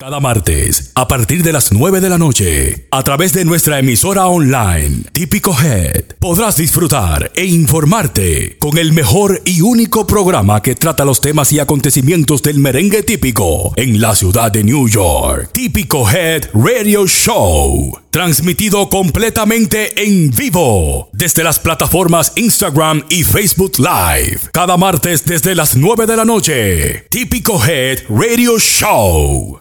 Cada martes, a partir de las 9 de la noche, a través de nuestra emisora online, Típico Head, podrás disfrutar e informarte con el mejor y único programa que trata los temas y acontecimientos del merengue típico en la ciudad de New York. Típico Head Radio Show, transmitido completamente en vivo desde las plataformas Instagram y Facebook Live, cada martes desde las 9 de la noche. Típico Head Radio Show.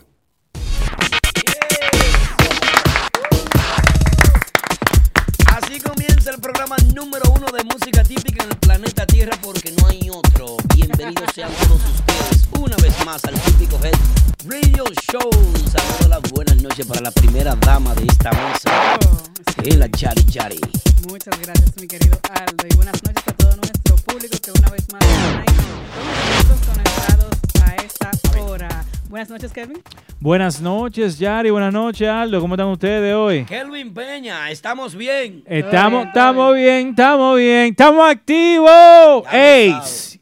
Así comienza el programa número uno de música típica en el planeta Tierra porque no hay otro. Bienvenidos sean todos ustedes una vez más al típico Head Radio Show. Un saludo, las buenas noches para la primera dama de esta mesa, Oh. que es la Chari Chari. Muchas gracias, mi querido Aldo, y buenas noches a todo nuestro público que una vez más están ahí con nosotros conectados a esta hora. Buenas noches, Kevin. Buenas noches, Yari. Buenas noches, Aldo. ¿Cómo están ustedes hoy? Kelvin Peña, estamos bien. Estamos, estamos bien, estamos bien, estamos activos. ¡Ey!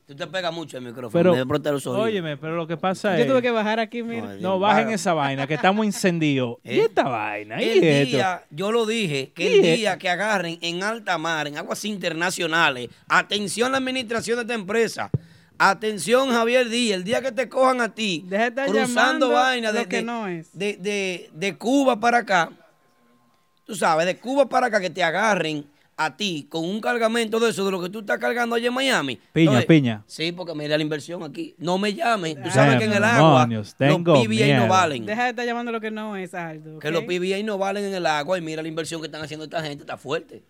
Tú te pegas mucho el micrófono. Pero, me brotan los oídos. óyeme, pero lo que pasa Yo tuve es... que bajar aquí, mira. No, bajen esa vaina, que estamos encendidos. ¿Y esta vaina? ¿Y Eh, El esto? día, yo lo dije, que el Y esto. día que agarren en alta mar, en aguas internacionales, atención la administración de esta empresa, atención Javier Díaz, el día que te cojan a ti Deja de estar cruzando llamando vaina lo de, que de- no es. de- de- de Cuba para acá, tú sabes, de Cuba para acá, que te agarren a ti con un cargamento de eso, de lo que tú estás cargando allá en Miami. Piña, piña. Sí, porque mira la inversión aquí. No me llamen. Tú Ah. sabes que en el agua Demonios, los tengo PBA no miedo. valen. Deja de estar llamando lo que no es, Aldo. Que ¿ok? los PBA no valen en el agua y mira la inversión que están haciendo esta gente, está fuerte.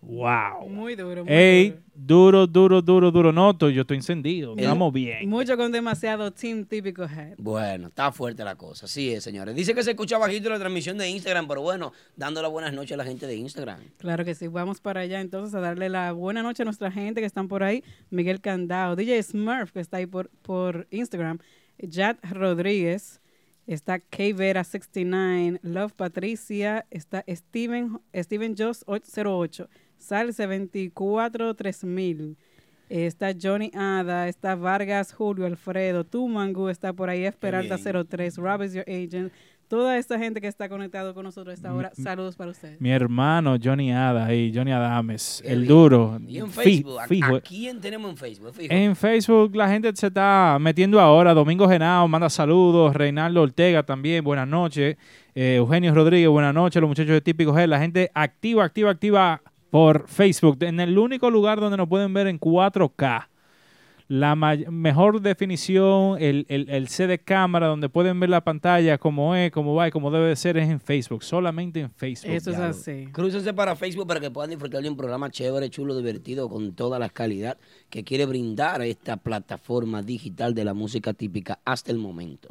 ¡Wow! Muy duro, muy ¡Ey! duro. Duro, duro, duro, duro. No, estoy- yo estoy encendido. Estamos bien. Mucho con demasiado team típico head. Bueno, está fuerte la cosa, así es, señores. Dice que se escucha bajito la transmisión de Instagram, pero bueno, dando las buenas noches a la gente de Instagram. Claro que sí, vamos para allá entonces a darle la buena noche a nuestra gente que están por ahí. Miguel Candao, DJ Smurf que está ahí por, por Instagram, Jad Rodríguez, está K Vera 69, Love Patricia, está Steven, Steven Joss 08, Salse 24 3000. Está Johnny Ada, está Vargas, Julio, Alfredo, Tumangu está por ahí, Esperanza bien. 03, Rob is your agent. Toda esta gente que está conectado con nosotros a esta hora, saludos para ustedes. Mi hermano Johnny Ada y Johnny Adames, Qué el bien. duro. Y en Fi- Facebook, ¿a- fijo. ¿a quién tenemos en Facebook? Fijo. En Facebook la gente se está metiendo ahora. Domingo Genao manda saludos. Reinaldo Ortega también, buenas noches. Eh, Eugenio Rodríguez, buenas noches. Los muchachos de Típico G, la gente activa, activa, activa por Facebook. En el único lugar donde nos pueden ver en 4K. La may- mejor definición, el, el, el C de cámara, donde pueden ver la pantalla, como es, cómo va y cómo debe de ser, es en Facebook. Solamente en Facebook. Eso es Diablo. así. Crúcense para Facebook para que puedan disfrutar de un programa chévere, chulo, divertido, con toda la calidad que quiere brindar esta plataforma digital de la música típica hasta el momento.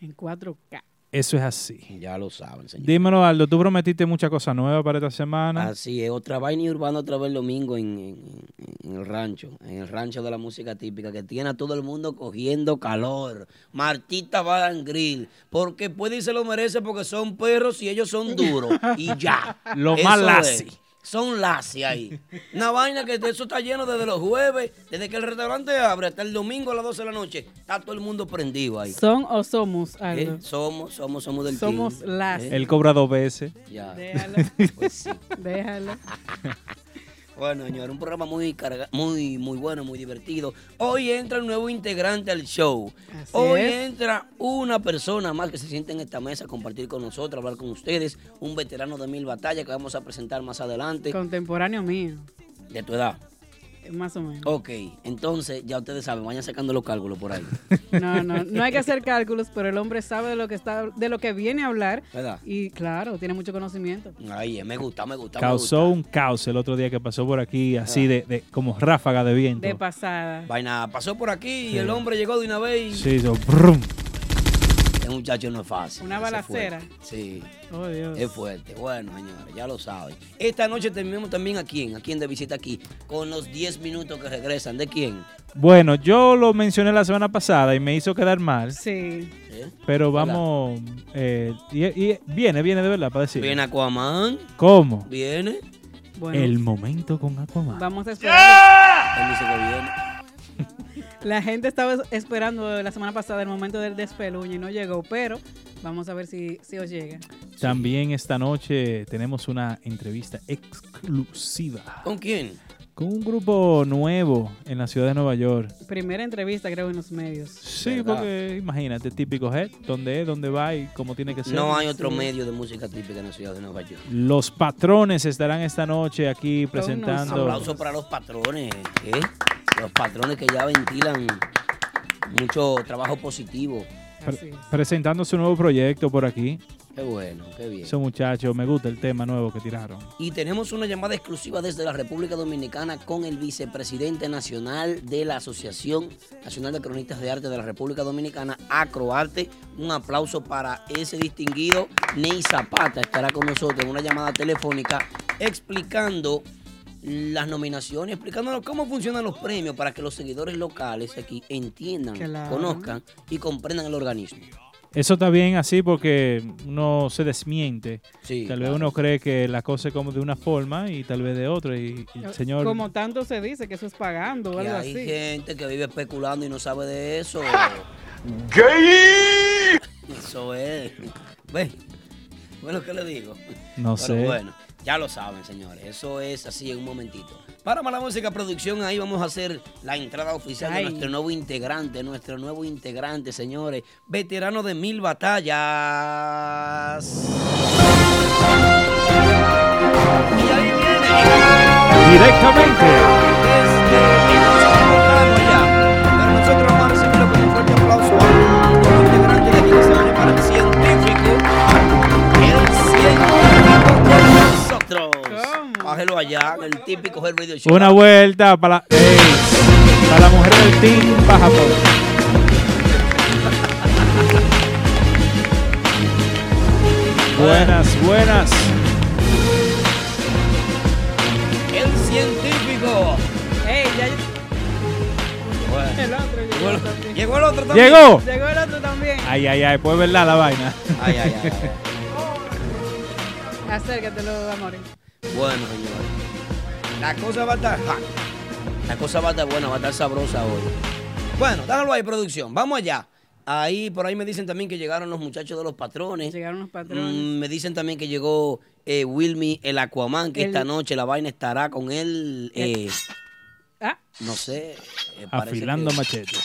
En 4K. Eso es así. Ya lo saben, señores. Dímelo, Aldo, tú prometiste muchas cosas nuevas para esta semana. Así es, otra vaina urbana otra vez el domingo en, en- en el rancho, en el rancho de la música típica, que tiene a todo el mundo cogiendo calor. Martita va al grill, porque puede y se lo merece porque son perros y ellos son duros. Y ya. Lo Eso más es. lazy. Son lazy ahí. Una vaina que de eso está lleno desde los jueves, desde que el restaurante abre hasta el domingo a las 12 de la noche. Está todo el mundo prendido ahí. ¿Son o somos, Aldo? Eh, Somos, somos, somos del team. eh. Somos las. Él cobra dos veces. Ya. Déjalo, Pues sí. déjalo. Bueno, señor, un programa muy carga- muy muy bueno, muy divertido. Hoy entra un nuevo integrante al show. Así Hoy es. entra una persona más que se sienta en esta mesa a compartir con nosotros, hablar con ustedes, un veterano de mil batallas que vamos a presentar más adelante Contemporáneo mío, de tu edad. Eh, más o menos. Ok, entonces ya ustedes saben, vayan sacando los cálculos por ahí. No, no, no hay que hacer cálculos, pero el hombre sabe de lo que está, de lo que viene a hablar. ¿Verdad? Y claro, tiene mucho conocimiento. Ahí, es, me gusta, me gusta. me Causó gusta. un caos el otro día que pasó por aquí, así de, de- como ráfaga de viento. De pasada. Vaina, pasó por aquí y el hombre llegó de una vez. y- sí, hizo brum. El muchacho no es fácil. Una ese balacera. fuerte. Sí. Oh, Dios. Es fuerte. Bueno, señores, ya lo saben. Esta noche terminamos también a quién, a quién de visita aquí, con los 10 minutos que regresan. ¿De quién? Bueno, yo lo mencioné la semana pasada y me hizo quedar mal, Sí. ¿Eh? pero vamos. eh, y, y- viene, viene de verdad para decir. Viene Aquaman, ¿Cómo? viene. Bueno, El momento con Aquaman. vamos a esperar. Él dice que viene. La gente estaba esperando la semana pasada el momento del despeluño y no llegó, pero Vamos a ver si, si os llega. También esta noche tenemos una entrevista exclusiva ¿Con quién? con un grupo nuevo en la ciudad de Nueva York. Primera entrevista, creo, en los medios. Sí, ¿Verdad? porque imagínate, típico head, dónde es, dónde ¿eh? va y cómo tiene que ser. No hay otro medio de música típica en la ciudad de Nueva York. Los patrones estarán esta noche aquí Con nosotros. presentando. Aplauso para los patrones, ¿qué? Los patrones que ya ventilan mucho trabajo positivo. Pre- Así es. presentando su nuevo proyecto por aquí. Qué bueno, qué bien. Esos muchachos, me gusta el tema nuevo que tiraron. Y tenemos una llamada exclusiva desde la República Dominicana con el vicepresidente nacional de la Asociación Nacional de Cronistas de Arte de la República Dominicana, Acroarte. Un aplauso para ese distinguido. Ney Zapata estará con nosotros en una llamada telefónica explicando las nominaciones, explicándonos cómo funcionan los premios para que los seguidores locales aquí entiendan, Claro. conozcan y comprendan el organismo. Eso está bien así porque uno se desmiente. Sí, tal vez uno cree que la cosa es como de una forma y tal vez de otra. Y, y el señor. Eh, Como tanto se dice que eso es pagando o Y algo hay así. gente que vive especulando y no sabe de eso. Eso es. Ve. Bueno, ¿qué le digo? No Pero sé. bueno, ya lo saben, señores. Eso es así en un momentito. Para Mala Música Producción, ahí vamos a hacer la entrada oficial Ay. de nuestro nuevo integrante, nuestro nuevo integrante, señores. Veterano de mil batallas. Y ahí viene. Directamente. Para nosotros vamos a recibirlo con un fuerte aplauso Este a un nuevo integrante de aquí de Semana para el Científico. El Científico con nosotros. ¿Cómo? Bájelo allá, en el típico Herbie de Show. Una vuelta para. ¡Ey! para la mujer del team, baja por- Buenas, buenas. El Científico. Ey, ya ll- Bueno, el otro llegó bueno, también. llegó el otro también. ¡Llegó! Llegó el otro también. Ay, ay, ay, pues verdad la vaina. Ay, ay, ay, ay. Acércatelo, amores. Bueno, señores. La cosa va a estar. ja. La cosa va a estar buena, va a estar sabrosa hoy. Bueno, déjalo ahí, producción. Vamos allá. Ahí, por ahí me dicen también que llegaron los muchachos de los patrones. Llegaron los patrones. Mm, me dicen también que llegó eh, Wilmy, el Aquaman, que El- esta noche la vaina estará con él. eh, Ah, no sé. eh, parece Afilando que- machete.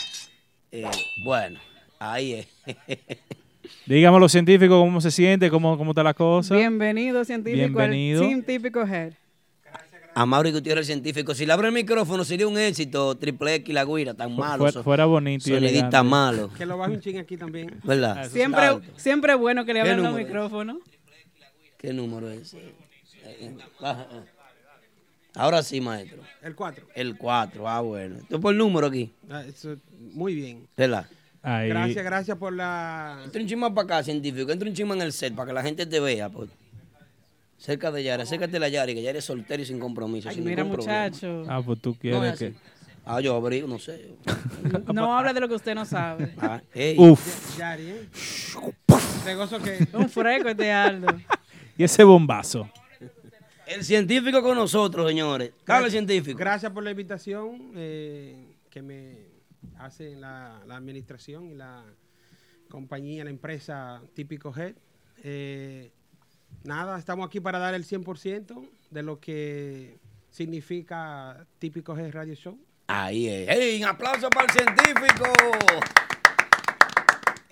eh, bueno, ahí es. Dígame a los científicos cómo se siente, cómo, cómo está la cosa. bienvenido, científico, Bienvenido. al Team Típico Head. A Mauri Gutiérrez, el científico. Si le abre el micrófono, sería un éxito. Triple X, la guira, tan malo. fuera- so- fuera bonito y Sonidista elegante. Ah, malo. Que lo baje un ching aquí también. ¿Verdad? Siempre, Alto. siempre es bueno que le ¿Qué abran los número es? micrófonos. ¿Qué número es? Eh, eh, baja, ah. Ahora sí, maestro. El 4. El 4, ah, bueno. Esto es por número aquí, Muy bien. ¿verdad? Ahí. Gracias, gracias por la. Entra un chisme para acá, científico. Entra un chisme en el set para que la gente te vea. pues. Cerca de Yari, acércate de la Yari, que Yari es soltero y sin compromiso. Ay, sin mira, ningún problema. muchacho. Ah, pues tú quieres que. Ah, yo abrí, no sé. No habla de lo que usted no sabe. Ah, ey. Uf. Yari, ¿eh? Regoso que. Un freco este Aldo. Y ese bombazo. El científico con nosotros, señores. Dale, científico. Gracias por la invitación eh, que me hace la, la administración y la compañía, la empresa Típico Head. Eh, nada, estamos aquí para dar el 100% de lo que significa Típico Head Radio Show. Ahí es. ¡Ey! Un aplauso para el científico.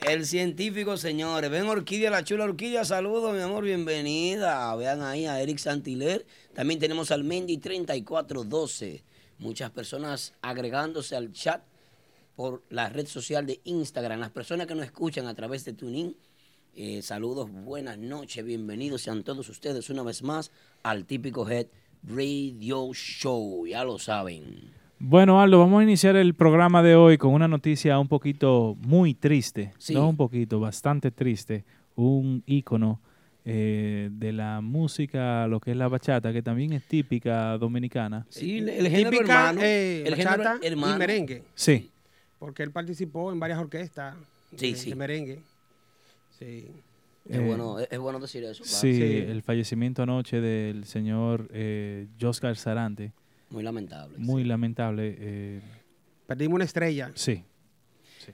El científico, señores. Ven, Orquídea, la chula Orquídea. Saludos, mi amor. Bienvenida. Vean ahí a Eric Santiler. También tenemos al Mendy 3412. Muchas personas agregándose al chat por la red social de Instagram. Las personas que nos escuchan a través de TuneIn, eh, saludos, buenas noches, bienvenidos sean todos ustedes una vez más al típico Head Radio Show. Ya lo saben. Bueno, Aldo, vamos a iniciar el programa de hoy con una noticia un poquito muy triste. Sí. No un poquito, bastante triste. Un ícono eh, de la música, lo que es la bachata, que también es típica dominicana. Sí, el, Típica eh, el género bachata hermano. y merengue. Sí. Porque él participó en varias orquestas Sí, de, sí. de merengue. Sí. Es, bueno, es, es bueno decir eso. claro. Sí, Sí. el fallecimiento anoche del señor eh, Joscar Sarante. Muy lamentable. Muy lamentable. eh, Perdimos una estrella. sí.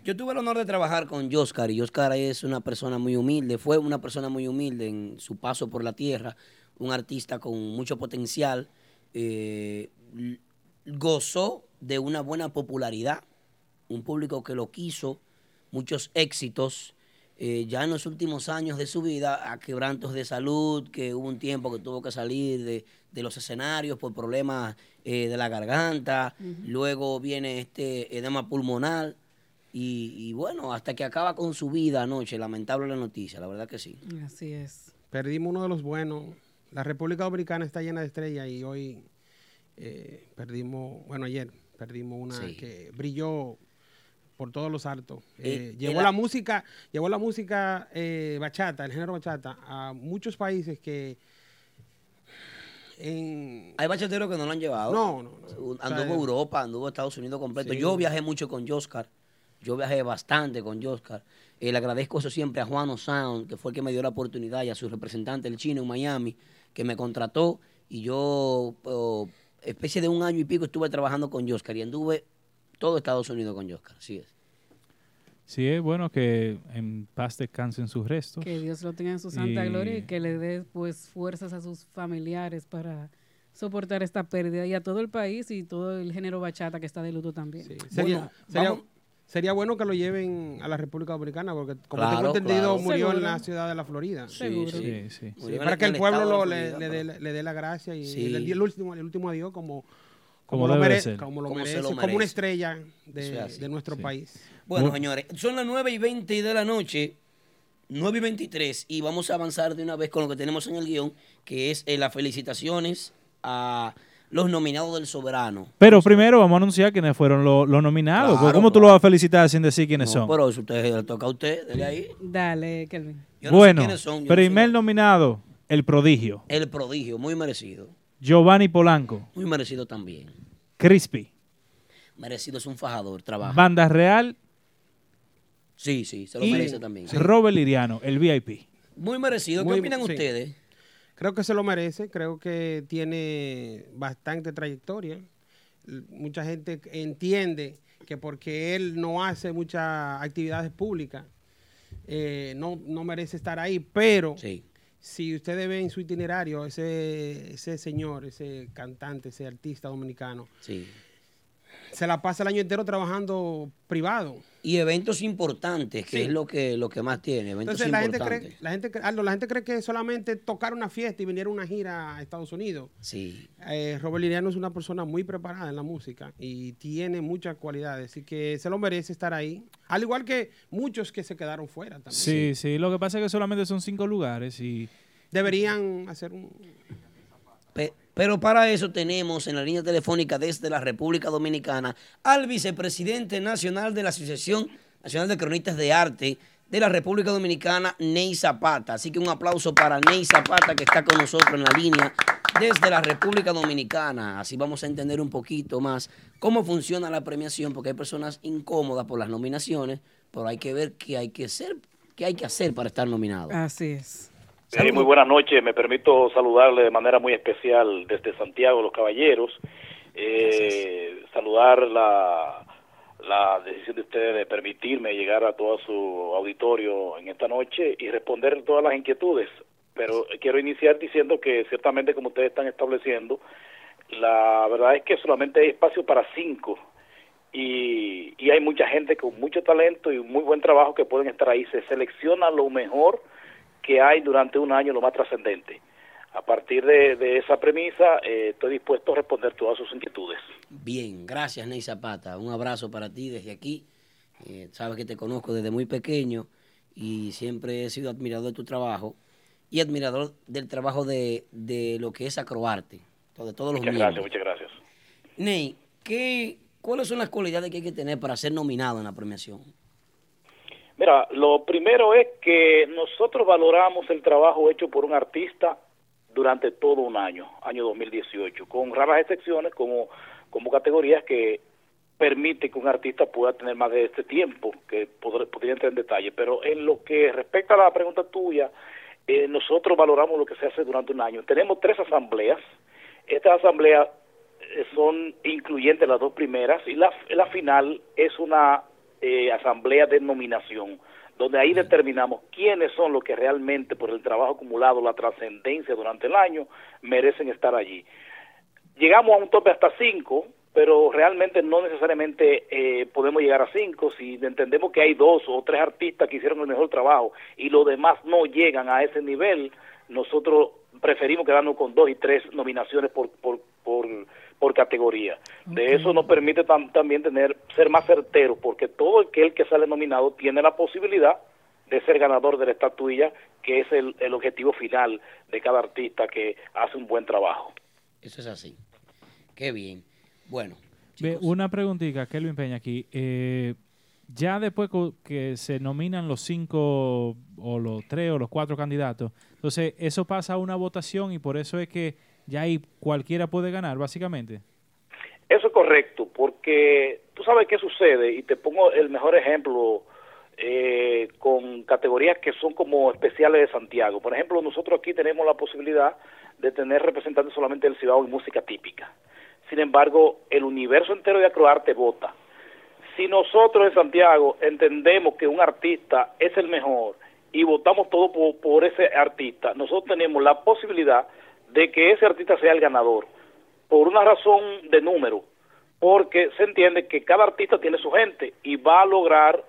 Yo tuve el honor de trabajar con Yoscar y Yoscar es una persona muy humilde, fue una persona muy humilde en su paso por la tierra, un artista con mucho potencial, eh, l- gozó de una buena popularidad, un público que lo quiso, muchos éxitos. eh, ya en los últimos años de su vida, a quebrantos de salud, que hubo un tiempo que tuvo que salir de, de los escenarios por problemas eh, de la garganta, Ujú. luego viene este edema pulmonar, y, y bueno, hasta que acaba con su vida anoche, lamentable la noticia, la verdad que sí. Así es. Perdimos uno de los buenos. La República Dominicana está llena de estrellas y hoy eh, perdimos, bueno, ayer perdimos una Sí. que brilló por todos los altos. Eh, Eh, llevó el- la música, llevó la música eh, bachata, el género bachata, a muchos países que en Hay bachateros que no lo han llevado. No, no, Anduvo O sea, Europa, anduvo Estados Unidos completo. Sí. Yo viajé mucho con Yoscar. Yo viajé bastante con Yoscar. Eh, le agradezco eso siempre a Juan Sound, que fue el que me dio la oportunidad, y a su representante, el chino en Miami, que me contrató. Y yo, oh, especie de un año y pico, estuve trabajando con Yoscar y anduve todo Estados Unidos con Yoscar. Así es. Sí, es bueno que en paz descansen sus restos. Que Dios lo tenga en su santa Y- gloria y que le dé pues fuerzas a sus familiares para soportar esta pérdida y a todo el país y todo el género bachata que está de luto también. Sería, Bueno, sería, vamos- sería bueno que lo lleven a la República Dominicana, porque como Claro, tengo entendido, claro. murió en la Seguro. ciudad de la Florida. Sí, Seguro. sí, sí. Sí, Murió en para el- que en el el pueblo estado de lo- la le, Florida, le dé, le dé la gracia y Sí. le dé el último, el último adiós como, Como como, lo, debe mere- de ser. como lo Como se merece, lo como una merece. estrella Eso de, es así. de nuestro Sí. país. Bueno, Bu- señores, son las 9 y 20 de la noche, 9 y 23, y vamos a avanzar de una vez con lo que tenemos en el guión, que es eh, las felicitaciones a los nominados del Soberano. Pero primero vamos a anunciar quiénes fueron lo- los nominados. porque Claro, ¿Cómo tú lo vas a felicitar sin decir quiénes No, son? pero eso usted le toca a usted, dele ahí. Dale, Kelvin. Yo no sé bueno, quiénes son, yo no primer nominado, el prodigio, sé. El prodigio, muy merecido, Giovanni Polanco, muy merecido también. Crispy, Merecido es un fajador, trabaja. Banda Real Sí, sí, se lo y merece también. Robert Liriano, el VIP. Muy merecido, ¿qué Muy- opinan sí. ustedes? Creo que se lo merece, creo que tiene bastante trayectoria. L- Mucha gente entiende que porque él no hace muchas actividades públicas, eh, no, no merece estar ahí, pero Sí. si ustedes ven su itinerario, ese, ese señor, ese cantante, ese artista dominicano, Sí. se la pasa el año entero trabajando privado. Y eventos importantes, que Sí. es lo que, lo que más tiene, eventos Entonces la gente, importantes. cree, la, gente, cre- Aldo, la gente cree que solamente tocar una fiesta y venir a una gira a Estados Unidos. Sí. Eh, Robert Liriano es una persona muy preparada en la música y tiene muchas cualidades, así que se lo merece estar ahí. Al igual que muchos que se quedaron fuera también. Sí, sí, Lo que pasa es que solamente son cinco lugares y Deberían hacer un... Pe- Pero para eso tenemos en la línea telefónica desde la República Dominicana al vicepresidente nacional de la Asociación Nacional de Cronistas de Arte de la República Dominicana, Ney Zapata. Así que un aplauso para Ney Zapata que está con nosotros en la línea desde la República Dominicana. Así vamos a entender un poquito más cómo funciona la premiación, porque hay personas incómodas por las nominaciones, pero hay que ver qué hay que hacer, qué hay que hacer para estar nominado. Así es. Sí, muy buenas noches. Me permito saludarle de manera muy especial desde Santiago, los caballeros. Eh, saludar la, la decisión de ustedes de permitirme llegar a todo su auditorio en esta noche y responder todas las inquietudes. Pero quiero iniciar diciendo que ciertamente, como ustedes están estableciendo, la verdad es que solamente hay espacio para cinco y, y hay mucha gente con mucho talento y muy buen trabajo que pueden estar ahí. Se selecciona lo mejor que hay durante un año, lo más trascendente. A partir de, de esa premisa, eh, estoy dispuesto a responder todas sus inquietudes. Bien, gracias Ney Zapata. Un abrazo para ti desde aquí. Eh, sabes que te conozco desde muy pequeño y siempre he sido admirador de tu trabajo y admirador del trabajo de, de lo que es acroarte, de todos los Muchas miembros. gracias, muchas gracias. Ney, ¿qué, ¿cuáles son las cualidades que hay que tener para ser nominado en la premiación? Mira, lo primero es que nosotros valoramos el trabajo hecho por un artista durante todo un año, año 2018, con raras excepciones como, como categorías que permite que un artista pueda tener más de este tiempo, que podr- podría entrar en detalle. Pero en lo que respecta a la pregunta tuya, eh, nosotros valoramos lo que se hace durante un año. Tenemos tres asambleas. Estas asambleas eh, son incluyentes las dos primeras y la, la final es una eh, asambleas de nominación, donde ahí determinamos quiénes son los que realmente por el trabajo acumulado, la trascendencia durante el año, merecen estar allí. Llegamos a un tope hasta cinco, pero realmente no necesariamente eh, podemos llegar a cinco si entendemos que hay dos o tres artistas que hicieron el mejor trabajo y los demás no llegan a ese nivel, nosotros preferimos quedarnos con dos y tres nominaciones por, por, por, por categoría. De eso nos permite tam- también tener ser más certeros, porque todo aquel que sale nominado tiene la posibilidad de ser ganador de la estatuilla, que es el, el objetivo final de cada artista que hace un buen trabajo. Eso es así. Qué bien. Bueno, Ve, una preguntita, Kelvin Peña aquí. Eh, ya después co- que se nominan los cinco o los tres o los cuatro candidatos, entonces eso pasa a una votación y por eso es que ya ahí cualquiera puede ganar, básicamente. Eso es correcto, porque tú sabes qué sucede, y te pongo el mejor ejemplo eh, con categorías que son como especiales de Santiago. Por ejemplo, nosotros aquí tenemos la posibilidad de tener representantes solamente del Cibao y música típica. Sin embargo, el universo entero de Acroarte vota. Si nosotros en Santiago entendemos que un artista es el mejor y votamos todo por, por ese artista, nosotros tenemos la posibilidad de que ese artista sea el ganador por una razón de número, porque se entiende que cada artista tiene su gente y va a lograr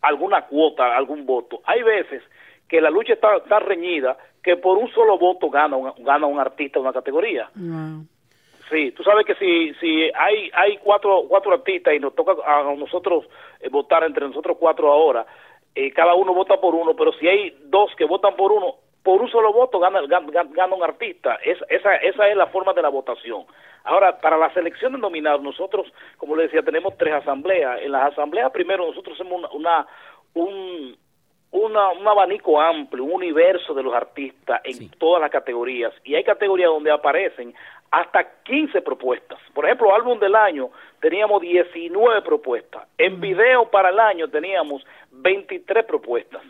alguna cuota, algún voto. Hay veces que la lucha está tan reñida que por un solo voto gana un, gana un artista de una categoría. Sí, tú sabes que si si hay hay cuatro cuatro artistas y nos toca a nosotros eh, votar entre nosotros cuatro ahora, eh, cada uno vota por uno, pero si hay dos que votan por uno, por un solo voto gana gan- gan- gana, un artista. Es- esa esa es la forma de la votación. Ahora para la selección de nominados nosotros, como le decía, tenemos tres asambleas. En las asambleas primero nosotros hacemos una, una- un una, un abanico amplio, un universo de los artistas en todas las categorías. Y hay categorías donde aparecen hasta 15 propuestas. Por ejemplo, álbum del año teníamos 19 propuestas. En video para el año teníamos 23 propuestas.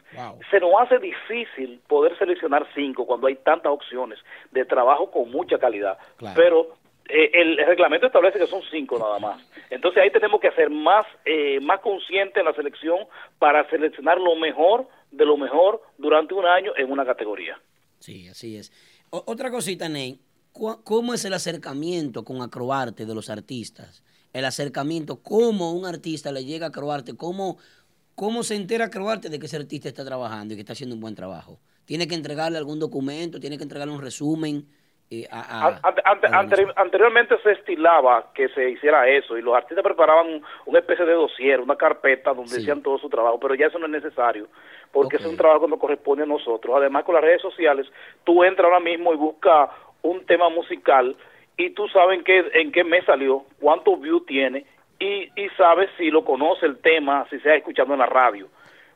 Se nos hace difícil poder seleccionar cinco cuando hay tantas opciones de trabajo con mucha calidad. Claro. Pero eh, el reglamento establece que son cinco nada más. Entonces ahí tenemos que ser más, eh, más conscientes en la selección para seleccionar lo mejor de lo mejor durante un año en una categoría. sí, así es. O- otra cosita, Ney. Cu- ¿Cómo es el acercamiento con Acroarte de los artistas? El acercamiento, cómo un artista le llega a Acroarte, cómo, cómo se entera Acroarte de que ese artista está trabajando y que está haciendo un buen trabajo. ¿Tiene que entregarle algún documento? ¿Tiene que entregarle un resumen? eh, a- a- An- ante- ante- anteri- anteriormente se estilaba que se hiciera eso y los artistas preparaban un- una especie de dossier, una carpeta donde decían todo su trabajo, pero ya eso no es necesario porque es un trabajo que nos corresponde a nosotros. Además, con las redes sociales, tú entras ahora mismo y buscas un tema musical y tú sabes en qué, en qué mes salió, cuántos views tiene y, y sabes si lo conoce el tema, si se ha escuchado en la radio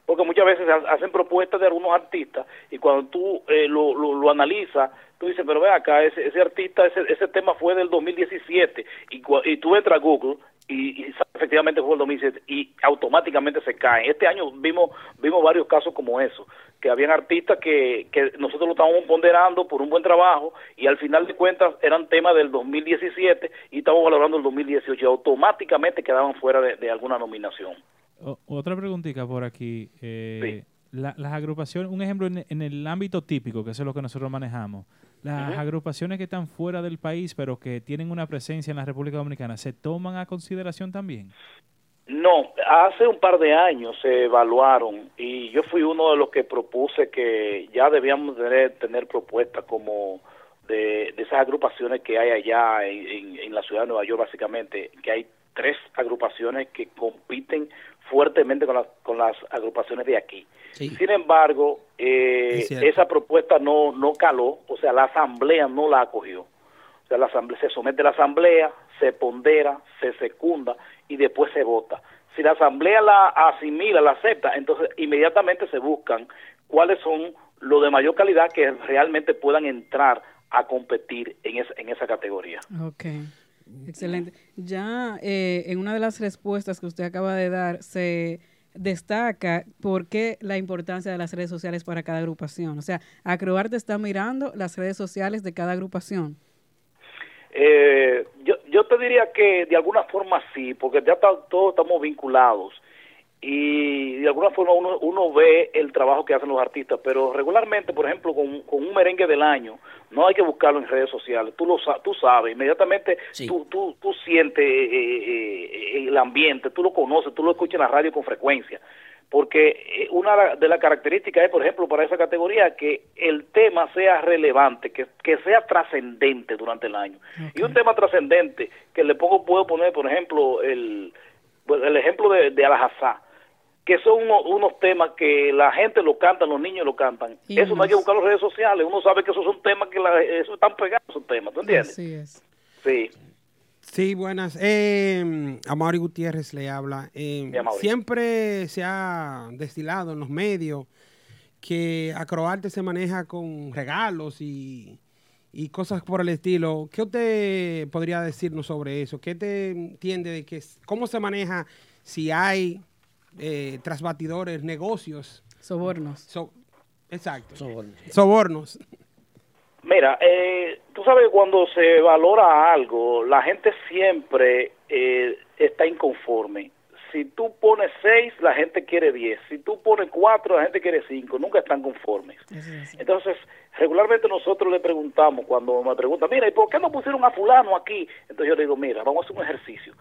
porque muchas veces ha- hacen propuestas de algunos artistas y cuando tú eh, lo, lo, lo analizas, tú dices, pero ve acá, ese, ese artista, ese, ese tema fue del 2017 y, cua- y tú entras a Google y, y sa- efectivamente fue el 2017 y automáticamente se caen. Este año vimos vimos varios casos como eso, que habían artistas que, que nosotros lo estábamos ponderando por un buen trabajo y al final de cuentas eran temas del 2017 y estábamos valorando el 2018 y automáticamente quedaban fuera de- de alguna nominación. O- otra preguntita por aquí. eh, la- las agrupaciones, un ejemplo en, en el ámbito típico, que eso es lo que nosotros manejamos. Las Ujú. agrupaciones que están fuera del país, pero que tienen una presencia en la República Dominicana, ¿se toman a consideración también? No, hace un par de años se evaluaron y yo fui uno de los que propuse que ya debíamos tener, tener propuestas como de, de esas agrupaciones que hay allá en, en- en la ciudad de Nueva York, básicamente, que hay tres agrupaciones que compiten fuertemente con las, con las agrupaciones de aquí. Sin embargo, eh, Es cierto. esa propuesta no, no caló, o sea, la asamblea no la acogió. O sea, la asamblea, se somete a la asamblea, se pondera, se secunda y después se vota. Si la asamblea la asimila, la acepta, entonces inmediatamente se buscan cuáles son los de mayor calidad que realmente puedan entrar a competir en, es- en esa categoría. Ok, excelente. Ya eh, en una de las respuestas que usted acaba de dar se destaca por qué la importancia de las redes sociales para cada agrupación. O sea, Acroarte está mirando las redes sociales de cada agrupación. Eh, yo, yo te diría que de alguna forma sí, porque ya ta- todos estamos vinculados. y de alguna forma uno, uno ve el trabajo que hacen los artistas, pero regularmente, por ejemplo, con, con un merengue del año, no hay que buscarlo en redes sociales, tú lo sa- tú sabes, inmediatamente Sí. tú, tú, tú sientes eh, eh, eh, el ambiente, tú lo conoces, tú lo escuchas en la radio con frecuencia, porque eh, una de las características es, por ejemplo, para esa categoría, que el tema sea relevante, que, que sea trascendente durante el año. Y un tema trascendente, que le pongo, puedo poner, por ejemplo, el, bueno, el ejemplo de, de Alhazá, que son uno- unos temas que la gente lo canta, los niños lo cantan. Y eso no hay que más. buscar en las redes sociales, uno sabe que esos son temas que la, eso están pegados, esos temas, ¿tú entiendes? Así es. Sí. Sí, buenas. Eh, Amaury Gutiérrez le habla. Eh, Sí, Amaury. siempre se ha destilado en los medios que Acroarte se maneja con regalos y, y cosas por el estilo. ¿Qué usted podría decirnos sobre eso? ¿Qué te entiende de que s- cómo se maneja si hay eh, trasbatidores, negocios? Sobornos. So- exacto. Soborno. Sobornos. Mira, eh, tú sabes, cuando se valora algo, la gente siempre eh, está inconforme. Si tú pones seis, la gente quiere diez. Si tú pones cuatro, la gente quiere cinco. Nunca están conformes. Eso es así. Entonces, regularmente nosotros le preguntamos, cuando me preguntan, mira, ¿y por qué no pusieron a fulano aquí? Entonces yo le digo, mira, vamos a hacer un ejercicio.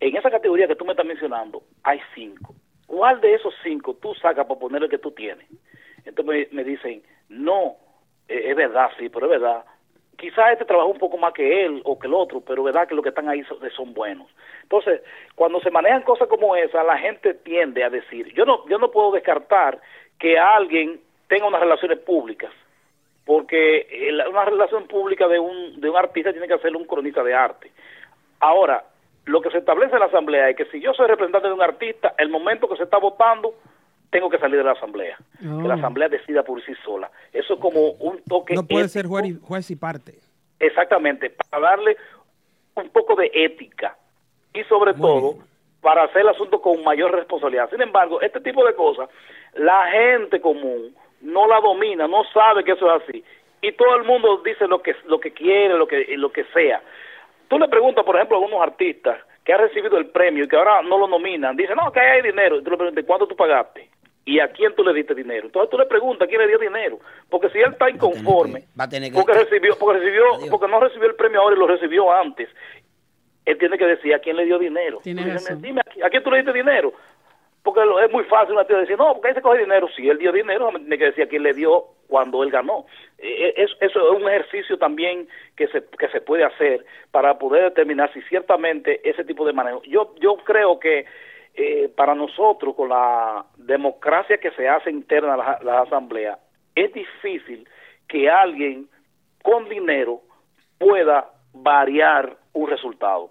En esa categoría que tú me estás mencionando, hay cinco. ¿Cuál de esos cinco tú sacas para poner el que tú tienes? Entonces me, me dicen, no, eh, es verdad, sí, pero es verdad. Quizás este trabajó un poco más que él o que el otro, pero verdad que los que están ahí son, son buenos. Entonces, cuando se manejan cosas como esa, la gente tiende a decir, yo no, yo no puedo descartar que alguien tenga unas relaciones públicas, porque eh, la- una relación pública de un, de un artista tiene que hacerlo un cronista de arte. Ahora, lo que se establece en la asamblea es que si yo soy representante de un artista, el momento que se está votando, tengo que salir de la asamblea. Que la Oh. asamblea decida por sí sola. Eso es como un toque. Mm. No puede ético. ser juez y, juez y parte. Exactamente, para darle un poco de ética y sobre todo para hacer el asunto con mayor responsabilidad. Sin embargo, este tipo de cosas, la gente común no la domina, no sabe que eso es así y todo el mundo dice lo que lo que quiere, lo que lo que sea. Tú le preguntas, por ejemplo, a algunos artistas que han recibido el premio y que ahora no lo nominan, dicen, no, que ahí hay dinero. Y tú le preguntas, ¿cuánto tú pagaste? ¿Y a quién tú le diste dinero? Entonces tú le preguntas, ¿quién le dio dinero? Porque si él está inconforme, va a tener que- porque recibió, porque recibió, Adiós. porque no recibió el premio ahora y lo recibió antes, él tiene que decir a quién le dio dinero. Tiene Tú dices, razón. Dime, ¿a qui- ¿a quién tú le diste dinero? Porque lo- es muy fácil una tía decir, no, porque ahí se coge dinero. Si él dio dinero, me tiene que decir a quién le dio cuando él ganó. Eh, eh, Eso, eso es un ejercicio también que se, que se puede hacer para poder determinar si ciertamente ese tipo de manejo. Yo, yo creo que eh, para nosotros, con la democracia que se hace interna a la, la asamblea, es difícil que alguien con dinero pueda variar un resultado.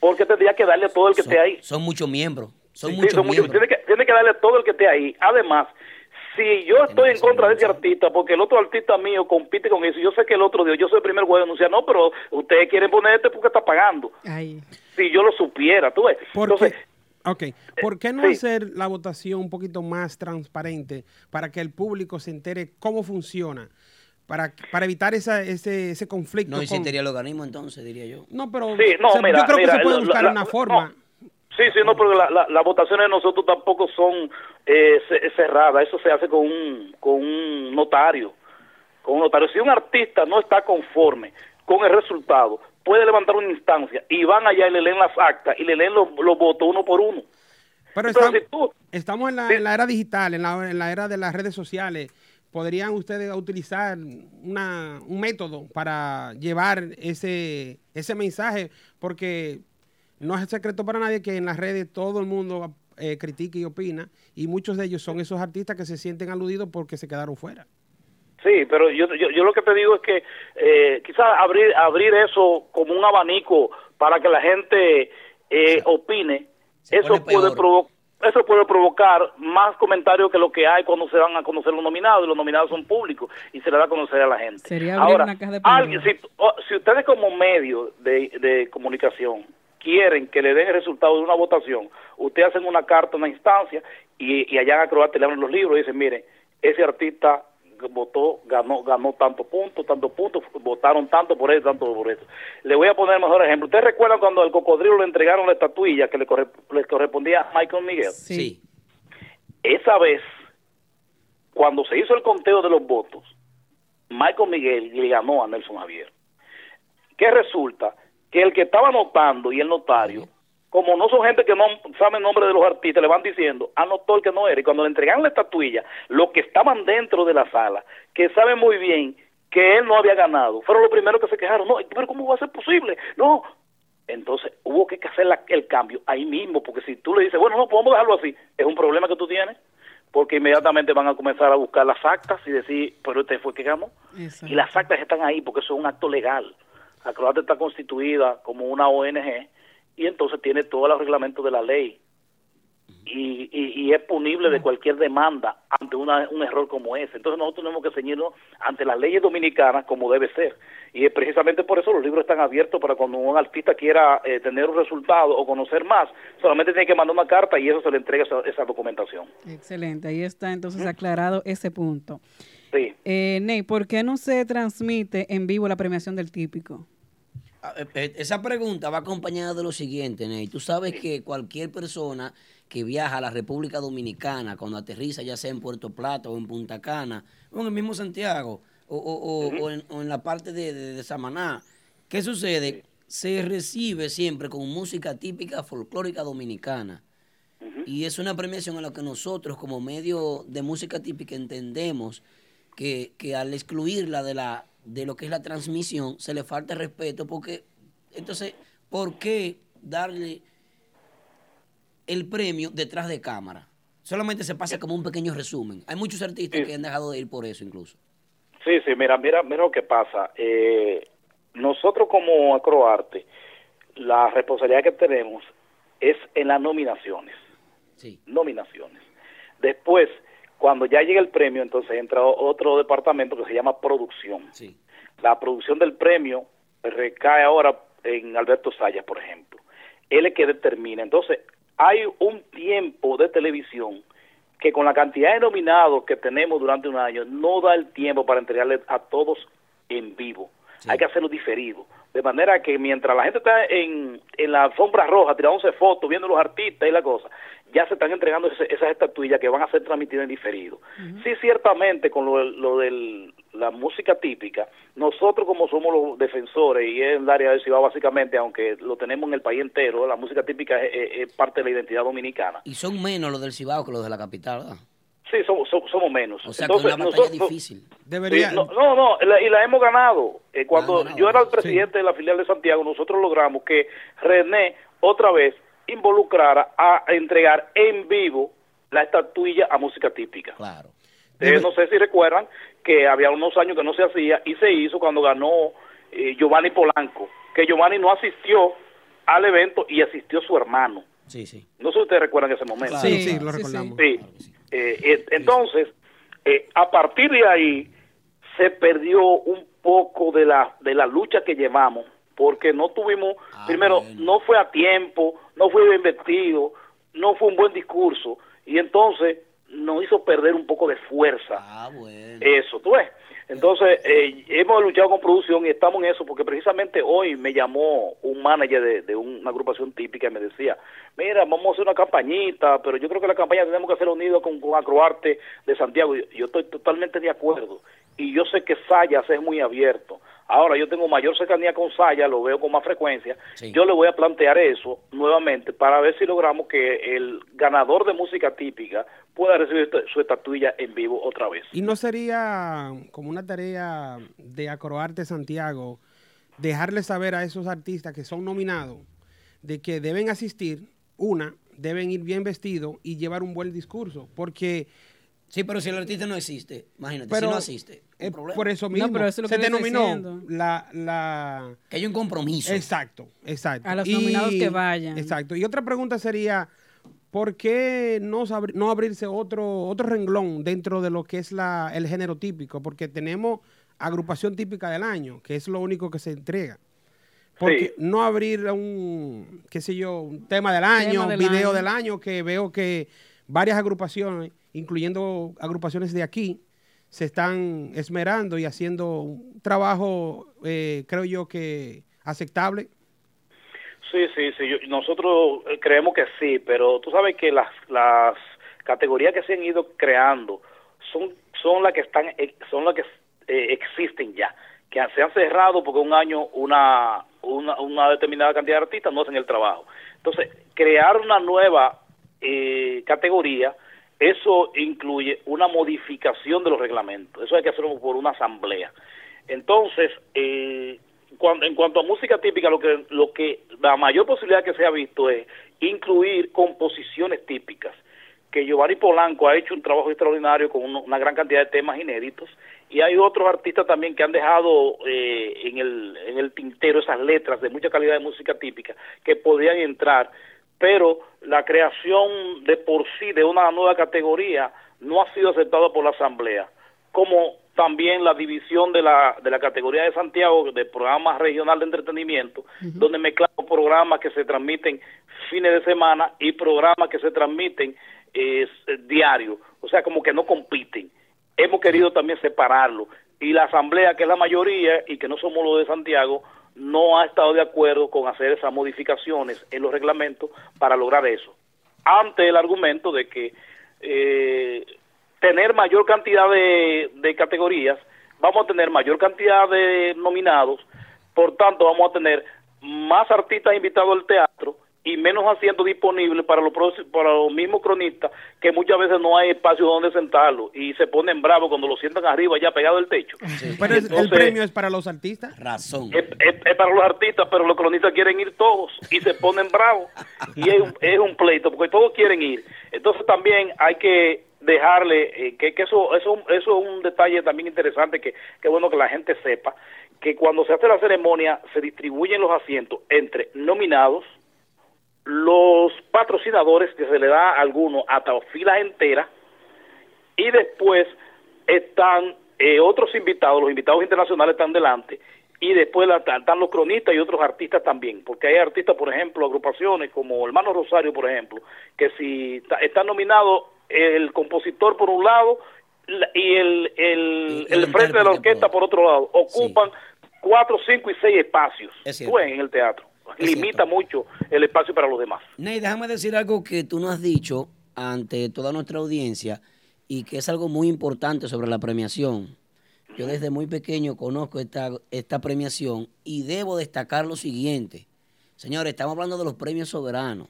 Porque tendría que darle todo el que Son- esté ahí. Son muchos miembros. Son Sí, muchos son muchos. miembros. Tiene, que, tiene que darle todo el que esté ahí. Además, si yo estoy en contra de ese artista, porque el otro artista mío compite con eso, yo sé que el otro dio, yo soy el primer güey a denunciar, no, pero ustedes quieren poner este porque está pagando. Ahí. Si yo lo supiera, tú ves. ¿Por Entonces, eh, qué? Ok, ¿por qué no sí. hacer la votación un poquito más transparente para que el público se entere cómo funciona? Para, para evitar esa, ese, ese conflicto. No con- existiría el organismo entonces, diría yo. No, pero Sí, no, o sea, mira, yo creo mira, que se puede lo- buscar la- una forma. Sí, sí, no, porque la- la- las votaciones de nosotros tampoco son eh, ce- cerradas, eso se hace con un, con un notario, con un notario. Si un artista no está conforme con el resultado, puede levantar una instancia y van allá y le leen las actas y le leen los, los votos uno por uno. Pero Entonces, estamos, si tú- estamos en, la, sí. en la era digital, en la, en la era de las redes sociales. ¿Podrían ustedes utilizar una, un método para llevar ese, ese mensaje? Porque no es secreto para nadie que en las redes todo el mundo eh, critica y opina, y muchos de ellos son esos artistas que se sienten aludidos porque se quedaron fuera. Sí, pero yo, yo, yo lo que te digo es que eh, quizás abrir, abrir eso como un abanico para que la gente eh, opine, se eso pone puede, peor. provo- eso puede provocar más comentarios que lo que hay cuando se van a conocer los nominados, y los nominados son públicos y se le da a conocer a la gente. Sería abrir Ahora, una caja de alguien, Pandora. si, o- si ustedes como medio de, de comunicación quieren que le den el resultado de una votación, ustedes hacen una carta, una instancia, y, y allá en Acrobatia le abren los libros y dicen, miren, ese artista votó, ganó, ganó tanto punto, tanto punto, votaron tanto por eso, tanto por eso. Le voy a poner el mejor ejemplo. ¿Ustedes recuerdan cuando al cocodrilo le entregaron la estatuilla que le, corre- le correspondía a Michael Miguel? Sí. Esa vez, cuando se hizo el conteo de los votos, Michael Miguel le ganó a Nelson Javier. ¿Qué resulta? Que el que estaba anotando y el notario, como no son gente que no sabe el nombre de los artistas, le van diciendo, anotó el que no era. Y cuando le entregaron la estatuilla, los que estaban dentro de la sala, que saben muy bien que él no había ganado, fueron los primeros que se quejaron. No, pero ¿cómo va a ser posible? No. Entonces hubo que hacer la- el cambio ahí mismo, porque si tú le dices, bueno, no, podemos dejarlo así, es un problema que tú tienes, porque inmediatamente van a comenzar a buscar las actas y decir, pero este fue el que ganó. Y las actas están ahí porque eso es un acto legal. La Croata está constituida como una ONG y entonces tiene todos los reglamentos de la ley. Y, y- y es punible de cualquier demanda ante una- un error como ese. Entonces nosotros tenemos que ceñirnos ante las leyes dominicanas como debe ser. Y es precisamente por eso los libros están abiertos para cuando un artista quiera eh, tener un resultado o conocer más, solamente tiene que mandar una carta y eso se le entrega esa- esa documentación. Excelente, ahí está entonces aclarado ese punto. Sí. Eh, Ney, ¿por qué no se transmite en vivo la premiación del típico? Ah, eh, eh, Esa pregunta va acompañada de lo siguiente, Ney. Tú sabes que cualquier persona que viaja a la República Dominicana, cuando aterriza, ya sea en Puerto Plata o en Punta Cana, o en el mismo Santiago, o, o- o- o en, o en la parte de, de- de Samaná, ¿qué sucede? Se recibe siempre con música típica folclórica dominicana. Y es una premiación a la que nosotros, como medio de música típica, entendemos que, que al excluirla de la de lo que es la transmisión se le falta el respeto porque entonces ¿por qué darle el premio detrás de cámara? Solamente se pasa como un pequeño resumen. Hay muchos artistas que han dejado de ir por eso incluso. Sí, sí, mira, mira, mira lo que pasa. Eh, nosotros como Acroarte, la responsabilidad que tenemos es en las nominaciones. Sí. Nominaciones. Después, cuando ya llega el premio, entonces entra o- otro departamento que se llama producción. Sí. La producción del premio recae ahora en Alberto Sayas, por ejemplo. Él es que determina. Entonces, hay un tiempo de televisión que con la cantidad de nominados que tenemos durante un año no da el tiempo para entregarle a todos en vivo. Hay que hacerlo diferido. De manera que mientras la gente está en, en la alfombra roja tirándose fotos, viendo los artistas y la cosa, ya se están entregando ese- esas estatuillas que van a ser transmitidas en diferido. Sí, ciertamente con lo, del- lo de la música típica, nosotros como somos los defensores, y es el área de Ciudad básicamente, aunque lo tenemos en el país entero, la música típica es- es- es parte de la identidad dominicana. Y son menos los del Cibao que los de la capital, ¿verdad? Sí, somos, so- somos menos. O sea, que Entonces, es una batalla nosotros- difícil. Debería. Sí, no, no, no, la- y la hemos ganado. Eh, cuando ganado. yo era el presidente de la filial de Santiago, nosotros logramos que René otra vez involucrara a entregar en vivo la estatuilla a música típica. Claro. Eh, no sé si recuerdan que había unos años que no se hacía y se hizo cuando ganó eh, Giovanni Polanco, que Giovanni no asistió al evento y asistió su hermano. Sí, sí. No sé si ustedes recuerdan ese momento. Claro. Sí, Sí, sí, lo sí, recordamos. Sí. Eh, eh, entonces, eh, a partir de ahí se perdió un poco de la de la lucha que llevamos, porque no tuvimos, Ah, primero, bueno. no fue a tiempo, no fue bien vestido, no fue un buen discurso, y entonces nos hizo perder un poco de fuerza. Ah, bueno. Eso, tú ves. Entonces, eh, hemos luchado con producción y estamos en eso, porque precisamente hoy me llamó un manager de, de una agrupación típica y me decía, mira, vamos a hacer una campañita, pero yo creo que la campaña tenemos que hacer unido con, con Acroarte de Santiago. Yo, yo estoy totalmente de acuerdo. Y yo sé que Sayas es muy abierto. Ahora, yo tengo mayor cercanía con Sayas, lo veo con más frecuencia. Sí. Yo le voy a plantear eso nuevamente para ver si logramos que el ganador de música típica pueda recibir esta- su estatuilla en vivo otra vez. ¿Y no sería como una tarea de Acroarte Santiago dejarle saber a esos artistas que son nominados de que deben asistir, una, deben ir bien vestidos y llevar un buen discurso? Porque Sí, pero si el artista no existe, imagínate, pero, si no asiste, un eh, problema. por eso No, mismo pero eso es lo se que yo estoy denominó diciendo. la, la Que hay un compromiso. Exacto, exacto. A los nominados que vayan. Exacto. Y otra pregunta sería, ¿por qué no, sabr- no abrirse otro, otro renglón dentro de lo que es la, el género típico? Porque tenemos agrupación típica del año, que es lo único que se entrega. Porque Sí. no abrir un, qué sé yo, un tema del año, del video año. del año, que veo que varias agrupaciones, incluyendo agrupaciones de aquí, se están esmerando y haciendo un trabajo, eh, creo yo que aceptable. Sí, sí, sí. yo- nosotros eh, creemos que sí, pero tú sabes que las, las categorías que se han ido creando son son las que están eh, son las que eh, existen ya que se han cerrado porque un año una, una una determinada cantidad de artistas no hacen el trabajo entonces crear una nueva eh, categoría eso incluye una modificación de los reglamentos eso hay que hacerlo por una asamblea entonces eh, cuando, en cuanto a música típica, lo que, lo que la mayor posibilidad que se ha visto es incluir composiciones típicas. Que Giovanni Polanco ha hecho un trabajo extraordinario con uno- una gran cantidad de temas inéditos. Y hay otros artistas también que han dejado eh, en, el, en el tintero esas letras de mucha calidad de música típica que podían entrar. Pero la creación de por sí de una nueva categoría no ha sido aceptada por la Asamblea como también la división de la, de la categoría de Santiago de programas regional de entretenimiento, donde mezclamos programas que se transmiten fines de semana y programas que se transmiten eh, s- diario, o sea, como que no compiten. Hemos querido también separarlo y la asamblea, que es la mayoría y que no somos los de Santiago, no ha estado de acuerdo con hacer esas modificaciones en los reglamentos para lograr eso. Ante el argumento de que eh, tener mayor cantidad de, de categorías, vamos a tener mayor cantidad de nominados, por tanto vamos a tener más artistas invitados al teatro y menos asientos disponibles para los prox- para los mismos cronistas que muchas veces no hay espacio donde sentarlos y se ponen bravos cuando lo sientan arriba ya pegado al techo. Pero es- el Entonces- premio es para los artistas. Razón. es, es- es para los artistas, pero los cronistas quieren ir todos y se ponen bravos. Y es un, es un pleito, porque todos quieren ir. Entonces también hay que dejarle, eh, que, que eso, eso, eso es un detalle también interesante, que, que bueno que la gente sepa, que cuando se hace la ceremonia se distribuyen los asientos entre nominados, los patrocinadores, que se le da a algunos hasta filas enteras, y después están eh, otros invitados, los invitados internacionales están delante, y después la- están los cronistas y otros artistas también, porque hay artistas, por ejemplo, agrupaciones como Hermano Rosario, por ejemplo, que si está, está nominado el compositor por un lado la- y el, el, El el frente de la intérprete orquesta por por otro lado, ocupan cuatro, cinco y seis espacios Es cierto. Tú ves, en el teatro. Es Limita cierto. mucho el espacio para los demás. Ney, déjame decir algo que tú no has dicho ante toda nuestra audiencia y que es algo muy importante sobre la premiación. Yo desde muy pequeño conozco esta, esta premiación y debo destacar lo siguiente. Señores, estamos hablando de los premios soberanos.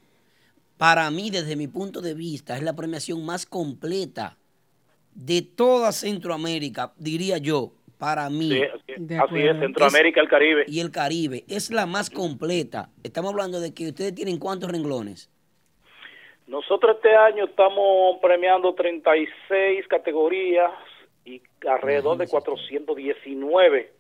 Para mí, desde mi punto de vista, es la premiación más completa de toda Centroamérica, diría yo, para mí. Sí, así, así es, Centroamérica, el Caribe. Y el Caribe. Es la más completa. Estamos hablando de que ustedes tienen cuántos renglones. Nosotros este año estamos premiando 36 categorías y alrededor de 419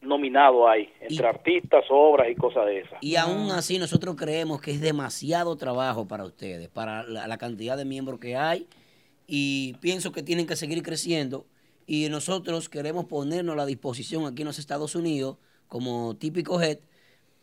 nominados hay, entre artistas, obras y cosas de esas. Y aún así nosotros creemos que es demasiado trabajo para ustedes, para la, la cantidad de miembros que hay y pienso que tienen que seguir creciendo y nosotros queremos ponernos a la disposición aquí en los Estados Unidos como típico head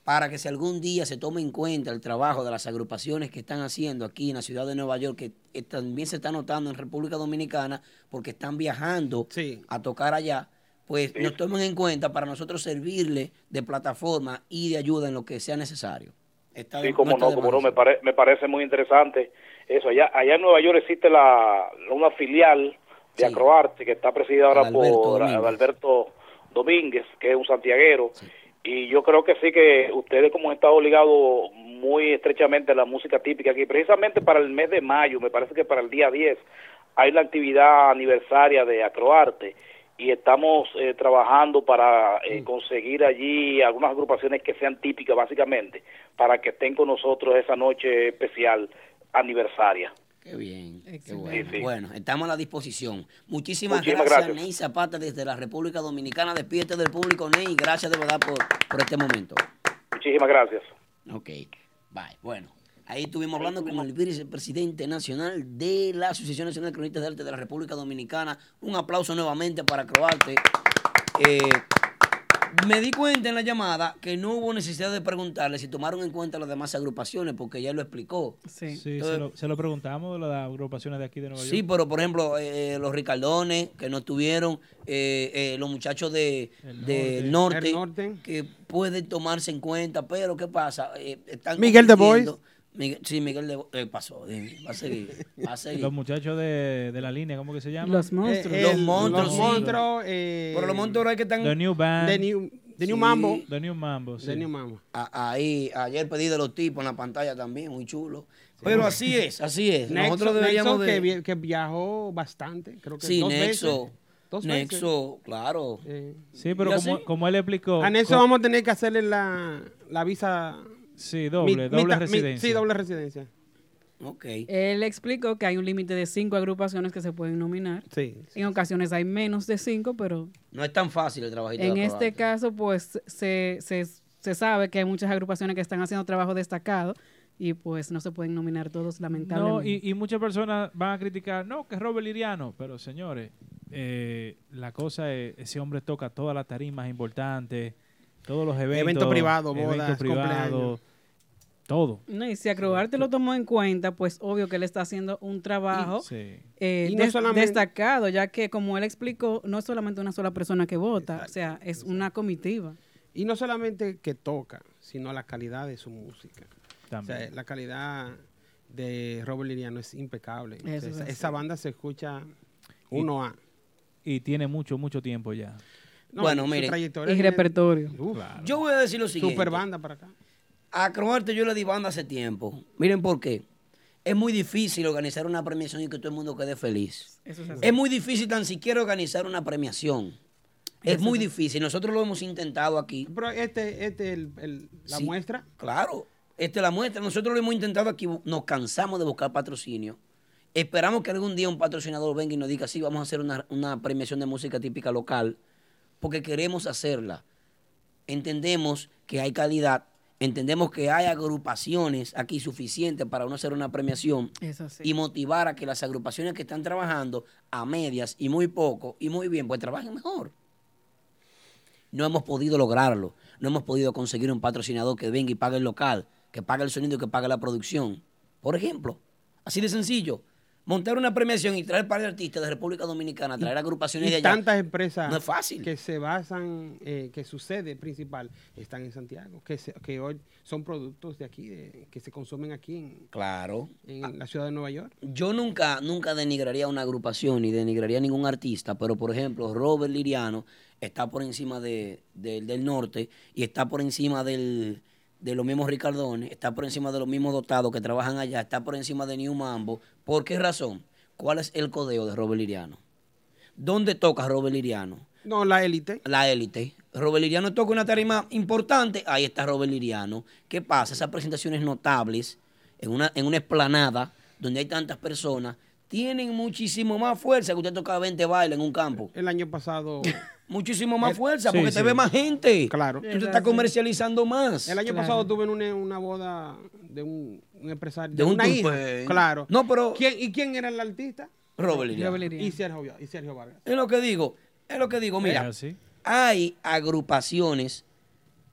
para que si algún día se tome en cuenta el trabajo de las agrupaciones que están haciendo aquí en la ciudad de Nueva York, que eh, también se está notando en República Dominicana, porque están viajando a tocar allá, pues nos tomen en cuenta para nosotros servirle de plataforma y de ayuda en lo que sea necesario. Está Sí, de- como está no, de como más. no, me, pare- me parece muy interesante eso. Allá, allá en Nueva York existe la, una filial de Acroarte que está presidida ahora Adalberto por Domínguez. Alberto Domínguez, que es un santiaguero. Y yo creo que sí que ustedes como han estado ligados muy estrechamente a la música típica aquí, precisamente para el mes de mayo, me parece que para el día 10, hay la actividad aniversaria de Acroarte y estamos eh, trabajando para eh, conseguir allí algunas agrupaciones que sean típicas básicamente para que estén con nosotros esa noche especial aniversaria. Qué bien, qué bueno. Excelente. Sí, sí. Bueno, estamos a la disposición. Muchísimas, Muchísimas gracias, gracias. Ney Zapata, desde la República Dominicana. Despídete del público, Ney. Gracias de verdad por, por este momento. Muchísimas gracias. Ok, bye. Bueno, ahí estuvimos hablando con el vicepresidente nacional de la Asociación Nacional de Cronistas de Arte de la República Dominicana. Un aplauso nuevamente para Croarte. Eh, me di cuenta en la llamada que no hubo necesidad de preguntarle si tomaron en cuenta las demás agrupaciones, porque ya lo explicó. Sí, Entonces, se, lo, se lo preguntamos de las agrupaciones de aquí de Nueva York. Sí, pero por ejemplo, eh, los Ricardones que no estuvieron, eh, eh, los muchachos de, del norte, El que pueden tomarse en cuenta, pero ¿qué pasa? Eh, están Miguel de compitiendo. Miguel- sí, Miguel de, eh, pasó. dime, Va a seguir. Va a seguir. Los muchachos de, de la línea, ¿cómo que se llaman? Los monstruos. Eh, Los el- monstruos, Los sí. monstruos. eh, Pero los monstruos ahora que están. The New Band. The New, The New Sí. Mambo. The New Mambo, sí. The New Mambo. A- Ahí, ayer pedí de los tipos en la pantalla también, muy chulo. Pero así es, así es. Nosotros Nexo, deberíamos Nexo de... que, vi- que viajó bastante, creo que sí, dos Nexo. veces. Dos Nexo, claro. veces. Eh, Sí, pero ¿Y como, así? como él explicó. a Nexo co- vamos a tener que hacerle la, la visa... Sí, doble, mi- doble mitad- mi- residencia. sí, doble residencia. Ok. Él explicó que hay un límite de cinco agrupaciones que se pueden nominar. Sí. En ocasiones hay menos de cinco, pero No es tan fácil el trabajito. de en este acrobata. caso, pues se, se, se sabe que hay muchas agrupaciones que están haciendo trabajo destacado y pues no se pueden nominar todos, No, lamentablemente. y, y muchas personas van a criticar, no, que es Robert Liriano, pero señores, eh, la cosa es, ese hombre toca todas las tarimas importantes, todos los eventos. Evento privado, eventos bodas, cumpleaños. todo. No, y si Acrobarte lo tomó en cuenta, pues obvio que él está haciendo un trabajo Sí. eh, Y no des- solamente- destacado, ya que como él explicó, no es solamente una sola persona que vota, o sea, es una comitiva. Y no solamente que toca, sino la calidad de su música. O También. sea, la calidad de Robert Liriano es impecable. O sea, Eso es esa, así. esa banda se escucha 1A. y tiene mucho, mucho tiempo ya. Bueno, su miren, trayectoria Y tiene- repertorio. Uf, Yo voy a decir lo siguiente. super banda para acá. A Acrobarte yo le di banda hace tiempo. Miren por qué. Es muy difícil organizar una premiación y que todo el mundo quede feliz. Eso es así. Es muy difícil tan siquiera organizar una premiación. Es muy difícil. Nosotros lo hemos intentado aquí. Pero este, este el, el- la Sí, muestra. Claro, esta es la muestra. Nosotros lo hemos intentado aquí, nos cansamos de buscar patrocinio. Esperamos que algún día un patrocinador venga y nos diga, sí, vamos a hacer una, una premiación de música típica local, porque queremos hacerla. Entendemos que hay calidad, entendemos que hay agrupaciones aquí suficientes para uno hacer una premiación Eso sí. y motivar a que las agrupaciones que están trabajando a medias y muy poco y muy bien, pues trabajen mejor. No hemos podido lograrlo. No hemos podido conseguir un patrocinador que venga y pague el local, que pague el sonido y que pague la producción. Por ejemplo, así de sencillo. Montar una premiación y traer par de artistas de República Dominicana, traer agrupaciones de Y allá. tantas empresas No es fácil. que se basan, eh, que su sede principal están en Santiago, que, se- que hoy son productos de aquí, de- que se consumen aquí en, Claro. en la ciudad de Nueva York. Yo nunca, nunca denigraría una agrupación ni denigraría a ningún artista, pero por ejemplo, Robert Liriano está por encima de, del- del norte y está por encima del, de los mismos Ricardones, está por encima de los mismos dotados que trabajan allá, está por encima de New Mambo. ¿Por qué razón? ¿Cuál es el codeo de Robert Liriano? ¿Dónde toca Robert Liriano? No, la élite. la élite. Robert Liriano toca una tarima importante, ahí está Robert Liriano. ¿Qué pasa? Esas presentaciones notables en una, en una esplanada donde hay tantas personas tienen muchísimo más fuerza que usted toca 20 bailes en un campo. El año pasado, Eh, Muchísimo más fuerza sí, porque te sí. ve más gente. claro. Tú te estás comercializando más. El año Claro. pasado tuve una, una boda de un, un empresario. De un una hija, tupe. Claro. No, pero- ¿Quién- ¿Y quién era el artista? Robert Liriano. Robert Liriano. Y Sergio, y Sergio Vargas. Es lo que digo. Es lo que digo. Mira, ah, Es así. hay agrupaciones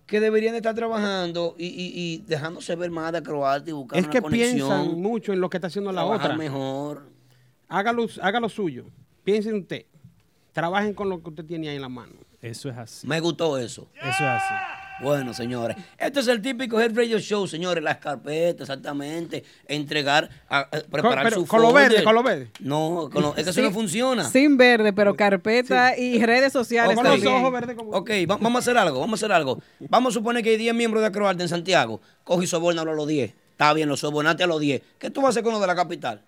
que deberían estar trabajando y, y- y dejándose ver más de Croacia y buscar Es una que conexión. piensan mucho en lo que está haciendo la trabajar otra. mejor. Hágalo, haga lo suyo. Piensen usted. Trabajen con lo que usted tiene ahí en la mano. Eso es así. Me gustó eso. Eso es así. Bueno, señores, este es el típico Head Radio Show, señores. Las carpetas, exactamente. Entregar, a- a- preparar pero su con lo folder. verde, con lo verde. No, con lo- es que eso no funciona. Sin verde, pero carpeta y redes sociales. Con los también. ojos verdes como Ok, va- vamos a hacer algo, vamos a hacer algo. Vamos a suponer que hay 10 miembros de Acroarte en Santiago. Coge y sobornalo a los 10. Está bien, lo sobornaste a los 10. ¿Qué tú vas a hacer con los de la capital?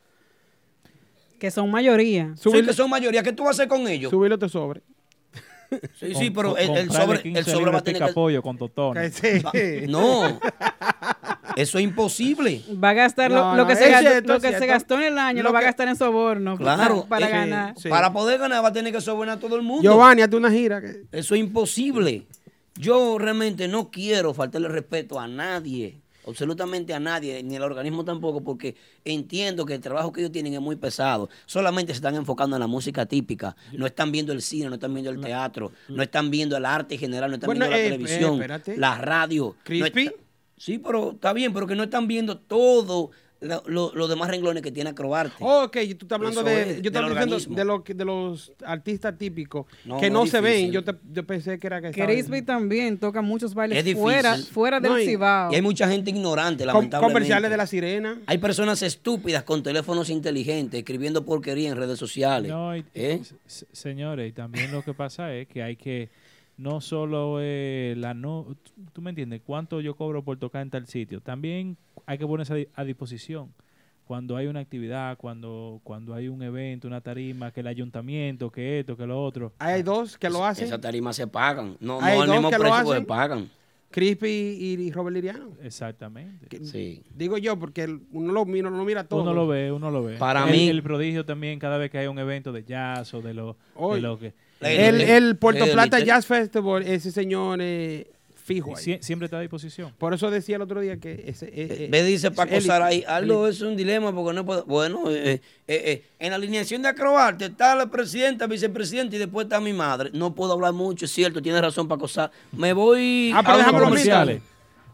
Que son mayoría. Sí, Subirle- que son mayoría. ¿Qué tú vas a hacer con ellos? subirle otro sobre. Sí, sí, Con- pero con- el, el comprarle sobre, 15 el sobre va libras de a tener que... picapollo con totones. Va- No, eso es imposible. Va a gastar lo- No, lo, no, que, es se, gastó- cierto, lo es que se cierto. gastó en el año, Lo lo, va a que- gastar en soborno Claro, para, para es- ganar. sí. Para poder ganar va a tener que sobornar a todo el mundo. Giovanni, hazte una gira. que- Eso es imposible. Yo realmente no quiero faltarle respeto a nadie, absolutamente a nadie, ni al organismo tampoco, porque entiendo que el trabajo que ellos tienen es muy pesado. Solamente se están enfocando en la música típica. No están viendo el cine, no están viendo el teatro, no están viendo el arte en general, no están Mm. Bueno, viendo la eh, televisión, espérate. la radio. no Crispy. está- sí, pero está bien, pero que no están viendo todo lo- lo- los demás renglones que tiene Acrobarte. Oh, ok, tú estás hablando Eso de, es, yo estaba del diciendo organismo. de, lo que- de los artistas típicos No, que no no es se ven. difícil. Yo, te- yo pensé que era que estaban- Crisby también toca muchos Es bailes difícil. fuera, fuera del No, y- Cibao. Y hay mucha gente ignorante, Com- lamentablemente. comerciales de la sirena. Hay personas estúpidas con teléfonos inteligentes escribiendo porquería en redes sociales. No, y- ¿Eh? se- señores, y también lo que pasa es que hay que no solo eh, la no, tú- tú me entiendes, cuánto yo cobro por tocar en tal sitio, también hay que ponerse a di- a, disposición cuando hay una actividad, cuando cuando hay un evento, una tarima, que el ayuntamiento, que esto, que lo otro. Ah, Hay dos que lo hacen, Esas tarimas se pagan. No, no Hay al dos mismo que lo precio que se hacen. pagan. Crispy y, y Robert Liriano. Exactamente. Que- Sí. Digo yo, porque el- uno lo, mira- uno lo mira todo. Uno lo ve, uno lo ve. Para pues, El- mí- el prodigio también cada vez que hay un evento de jazz o de lo, de Oye. lo que El, el Puerto Eh, Plata liter- Jazz Festival, ese señor eh, fijo ahí. Sie- siempre está a disposición. Por eso decía el otro día que ese... eh, eh, Ve, dice Paco élite, Saray, algo élite. es un dilema porque no puedo. Bueno, eh, eh, eh, en la alineación de acrobarte está la presidenta, vicepresidenta y después está mi madre. No puedo hablar mucho, es cierto, tiene razón Paco Saray. Me voy Ah, pero a unos déjame los comerciales. comerciales.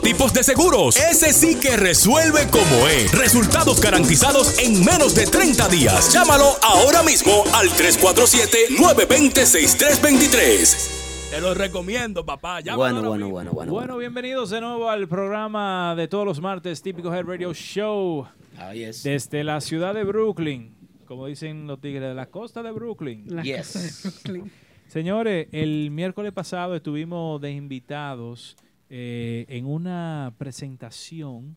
tipo de seguros. Ese sí que resuelve como es. Resultados garantizados en menos de 30 días. Llámalo ahora mismo al 347-920-6323. Te lo recomiendo, papá. Bueno, bueno, bueno, bueno, bueno. Bueno, bienvenidos de nuevo al programa de todos los martes, típico Head Radio Show, Ahí es. desde la ciudad de Brooklyn, como dicen los tigres, de la costa de Brooklyn. Las Yes. cosas de Brooklyn. Señores, el miércoles pasado estuvimos de invitados eh, en una presentación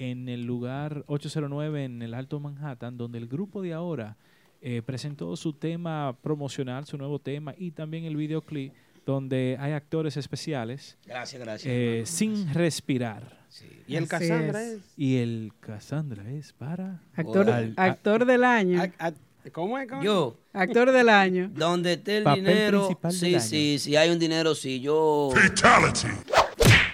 en el lugar 809 en el Alto Manhattan, donde el grupo de ahora eh, presentó su tema promocional, su nuevo tema y también el videoclip, donde hay actores especiales Gracias, gracias. eh, sin respirar. Y el Así Cassandra es. es... Y el Cassandra es para. Actor, Al- actor del año. a- a- ¿Cómo es? cómo es? Yo, Actor del año. donde esté el Papel dinero, principal del sí, año. sí, sí, hay un dinero, sí, yo...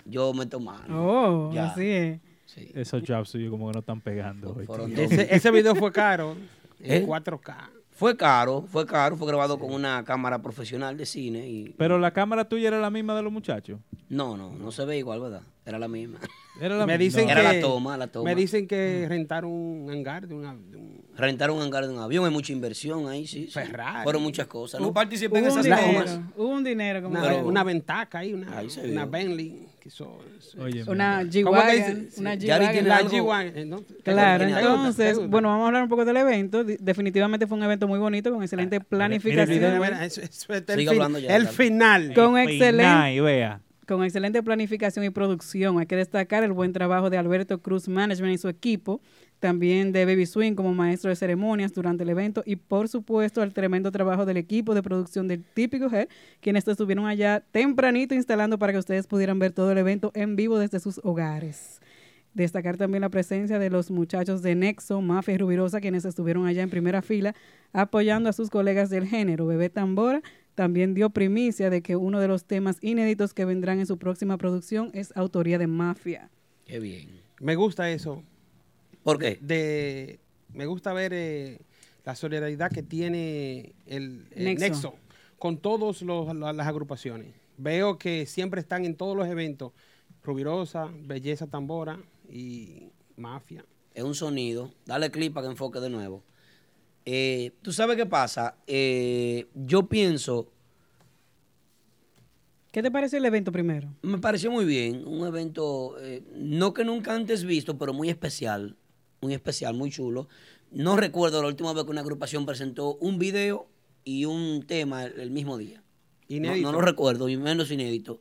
Yo me mano. Oh, Ya. así es. Sí. Esos jobs suyos como que no están pegando. hoy. Fueron dos Ese, ese video fue caro, en ¿Eh? 4K. Fue caro, fue caro, fue grabado con una cámara profesional de cine y Pero la cámara tuya era la misma de los muchachos. no, no, no se ve igual, ¿verdad? Era la misma. Era la Me misma. Mm. dicen Era la que, toma, la toma. Me dicen que rentar un hangar de, una, de un- Rentar un hangar de un avión, hay mucha inversión ahí, sí. sí. Ferrari. Fueron muchas cosas. No Hubo- participé en Hubo un esas tomas. dinero. Hubo un dinero. Como una, que- una ventaca ahí, una, Ahí se una vio. Bentley. Que eso- eso- Oye, una mira. ¿Cómo que dice? G-Wagon. Sí. Una Yari G-Wagon. tiene La algo- G1, eh, ¿no? Claro, Tiene algo, entonces, Toyota. bueno, vamos a hablar un poco del evento. Di- Definitivamente fue un evento muy bonito, con excelente Ah, Mira, mira, planificación. mira, eso- eso es el, Siga fin- hablando ya, el dale. final. Con Fina excelente- y vea. Con excelente planificación y producción, hay que destacar el buen trabajo de Alberto Cruz Management y su equipo, también de Baby Swing como maestro de ceremonias durante el evento y por supuesto al tremendo trabajo del equipo de producción del Típico Head, quienes estuvieron allá tempranito instalando para que ustedes pudieran ver todo el evento en vivo desde sus hogares. Destacar también la presencia de los muchachos de Nexo, Mafia y Rubirosa, quienes estuvieron allá en primera fila apoyando a sus colegas del género. Bebé Tambora también dio primicia de que uno de los temas inéditos que vendrán en su próxima producción es autoría de Mafia. Qué bien. Me gusta eso. ¿Por qué? de me gusta ver eh, la solidaridad que tiene el, el Nexo. Nexo. con todos los- la- las agrupaciones. Veo que siempre están en todos los eventos. Rubirosa, Belleza Tambora y Mafia. es un sonido. Dale clic para que enfoque de nuevo. Eh, ¿Tú sabes qué pasa? Eh, yo pienso, ¿Qué te pareció el evento primero? me pareció muy bien, un evento, eh, no que nunca antes visto, pero muy especial, muy especial, muy chulo. No recuerdo la última vez que una agrupación presentó un video y un tema el, el mismo día. No, Inédito. no lo recuerdo, y menos inédito.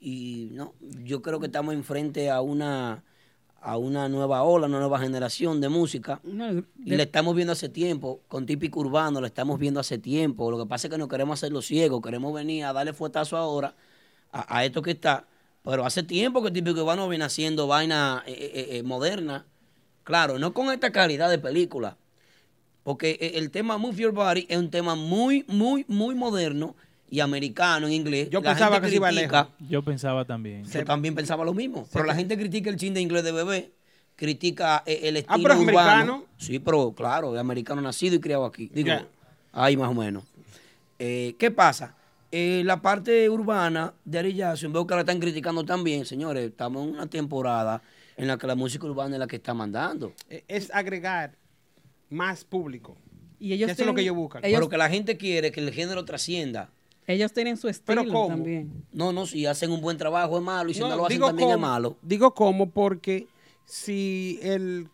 Y no, yo creo que estamos enfrente a una, a una nueva ola, una nueva generación de música. Y la estamos viendo hace tiempo, con típico urbano, la estamos viendo hace tiempo. Lo que pasa es que no queremos hacerlo ciego, queremos venir a darle fuetazo ahora a, a esto que está. Pero hace tiempo que típico urbano viene haciendo vaina eh, eh, eh, moderna. Claro, no con esta calidad de película. Porque eh, el tema Move Your Body es un tema muy, muy, muy moderno y americano en inglés. Yo pensaba que se iba lejos. Yo pensaba también. Yo también pensaba lo mismo. pero la gente critica el chin de inglés de bebé, critica eh, el estilo Ah, pero es urbano. americano. Sí, pero claro, es americano nacido y criado aquí. Digo, Ya. ahí más o menos. Eh, ¿Qué pasa? Eh, la parte urbana de Ari Jackson, veo que la están criticando también, señores. Estamos en una temporada en la que la música urbana es la que está mandando. Eh, Es agregar más público. Y ellos Eso es lo tienen- que ellos buscan. ellos- Pero que la gente quiere que el género trascienda. Ellos tienen su Pero estilo ¿cómo? también. No, no, si hacen un buen trabajo es malo y si no, No, lo hacen digo también cómo- es malo. Digo cómo, porque si el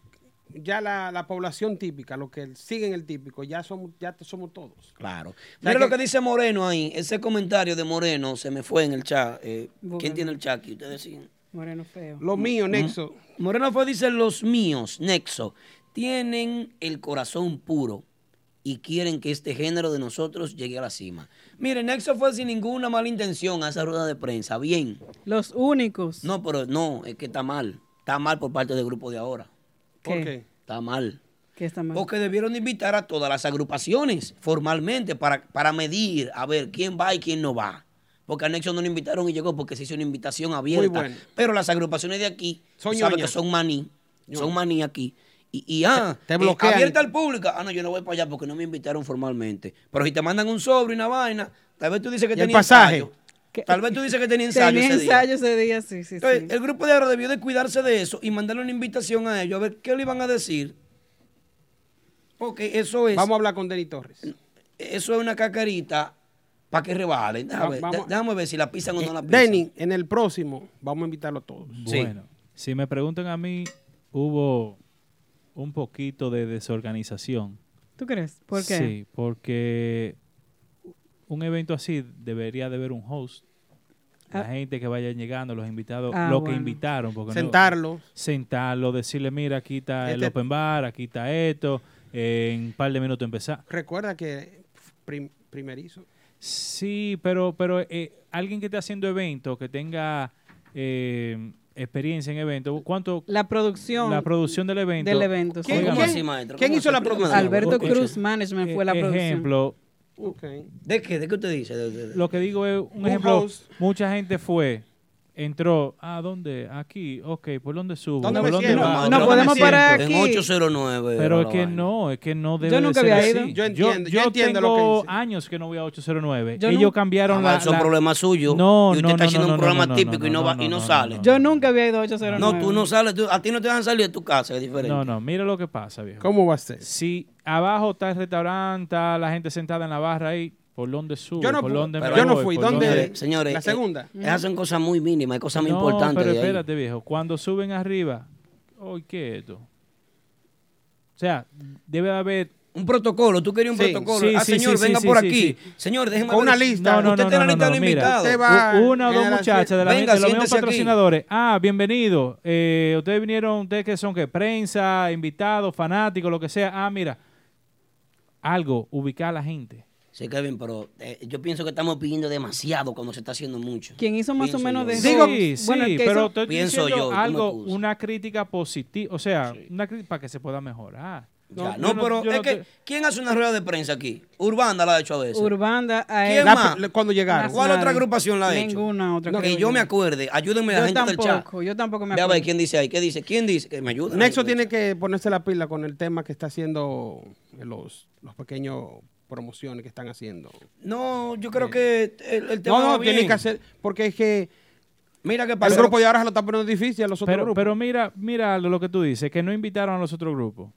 ya la, la población típica, los que siguen el típico, ya somos, ya somos todos. Claro. sea Mira lo que- que dice Moreno ahí. Ese comentario de Moreno se me fue en el chat. Eh, ¿Quién Bueno. tiene el chat aquí? Ustedes siguen. Moreno Feo. Mm. Lo mío, Nexo. Moreno fue, dice, los míos, Nexo, tienen el corazón puro y quieren que este género de nosotros llegue a la cima. Mire, Nexo fue sin ninguna mala intención a esa rueda de prensa. Bien. Los únicos. No, pero no, es que está mal. Está mal por parte del grupo de ahora. ¿Por ¿Qué? qué? Está mal. Que están mal. Porque debieron invitar a todas las agrupaciones formalmente para, para medir, a ver quién va y quién no va. Porque a Nexo no lo invitaron y llegó porque se hizo una invitación abierta. bueno. Pero las agrupaciones de aquí, Son tú sabes ñoñas. que son maní, son maní aquí. Y, y, ah, Te- te eh, bloquean. abierta al público. Ah, no, yo no voy para allá porque no me invitaron formalmente. Pero si te mandan un sobre y una vaina, tal vez tú dices que ¿Y el tenía pasaje? ensayo. ¿Qué? Tal vez tú dices que tenía ensayo Tenía ese día. ensayo ese día, sí, sí, Entonces, sí. el grupo de ahora debió de cuidarse de eso y mandarle una invitación a ellos a ver qué le iban a decir. Porque eso es, Vamos a hablar con Denis Torres. eso es una cacarita para que rebalen. Déjame, Va- ver, vamos- de- déjame ver si la pisan o no la pisan. Denis, Eh, en el próximo vamos a invitarlo todos. Sí. Bueno, si me preguntan a mí, hubo un poquito de desorganización. ¿Tú crees? ¿Por qué? Sí, porque un evento así debería de haber un host. La Ah. gente que vayan llegando, los invitados, Ah, lo que bueno. invitaron. Porque no- Sentarlos. sentarlo, decirle, mira, aquí está el Este- open bar, aquí está esto, en un par de minutos empezar. Recuerda que prim- primerizo. Sí, pero, pero eh, alguien que esté haciendo eventos, que tenga eh, experiencia en eventos, ¿cuánto? La producción. La producción del evento. del evento, sí. ¿Quién- ¿Cómo Oigan, quién- así, maestro? quién ¿Cómo hizo así? la Explícame producción? algo. Alberto eh, Cruz Management fue la eh, producción. Ejemplo, Ok. ¿De qué? ¿De qué usted dice? De- de- de- lo que digo es, un, Un ejemplo, host. mucha gente fue, entró, ¿a dónde? Aquí, ok, ¿por dónde subo? ¿Dónde ¿Por me dónde siento, bajo? maestro? no ¿Dónde podemos me siento? parar En aquí. 809. Pero era es la que vaina. no, es que no debe Yo de nunca ser había ido. así. Yo entiendo, yo entiendo lo tengo que dice. años que no voy a 809. Yo Ellos nun- cambiaron Ah, la, mal, son la- problemas suyos. No, y usted no, está no, haciendo no, un no, programa no, no, típico no, y no, no, va, no, y no, no, no, sale. no. Yo nunca había ido a 809. No, tú no sales. tú- a ti no te dejan salir de tu casa, es diferente. No, no, mira lo que pasa, viejo. ¿Cómo va a ser? Si abajo está el restaurante, está la gente sentada en la barra ahí, ¿por dónde subo? Yo no, ¿Por pu- dónde me yo no voy? fui. ¿Por ¿Dónde? Señores, señores, La eh, segunda. esas son cosas muy mínimas, hay cosas muy No, importantes. pero de ahí. espérate, viejo. Cuando suben arriba, hoy ¿qué es esto? O sea, debe haber... Un protocolo, tú querías un Sí, protocolo. sí, ah, sí, señor, sí, venga sí, por sí, aquí. sí. Señor, déjeme Con una ver- lista. No, no, Usted no, tiene no, la lista no, de no, mira. invitados. Usted va- U- Una o dos generación. muchachas de, la, Venga, de los mismos siéntese aquí. patrocinadores. Ah, bienvenido. Eh, ustedes vinieron, ustedes que son que prensa, invitados, fanáticos, lo que sea. Ah, mira, algo, ubicar a la gente. Sí, Kevin, pero eh, yo pienso que estamos pidiendo demasiado cuando se está haciendo mucho. Quien hizo más Pienso o menos yo. de Sí, Digo, sí, bueno, el que pero hizo- estoy Pienso diciendo yo, tú me algo, acusas. una crítica positiva, o sea, una crítica para que se pueda mejorar. Ya, yo no, pero yo es no que, te- ¿quién hace una rueda de prensa aquí? Urbanda la ha hecho a veces. Urbanda a ¿Quién él. La- más? le- cuando llegaron. ¿Cuál otra Nadie. agrupación la ha hecho? Ninguna otra, No, que creo yo yo. me acuerde. Ayúdenme la Yo gente del tampoco, chat. yo tampoco me Ve a ver acuerdo. quién dice ahí. ¿Qué dice? ¿Quién dice? Que me ayuda. Nexo tiene que ponerse la pila con el tema que está haciendo los, los pequeños promociones que están haciendo. No, yo Eh. creo que el, el tema No, no, va tienen bien. que hacer, porque es que Mira qué el pasa. grupo de ahora se lo está poniendo difícil a los otros Pero, grupos. pero mira, mira lo que tú dices, que no invitaron a los otros grupos.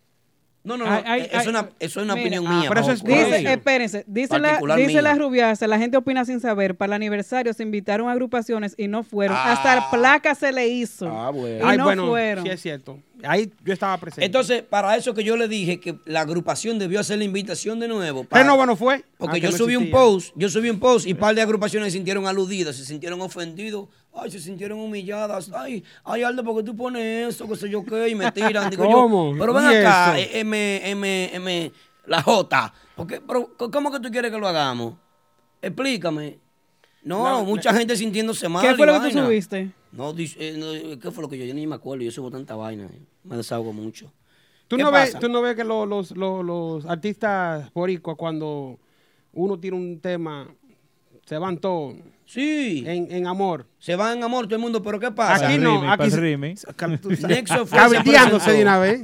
No, no, no. Ay, ay, eh, es ay. una, eso es una Mira, opinión ah, mía. pero eso Paco. es Dice, Bueno. espérense, dice la, Particular dice mía. la rubiasa, la gente opina sin saber, para el aniversario se invitaron a agrupaciones y no fueron, Ah. hasta placa se le hizo. Ah, bueno. Y no fueron. sí es cierto. Ahí yo estaba presente. Entonces, para eso que yo le dije que la agrupación debió hacer la invitación de nuevo. para- Renova no fue. Porque aunque yo Ah, no subí un existía. post, yo subí un post y un par de agrupaciones se sintieron aludidas, se sintieron ofendidos, ay, se sintieron humilladas, ay, ay Aldo, ¿por qué tú pones eso? Que sé yo qué, y me tiran. Digo yo, ¿Cómo? pero ven ¿Y acá, eso? eh, M, M, M, la J. ¿Por qué? Pero, c- ¿Cómo que tú quieres que lo hagamos? Explícame. No, mucha gente sintiéndose mal. ¿Qué fue y lo que tú vaina. subiste? No, dis- eh, no, ¿qué fue lo que yo? Yo ni me acuerdo, yo subo tanta vaina, eh. me desahogo mucho. ¿Tú ¿Qué no, ves, pasa? tú no ves que los, los, los, los artistas boricuas, cuando uno tiene un tema, se van todos Sí, en, en amor. se van en amor todo el mundo, pero ¿qué pasa? Aquí Rimi, no, para aquí Rimi. se- tú sabes, Ah, Nexo fue y se Cabildeándose de presentó. una vez.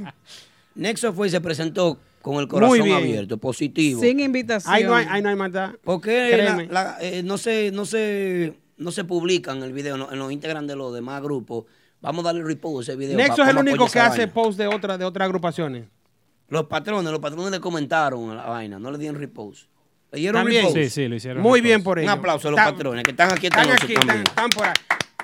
Nexo fue y se presentó con el Muy corazón bien. abierto, positivo. Sin invitación. Ahí no hay, ahí no hay maldad. ¿Por qué la- Créeme. la- eh, no se, no se, no se publican el video no- en los integrantes de los demás grupos? Vamos a darle repost a ese video. Nexo pa- es el vamos a único apoyar que esa hace vaina. post de, otra, de otras agrupaciones. Los patrones, los patrones le comentaron a la vaina, no le dieron repost. Le dieron También. repost. Sí, sí, lo hicieron. Muy repost. bien por Un ello. aplauso a los Están- patrones que están aquí Están están aquí, están, también. están por ahí.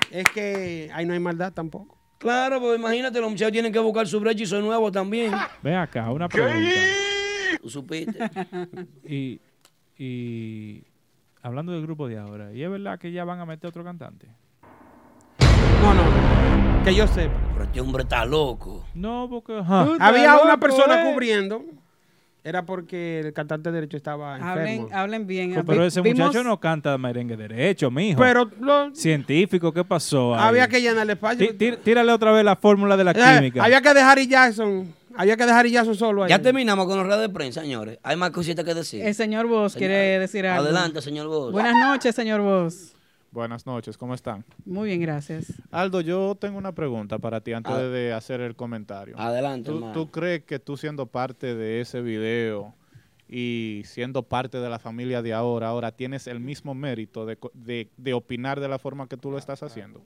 Es que ahí no hay maldad tampoco. Claro, pues imagínate, los muchachos tienen que buscar su brecha y son nuevos también. Ven acá, una pregunta. Tú supiste. Y, y hablando del grupo de ahora, ¿y es verdad que ya van a meter otro cantante? No, no. Que yo sepa. Pero este hombre está loco. No, porque... ajá. Tú estás Había una loco, persona eh. cubriendo. Era porque el cantante de derecho estaba enfermo. Hablen, hablen bien. eh, Pero, pero Vi- ese vimos- muchacho no canta merengue derecho, mijo. Pero lo- Científico, ¿qué pasó? ahí? había que llenar el Tí- espacio. tí- Tírale otra vez la fórmula de la Eh, química. había que dejar a Jackson. Había que dejar a Jackson solo ahí. Ya terminamos con los redes de prensa, señores. Hay más cositas que decir. El señor Vos quiere decir algo. Adelante, señor Vos. Buenas noches, señor Vos. Buenas noches, ¿cómo están? Muy bien, gracias. Aldo, yo tengo una pregunta para ti antes Ah. de- de hacer el comentario. Adelante, ¿Tú, hermano. tú crees que tú siendo parte de ese video y siendo parte de la familia de ahora, ahora tienes el mismo mérito de, co- de- de opinar de la forma que tú lo estás haciendo?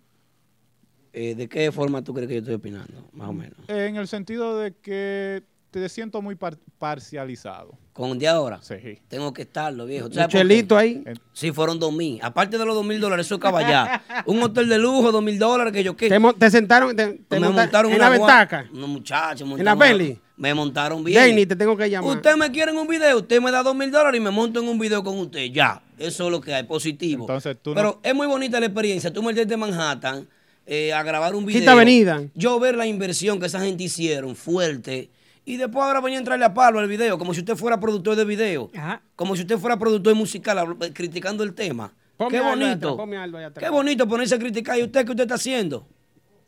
Eh, ¿De qué forma tú crees que yo estoy opinando? Más o menos. En el sentido de que te siento muy par- parcializado. Con de ahora. Sí. Tengo que estarlo, viejo. ¿Tú Un sabes por qué? Eh, chelito ahí. Sí, fueron dos mil. Aparte de los dos mil dólares, eso es caballar. Un hotel de lujo, dos mil dólares, que yo qué. Te, mo- te sentaron te, te me monta- montaron en una la gua- ventaca. No, muchachos. montaron la una- peli? Me montaron bien. Jenny, te tengo que llamar. Usted me quiere en un video, usted me da dos mil dólares y me monto en un video con usted. Ya, eso es lo que hay, positivo. Entonces, tú no- Pero es muy bonita la experiencia. Tú meterte en Manhattan eh, a grabar un video. Quinta Avenida. Yo ver la inversión que esa gente hicieron fuerte. Y después ahora venía a entrarle a palo al video, como si usted fuera productor de video. Ajá. Como si usted fuera productor musical habl- eh, criticando el tema. Ponme Qué algo ahí bonito. atrás, ponme algo ahí atrás. Qué bonito ponerse a criticar. ¿Y usted qué usted está haciendo?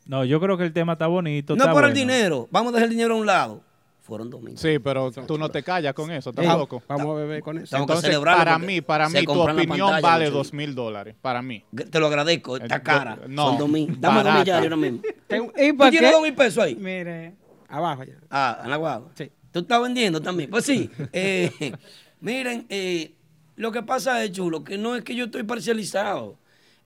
No, yo creo que el tema está bonito. no está por el bueno. dinero. Vamos a dejar el dinero a un lado. Fueron dos mil. Sí, pero tú no te callas con eso, estás Ey, loco. Vamos a beber con eso. Tengo que Entonces, celebrarlo para porque mí, para se mí, tu compran la opinión pantalla, vale muchacho. dos mil dólares, para mí. Te lo agradezco, está Eh, cara. yo- no, Son dos mil. Dame dos mil ya barata. ahora mismo. ¿Y ¿Tú para tienes qué? dos mil pesos ahí? Mire, Abajo ya. Ah, Ana Guagua. Sí. Tú estás vendiendo también. Pues sí. eh, miren, eh, lo que pasa es, chulo, que no es que yo estoy parcializado.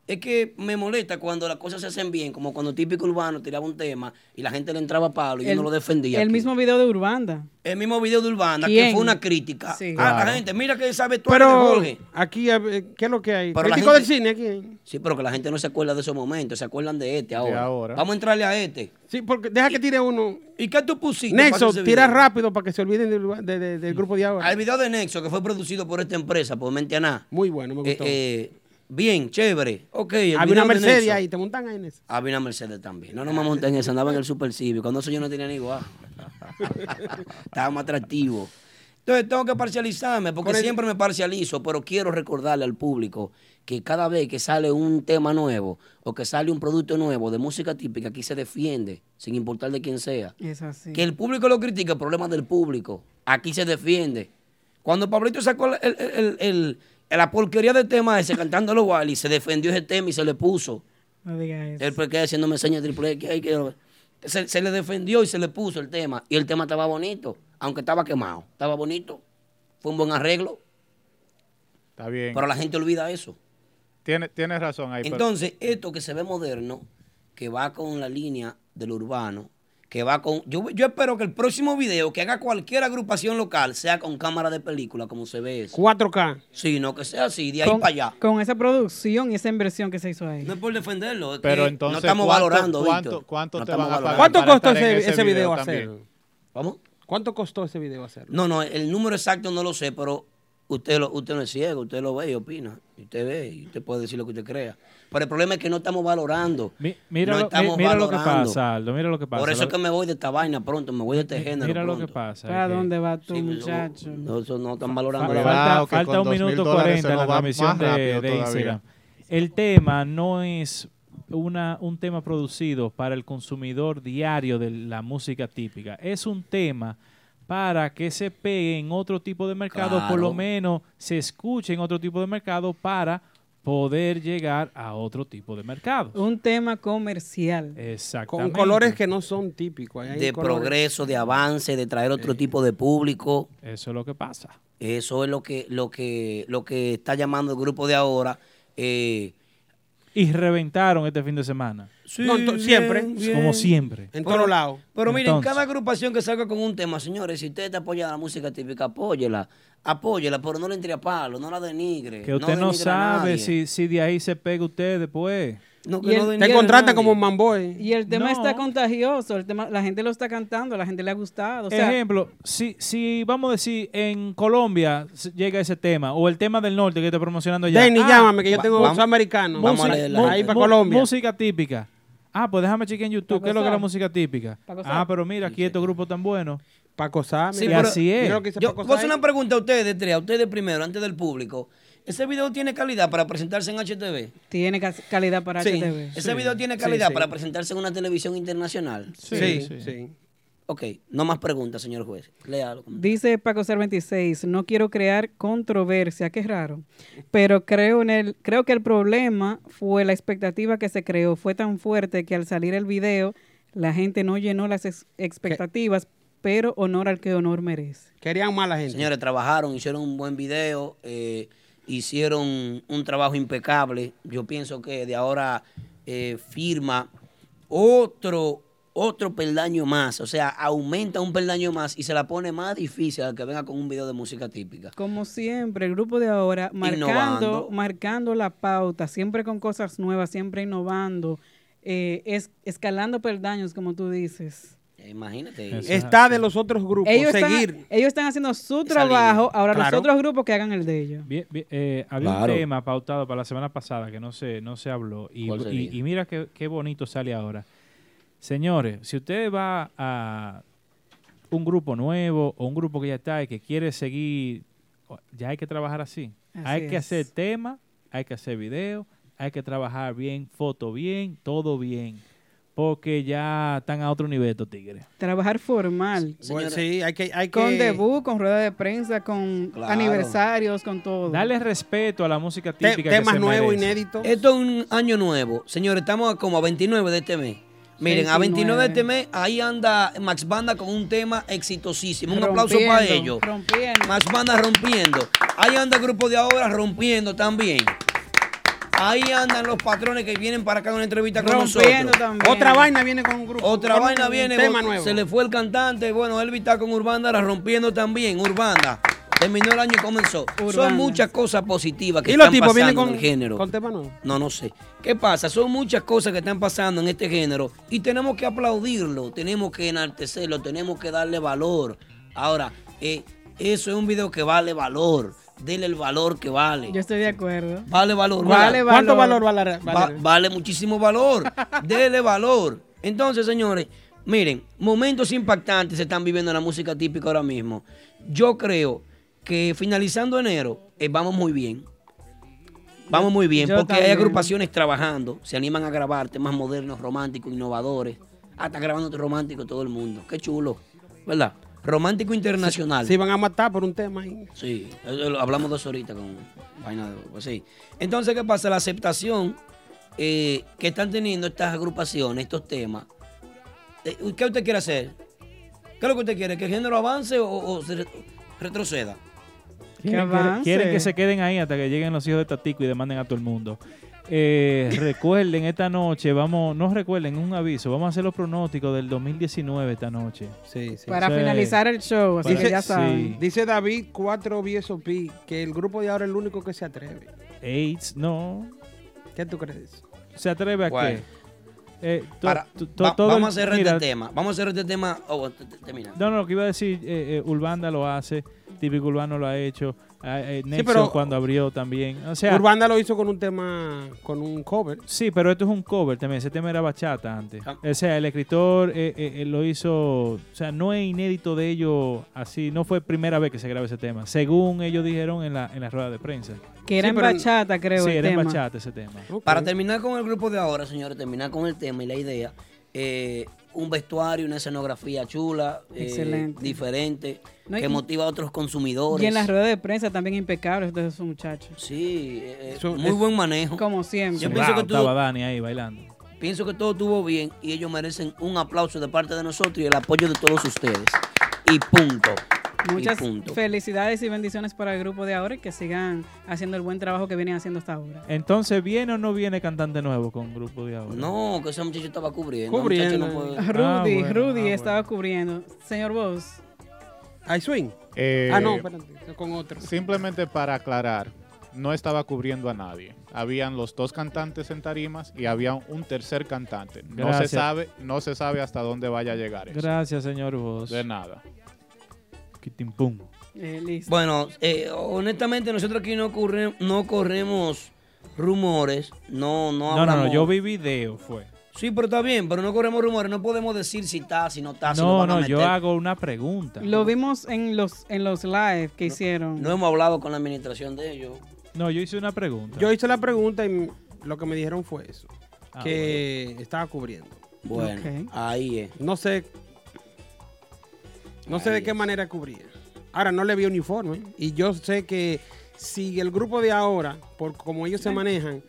Es que me molesta cuando las cosas se hacen bien, como cuando típico urbano tiraba un tema y la gente le entraba a palo y yo no lo defendía. el aquí. mismo video de Urbanda. el mismo video de Urbana, que ¿Quién? fue una crítica Sí. a Claro. la gente. Mira que sabe tú de Pero Jorge. aquí, eh, ¿qué es lo que hay? Pero la Crítico del gente- cine aquí. Sí, pero que la gente no se acuerda de esos momentos, se acuerdan de este ahora. ahora. Vamos a entrarle a este. Sí, porque deja que tire uno. ¿Y qué tú pusiste? para Nexo, ese tira video? Ah, rápido para que se olviden del, lugar- de- de- del grupo de ahora. Al video de Nexo que fue producido por esta empresa, por Mentianá. Eh, Muy bueno, me gustó. bien, chévere. Ok, el Había una video de Mercedes Nexo. ahí, te montan ahí en eso. Había una Mercedes también. No, no me monté en esa, andaba en el Super Civic. Cuando eso yo no tenía ni igual. Estaba más atractivo. Entonces tengo que parcializarme, porque Por el- siempre me parcializo, pero quiero recordarle al público que cada vez que sale un tema nuevo o que sale un producto nuevo de música típica, aquí se defiende, sin importar de quién sea. Es así. Que el público lo critica, el problema del público. Aquí se defiende. Cuando Pablito sacó el, el- el- el- el- la porquería del tema ese, cantando los Wally, se defendió ese tema y se le puso. No diga eso. Él pues queda haciéndome señas triple X, ay, que- se, se le defendió y se le puso el tema. Y el tema estaba bonito, aunque estaba quemado. Estaba bonito. Fue un buen arreglo. Está bien. Pero la gente olvida eso. Tiene- tienes razón ahí. pero- Entonces, esto que se ve moderno, que va con la línea del urbano, que va con... Yo, yo espero que el próximo video que haga cualquier agrupación local sea con cámara de película, como se ve eso. 4K. Sí, no que sea así, de ahí para allá. Con esa producción y esa inversión que se hizo ahí. No es por defenderlo, es pero que entonces, no estamos ¿cuánto- valorando, ¿cuánto, Víctor. cuánto No te estamos van a pagar valorando. ¿Cuánto para costó estar en ese, ese video, también? hacerlo? ¿Vamos? ¿Cuánto costó ese video hacerlo? No, no, el número exacto no lo sé, pero usted, lo, usted no es ciego, usted lo ve y opina. y Usted ve y usted puede decir lo que usted crea. Pero el problema es que no estamos valorando. Mi- mira no lo, mi- estamos mira lo que valorando. pasa, Aldo, mira lo que pasa. Por eso Lo- es que me voy de esta vaina pronto, me voy de este género. mira lo que pronto. pasa. ¿Para es que- dónde va tu Sí, pues, muchacho? No, eso no están valorando Fa- la Cuidado, falta, que con falta un 2.000 minuto dólares 40 se en la nos va transmisión más de, rápido de todavía. Instagram. El tema no es una, un tema producido para el consumidor diario de la música típica. Es un tema para que se pegue en otro tipo de mercado, por Claro. lo menos se escuche en otro tipo de mercado para poder llegar a otro tipo de mercado. Un tema comercial. Exactamente. Con colores que no son típicos. ahí hay de colores- progreso, de avance, de traer otro tipo de público. Eso es lo que pasa. Eso es lo que, lo que, lo que está llamando el grupo de ahora. Eh, Y reventaron este fin de semana. No, ento- siempre. Como siempre. En todos lados. Pero miren, Entonces. cada agrupación que salga con un tema, señores, si usted está apoyando la música típica, apóyela, apóyela, pero no le entre a palo, no la denigre. Que usted no, denigre a sabe nadie. si, si de ahí se pega usted después. No, Y que el- no Te denigre a contratan nadie. como un manboy. Y el tema está No. contagioso, el tema, la gente lo está cantando, la gente le ha gustado. O sea, Ejemplo, si, si vamos a decir en Colombia s- llega ese tema, o el tema del norte que está promocionando ya. Denny, Ah, llámame, que yo va- tengo vamos- soy americano. vamos a Música- leerla. Ahí mu- para mu- Colombia. Música típica. Ah, pues déjame chequear en YouTube Pa' qué es lo que es la gozar. música típica. Pa' gozar. Ah, pero mira, aquí estos grupos tan buenos. Para cosar. Sí, mira. pero- así es. pues, Mira lo que hizo Yo Paco voy a hacer Saez. una pregunta a ustedes tres, a ustedes primero, antes del público. ¿Ese video tiene calidad para presentarse en HTV? tiene ca- calidad para Sí. HTV. ¿Ese video tiene calidad para presentarse en una televisión internacional? Sí, sí. sí. sí. Ok, no más preguntas, señor juez. Léalo. Dice Paco Ser 26, no quiero crear controversia, qué raro, pero creo en el creo que el problema fue la expectativa que se creó, fue tan fuerte que al salir el video la gente no llenó las ex- expectativas, pero honor al que honor merece. Querían mala gente. Señores, trabajaron, hicieron un buen video, eh, hicieron un trabajo impecable. Yo pienso que de ahora eh, firma otro, otro peldaño más, o sea, aumenta un peldaño más y se la pone más difícil al que venga con un video de música típica. Como siempre, el grupo de ahora marcando, Innovando. marcando la pauta, siempre con cosas nuevas, siempre innovando, eh, es- escalando peldaños, como tú dices. Eh, Imagínate. Eso. Está de los otros grupos. Ellos están, Seguir. ellos están haciendo su Esa trabajo, ahora Claro. los otros grupos que hagan el de ellos. Bien, bien, eh, había Claro. un tema pautado para la semana pasada que no se, no se habló. Y, ¿Cuál y- sería? y mira qué, qué bonito sale ahora. Señores, si usted va a un grupo nuevo o un grupo que ya está y que quiere seguir, o- ya hay que trabajar así. Así hay que es. hacer tema, hay que hacer video, hay que trabajar bien, foto bien, todo bien. Porque ya están a otro nivel estos tigres. Trabajar formal, Bueno, Señores. Pues sí, hay que, hay que. con debut, con rueda de prensa, con Claro. aniversarios, con todo. Dale respeto a la música te- típica. que temas se nuevos, merece. inéditos. Esto es un año nuevo. Señores, estamos a como a 29 de este mes. Miren, a 29 de este mes, ahí anda Max Banda con un tema exitosísimo. Un aplauso Rompiendo, para ellos. rompiendo. Max Banda rompiendo. Ahí anda el grupo de ahora rompiendo también. Ahí andan los patrones que vienen para acá a una entrevista con rompiendo nosotros. también. Otra vaina viene con un grupo. Otra con un vaina viene, Tema bot- nuevo. se le fue el cantante, bueno, Elvis está con Urbanda, la rompiendo también, Urbanda. Terminó el año y comenzó. Son Urbanda. muchas cosas positivas que y los están tipos vienen pasando con, en el género. con tema nuevo. No, no sé. ¿Qué pasa? Son muchas cosas que están pasando en este género y tenemos que aplaudirlo, tenemos que enaltecerlo, tenemos que darle valor. Ahora, eh, eso es un video que vale valor. Dele el valor que vale. Yo estoy de acuerdo. Vale valor. Vale ¿verdad? ¿Cuánto valor. valor vale? Va- vale? vale muchísimo valor. Dele valor. Entonces, señores, miren, momentos impactantes se están viviendo en la música típica ahora mismo. Yo creo que finalizando enero, eh, vamos muy bien. Vamos muy bien, Yo porque hay también. agrupaciones trabajando, se animan a grabar temas modernos, románticos, innovadores. Ah, está grabando romántico todo el mundo. Qué chulo, ¿verdad? Romántico internacional. Se van a matar por un tema ahí. Sí, eh, lo- hablamos de eso ahorita con vaina de- pues sí. Entonces, ¿qué pasa? La aceptación eh, que están teniendo estas agrupaciones, estos temas. eh, ¿Qué usted quiere hacer? ¿Qué es lo que usted quiere? ¿Que el género avance o, o se re- retroceda? Quieren que, avance. quieren que se queden ahí hasta que lleguen los hijos de Tatico y demanden a todo el mundo. Eh, recuerden, esta noche vamos, no recuerden, un aviso, vamos a hacer los pronósticos del 2019 esta noche. Sí, sí. Para Sí. finalizar el show, así Dice- que ya saben. Sí. Dice David 4 BSOP que el grupo de ahora es el único que se atreve. AIDS, no. ¿Qué tú crees? ¿Se atreve a ¿Cuál? qué? Eh, to- Para- to- to- va- todo vamos a el- cerrar mira, este tema. Vamos a cerrar este tema. Oh, te- te- termina. No, no, lo que iba a decir, eh, eh, Urbanda lo hace, Típico Urbano lo ha hecho, eh, eh, Nexo pero- cuando abrió también. O sea, Urbana lo hizo con un tema, con un cover. sí, pero esto es un cover también, ese tema era bachata antes. Ah. O sea, el escritor eh, eh, eh, lo hizo, o sea, no es inédito de ellos así, no fue primera vez que se graba ese tema, según ellos dijeron en la, en la rueda de prensa. Que era Sí, en pero- bachata, creo. sí, el era en tema. bachata ese tema. Ok. Para terminar con el grupo de ahora, señores, terminar con el tema y la idea, eh, un vestuario, una escenografía chula, eh, Excelente. diferente, No, que y- motiva a otros consumidores. Y en las ruedas de prensa también impecables de esos muchachos. Sí, eh, Eso muy es- buen manejo. Como Yo siempre. pienso Wow, que tú- Estaba Dani ahí bailando. Pienso que todo estuvo bien y ellos merecen un aplauso de parte de nosotros y el apoyo de todos ustedes. Y punto. Y Muchas punto. felicidades y bendiciones para el grupo de ahora y que sigan haciendo el buen trabajo que vienen haciendo hasta ahora. Entonces, ¿viene o no viene cantante nuevo con grupo de ahora? No, que ese muchacho estaba cubriendo. Cubriendo. muchacho Eh, no puede- Rudy, bueno, Rudy ah, bueno. estaba cubriendo. Señor Vos, ¿Hay swing? Eh, ah, no, espérate, con otro. Simplemente para aclarar, no estaba cubriendo a nadie. Habían los dos cantantes en tarimas y había un tercer cantante. No se Gracias. sabe, no se sabe hasta dónde vaya a llegar eso. Gracias, señor Vos. De nada. Quitín pum. eh, listo. Bueno, eh, honestamente nosotros aquí no, corre- no corremos rumores, no, no No, no, hablamos. no, yo vi video, fue. Sí, pero está bien, pero no corremos rumores, no podemos decir si está, si no está, si nos No, van a no, meter. yo hago una pregunta. Lo vimos en los en los live que hicieron. No hemos hablado con la administración de ellos. No, yo hice una pregunta. Yo hice la pregunta y lo que me dijeron fue eso, Ah, que estaba cubriendo. Bueno, Ok. ahí es. No sé, no sé Ahí de qué es. manera cubría. Ahora no le vi uniforme y yo sé que si el grupo de ahora, por como ellos se manejan,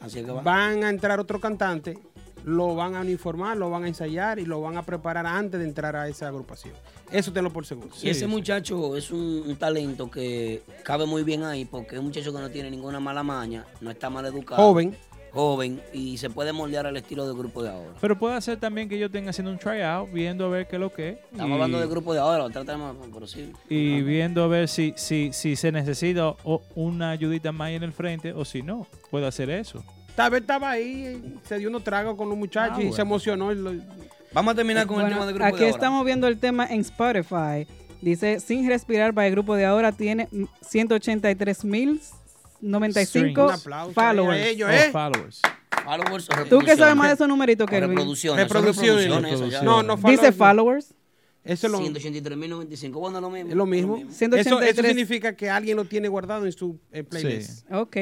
Así que va. van a entrar otro cantante, lo van a uniformar, lo van a ensayar y lo van a preparar antes de entrar a esa agrupación. Eso te lo por seguro. y ese sí. muchacho es un, un talento que cabe muy bien ahí porque es un muchacho que no tiene ninguna mala maña, no está mal educado. Joven, Joven y se puede moldear al estilo del grupo de ahora. Pero puede ser también que yo tenga haciendo un tryout, viendo a ver qué es lo que es. Estamos y- hablando del grupo de ahora, tratamos, pero sí. Y Ajá. viendo a ver si, si, si se necesita o- una ayudita más en el frente o si no, puedo hacer eso. tal vez estaba ahí, se dio unos tragos con los muchachos Ah, y bueno. se emocionó. y lo- Vamos a terminar con el Bueno, tema del grupo aquí de ahora. estamos viendo el tema en Spotify. Dice, sin respirar para el grupo de ahora tiene 183.095 un aplauso followers. a ellos, Oh, ¿eh? followers. Followers o ¿Tú qué reproducciones? sabes más de esos numeritos, O Kelvin? Reproducciones. son Reproducciones. reproducciones, eso ya. No, no Dice followers. followers. Eso es lo, 183.095. Bueno, lo mismo. es lo mismo. Eso, eso 183. significa que alguien lo tiene guardado en su eh, playlist. Sí. Ok,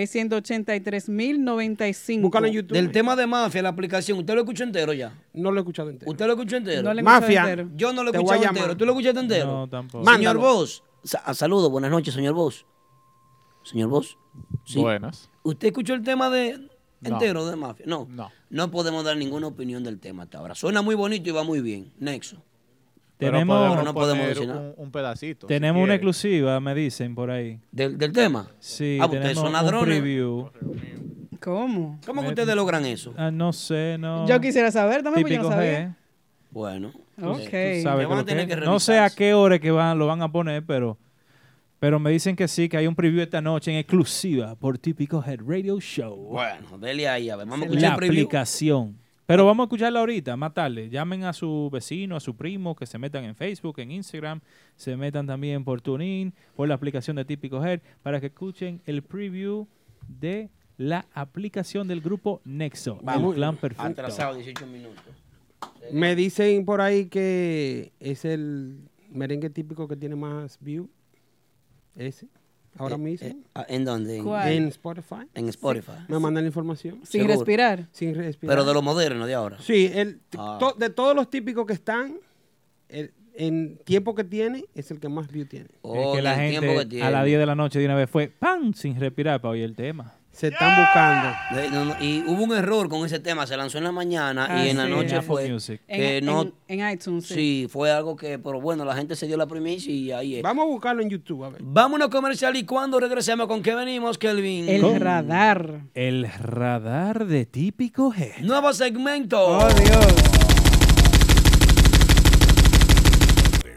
183.095. Búscalo en YouTube. Del tema de mafia, la aplicación, ¿usted lo escuchó entero ya? No lo he escuchado entero. ¿Usted lo escuchó entero? No le he Mafia. escuchado entero. Yo no lo he Te voy a escuchado llamar. entero. ¿Tú lo escuchaste entero? No, tampoco. Ma- Señor Mándalo. Vos, sa- ah, saludo, buenas noches, señor Vos. Señor Vos, Sí. Buenas. ¿usted escuchó el tema de No. entero de mafia? No. No. No podemos dar ninguna opinión del tema hasta ahora. Suena muy bonito y va muy bien. Nexo. Pero Tenemos- podemos No podemos poner decir nada. un, un pedacito. si Tenemos una quiere. exclusiva, me dicen por ahí. ¿Del, del tema? Sí, Ah, ustedes tenemos son un ladrones. preview. ¿Cómo? ¿Cómo que ustedes logran eso? Ah, no sé, no. Yo quisiera saber también, porque yo no Típico sabía. G. Bueno. pues, Ok. Tú sabes Que van a lo que tener es. que no sé revisar a eso. qué hora que van, lo van a poner, pero, pero me dicen que sí, que hay un preview esta noche en exclusiva por Típico Head Radio Show. Bueno, dele ahí, a ver. Vamos a escuchar La el preview. aplicación. Pero vamos a escucharla ahorita, más tarde. Llamen a su vecino, a su primo, que se metan en Facebook, en Instagram, se metan también por TuneIn, por la aplicación de Típico Head, para que escuchen el preview de la aplicación del grupo Nexo, el Vamos. clan perfecto. Atrasado 18 minutos. Me dicen por ahí que es el merengue típico que tiene más view. Ese. Ahora Eh, mismo. eh, ah, ¿En dónde? En, ¿Cuál? en Spotify. en Spotify. Me mandan la información. Sin Seguro. respirar. Sin respirar. Pero de lo moderno de ahora. Sí, el, Ah. to- de todos los típicos que están, el- en tiempo que tiene, es el que más view tiene. Oh. Eh, Es que la el tiempo que gente tiene. a las 10 de la noche de una vez fue ¡pam! sin respirar para oír el tema. se están buscando. Eh, no, no, y hubo un error con ese tema, se lanzó en la mañana Ah, y en la sí. noche En Apple fue Music. que en, no en- en iTunes, sí. sí, fue algo que pero bueno, la gente se dio la primicia y ahí es. Vamos a buscarlo en YouTube, a ver. Vámonos comercial y cuando regresemos con qué venimos, Kelvin. El Con- radar. El radar de típico G. Nuevo segmento. Oh, Dios. De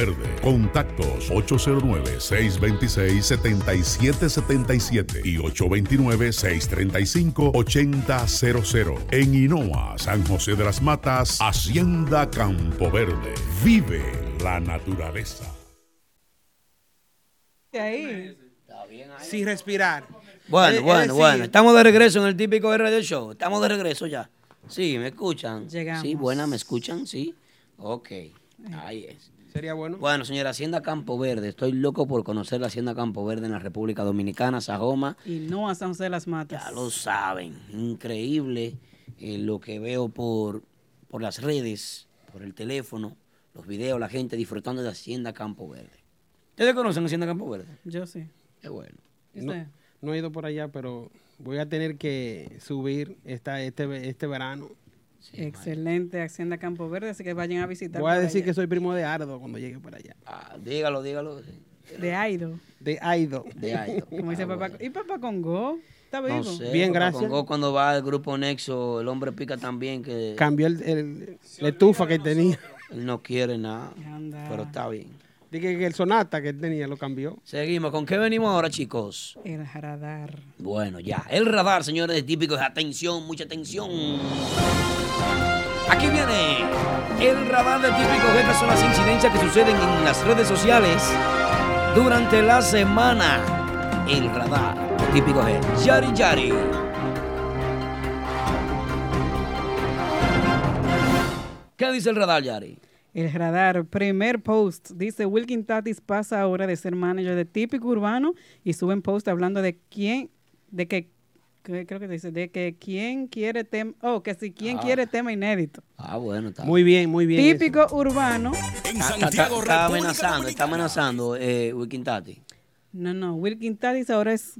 Contactos 809-626-7777 y 829-635-8000. En Inoa, San José de las Matas, Hacienda Campo Verde. Vive la naturaleza. Ahí. Sin respirar. Eh, Bueno, Es- es bueno, decir, bueno. Estamos de regreso en el típico Radio Show. Estamos de regreso ya. Sí, me escuchan. Llegamos. Sí, buena, me escuchan, sí. Ok. Ahí es. Sería bueno. Bueno, señora, Hacienda Campo Verde. Estoy loco por conocer la Hacienda Campo Verde en la República Dominicana, Sajoma. Y no a San José de las Matas. Ya lo saben. Increíble eh, lo que veo por, por las redes, por el teléfono, los videos, la gente disfrutando de Hacienda Campo Verde. ¿Ustedes conocen Hacienda Campo Verde? Yo sí. Qué bueno. ¿Y No, usted? no he ido por allá, pero voy a tener que subir esta, este, ve- este verano. Excelente Hacienda Campo Verde, así que vayan a visitar. Voy a por decir que allá. soy primo de Ardo cuando llegue por allá. Ah, dígalo, dígalo. De Aido, De Aido. De ahí. como dice Ah, papá. bueno. ¿Y papá Congo? ¿Está vivo? No sé, Bien, Papá gracias. Congo, cuando va al grupo Nexo, el hombre pica también que Cambió el, el- la estufa que tenía. él no quiere nada, Anda. pero está bien. Dije que el sonata que él tenía lo cambió. Seguimos, ¿con qué venimos ahora, chicos? El radar. Bueno, ya, el radar, señores de típicos, atención, mucha atención. Aquí viene el radar de típicos, estas son las incidencias que suceden en las redes sociales durante la semana. El radar de típicos es Yari Yari. ¿Qué dice el radar, Yari? El radar, primer post, dice Wilkin Tatis pasa ahora de ser manager de típico urbano y suben post hablando de quién, de que, que- creo que dice, de que quién quiere tema, oh, que si quién quiere tema inédito. Ah, bueno, está Muy bien, muy bien. eso. Típico urbano. En Ah, Está, está- Santiago, está República amenazando, está Dominicana. amenazando eh, Wilkin Tati. No, no, Wilkin Tatis ahora es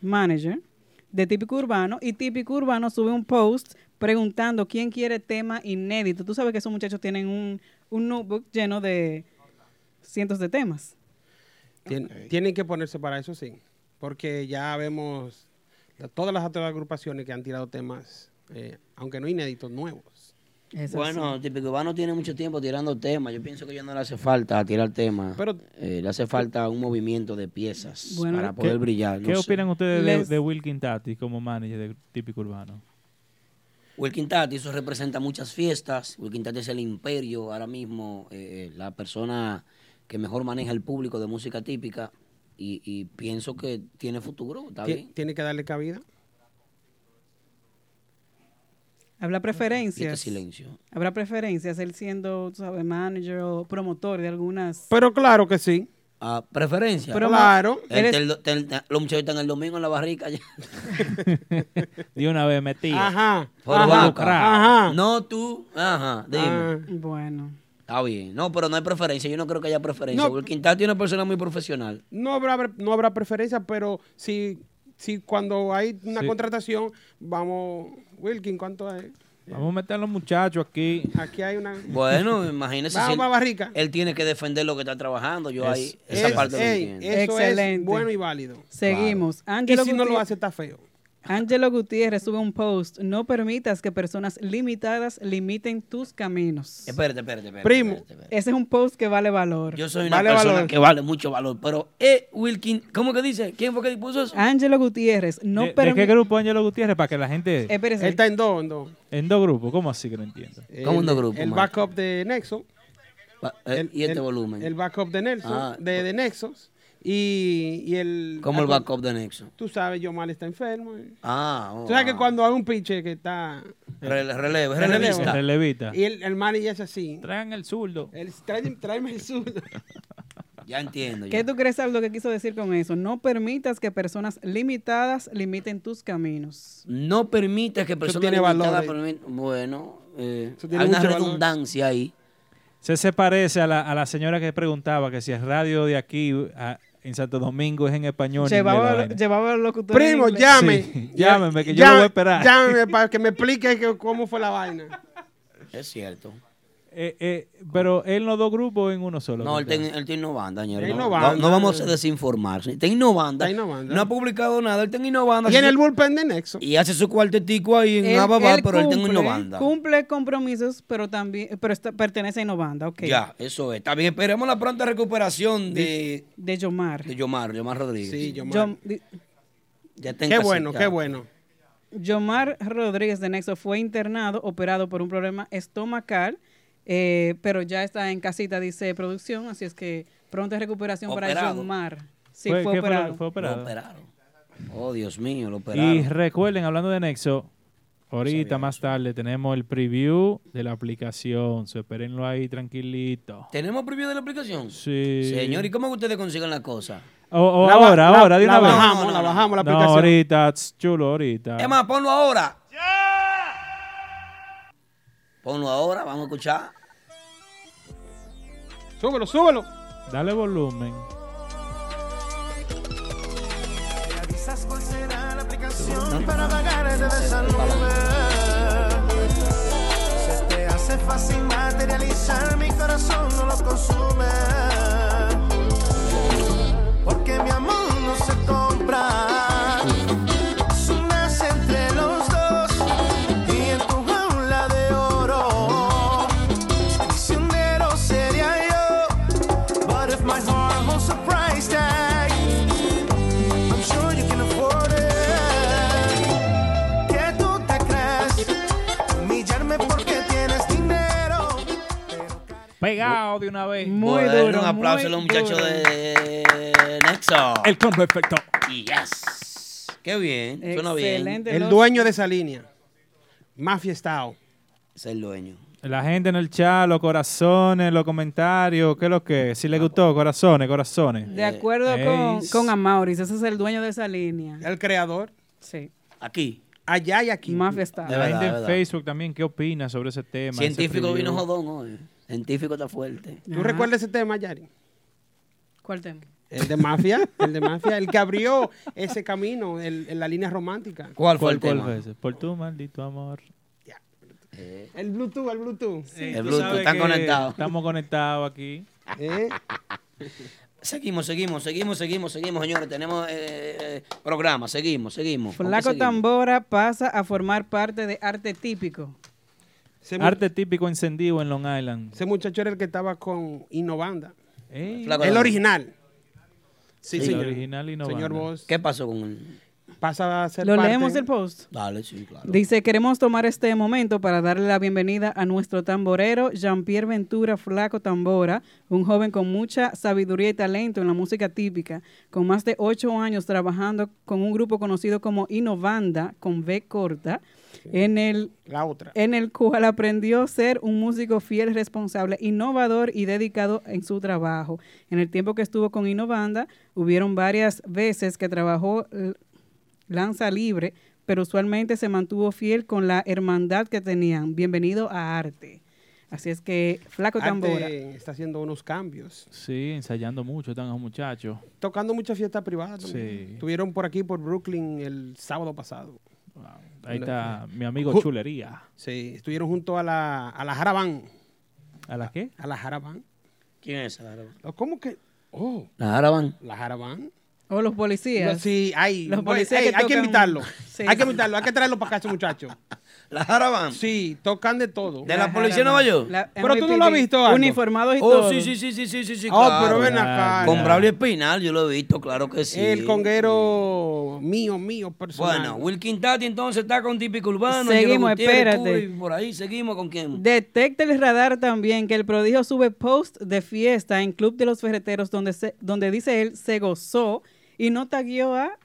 manager de Típico Urbano y Típico Urbano sube un post preguntando quién quiere tema inédito. Tú sabes que esos muchachos tienen un, un notebook lleno de cientos de temas. Tien- Tienen que ponerse para eso, sí. Porque ya vemos la- todas las otras agrupaciones que han tirado temas, eh, aunque no inéditos, nuevos. Eso Bueno, Típico Urbano tiene mucho tiempo tirando temas. Yo pienso que ya no le hace falta tirar temas. Pero- Eh, le hace falta un movimiento de piezas Bueno, para ¿qué- poder brillar. no ¿Qué sé. opinan ustedes de- Les- de, Wilkin Tati como manager de típico urbano? Wilkin Tati, eso representa muchas fiestas. Wilkin Tati es el imperio ahora mismo, eh, la persona que mejor maneja el público de música típica. Y, y pienso que tiene futuro, está Tie- bien. Tiene que darle cabida. Habla Y este preferencias. silencio. Habrá preferencias, él siendo, tú sabes, manager o promotor de algunas. Pero claro que sí. Ah, preferencia. Pero- claro. El- eres- el- el- los muchachos están el domingo en la barrica ya. De una vez metido. Ajá. Por ajá, boca. ajá. No tú. Ajá, dime. Ah, Bueno, Está bien. No, pero no hay preferencia. Yo no creo que haya preferencia. No. Porque Wilkin Tati es una persona muy profesional. no, habrá, no habrá preferencia, pero si, si cuando hay una Sí. contratación, vamos, Wilkin, ¿cuánto hay? Vamos a meter a los muchachos aquí. Aquí hay una... Bueno, imagínese. Vamos él- pa' barrica. Él tiene que defender lo que está trabajando. Yo ahí, Es- esa parte lo ey, entiendo. eso Excelente. es bueno y válido. seguimos. Y Ángelo si no lo Guti- hace, está feo. Ángelo Gutiérrez sube un post. No permitas que personas limitadas limiten tus caminos. Espérate, espérate, espérate. Primo. espérate, espérate. Ese es un post que vale valor. Yo soy una Vale persona valor. que vale mucho valor. Pero, eh, Wilkin, ¿cómo que dice? ¿Quién fue que puso eso? Ángelo Gutiérrez, no ¿De, de permi- Eh, qué grupo Ángelo Gutiérrez? Para que la gente... Él Espérese. está en dos, en dos. En dos grupos, ¿cómo así que no entiendo? Eh, ¿Cómo en dos El- grupos, El man? backup de Nexo. Va- eh, el- y este el- volumen. El backup de Nelson, Ah, de, de Nexos Y, y el. Como el backup de Nexo. Tú sabes, Yomar está enfermo. eh. Ah, oh, Tú sabes que ah. cuando hay un pinche que está. Rele- relevo, es relevista. Relevista. Y el, el manager es así. Traen el zurdo. Él, tráeme, tráeme el zurdo. Ya entiendo. ¿Qué ya. tú crees, lo que quiso decir con eso? No permitas que personas limitadas limiten tus caminos. No permitas que personas tiene valor limitadas ahí. permit- Bueno, eh, Eso tiene hay una mucho valor. redundancia ahí. Se se parece a la, a la señora que preguntaba que si el radio de aquí a- en Santo Domingo es en español. en inglés, la Llevaba, vaina. llevaba al locutor en Primo, inglés. llame. Sí, Ya- llámeme, que yo lo voy a esperar. Llámeme para que me explique que- cómo fue la vaina. Es cierto. Eh, eh, pero él no dos grupos en uno solo. No, él ¿verdad? está, él está innovando, señores. Está No, innovando. no- no vamos a desinformar. sí. Está innovando. Está innovando. No ha publicado nada, él está innovando. Y en el bullpen de Nexo. y hace su cuartetico ahí en Él- Ababa, él pero él está cumple- innovando. Cumple compromisos, pero también pero está- pertenece a Innovanda, ok. Ya, eso es. También esperemos la pronta recuperación de, De Yomar. de Yomar, Yomar Rodríguez. Sí, yo Yom- di- Ya está en Qué casita. bueno, qué bueno. Yomar Rodríguez de Nexo fue internado, operado por un problema estomacal, eh, pero ya está en casita, dice producción, así es que pronta recuperación para Operado. Yomar. Sí, Fue- fue, ¿qué fue lo- operado. fue operado? Lo operaron. Oh, Dios mío, lo Y operaron. recuerden, hablando de Nexo, ahorita más tarde tenemos el preview de la aplicación. So, espérenlo ahí tranquilito. ¿Tenemos preview de la aplicación? Sí. Señor, ¿y cómo ustedes consiguen la cosa? O, o La ba- ahora, la- ahora, de una la vez. Bajamos, No, la no, no. bajamos la No, aplicación. ahorita, tss, chulo, ahorita. Es más, ponlo ahora. Ponlo ahora, vamos a escuchar. Súbelo, súbelo. Dale volumen. Porque mi amor no se compra. Nace entre los dos y en tu jaula de oro. Prisionero sería yo. But if my heart holds a price tag, I'm sure you can afford it. ¿Qué tú te crees? Humillarme porque tienes dinero. Pegado de una vez. Muy Voy a darle duro, un aplauso a los muy muchachos duro. de Nexo. El combo perfecto. Yes. Qué bien, suena bien. Excelente. El los- dueño de esa línea. Más fiestado. Es el dueño. La gente en el chat, los corazones, los comentarios, qué es lo que. Si les gustó, corazones, corazones. De acuerdo Eh, con, es- con Amauris, ese es el dueño de esa línea. El creador. Sí, Aquí. Allá y aquí. más está. De La verdad, gente de en verdad. Facebook también, ¿qué opina sobre ese tema? ese Científico preview? vino jodón hoy. Científico está fuerte. ¿Tú recuerdas ese tema, Yari? ¿Cuál tema? El de mafia, el de mafia, el que abrió ese camino, el, en la línea romántica. ¿Cuál fue ¿Cuál, el cuál tema? fue ese? Por tu maldito amor. Eh. El Bluetooth, el Bluetooth. El Tú Bluetooth, sabes están que conectados. Estamos conectados aquí. ¿Eh? Seguimos, seguimos, seguimos, seguimos, seguimos, señores. Tenemos eh, eh, programa, seguimos, seguimos. ¿Con qué Flaco seguimos? Tambora pasa a formar parte de Arte Típico. Ese, mu- Arte típico encendido en Long Island. ese muchacho era el que estaba con Innovanda. Ey, Flaco El Tambora. original. Sí, el señor. original y no Señor banda. Vos ¿Qué pasó con él? pasa a ser Lo parte- leemos el post. Dale, sí, claro. Dice, queremos tomar este momento para darle la bienvenida a nuestro tamborero Jean-Pierre Ventura Flaco Tambora, un joven con mucha sabiduría y talento en la música típica, con más de ocho años trabajando con un grupo conocido como Innovanda, con B corta, en el La otra. en el cual aprendió a ser un músico fiel, responsable, innovador y dedicado en su trabajo. En el tiempo que estuvo con Innovanda, hubieron varias veces que trabajó eh, lanza libre, pero usualmente se mantuvo fiel con la hermandad que tenían. Bienvenido a Arte. Así es que, Flaco Arte Tambora. está haciendo unos cambios. Sí, ensayando mucho están los muchachos. Tocando muchas fiestas privadas. también. Sí. Estuvieron por aquí, por Brooklyn, el sábado pasado. Wow. Ahí está mi amigo Ju- Chulería. Sí, estuvieron junto a la, a la Jaraban. ¿A la qué? A la Jaraban. ¿Quién es la Araban? ¿Cómo que? Oh, La Jaraban. la Jaraban. O los policías. Sí, hay, Los bueno, policías ey, que hay que tocan- invitarlo. Sí. Hay que invitarlo, hay que traerlo para acá ese muchacho. La Jaraban. Sí, tocan de todo. De la Policía de Nueva York. La Pero tú no lo has NYPD, visto, Aldo. Uniformados y Oh, todo. sí, sí, sí, sí, sí, sí, sí, oh, claro. pero ven claro. acá. Con Braulio Espinal, yo lo he visto, claro que sí. El conguero mío, mío, mío, personal. Bueno, Wilkin Tati entonces está con Típico Urbano. Seguimos, Yero Gutiérrez, espérate. Curry, Por ahí seguimos con quién. Detecta el radar también que el prodigio sube post de fiesta en Club de los Ferreteros donde, se- donde dice él se gozó y no taguió a...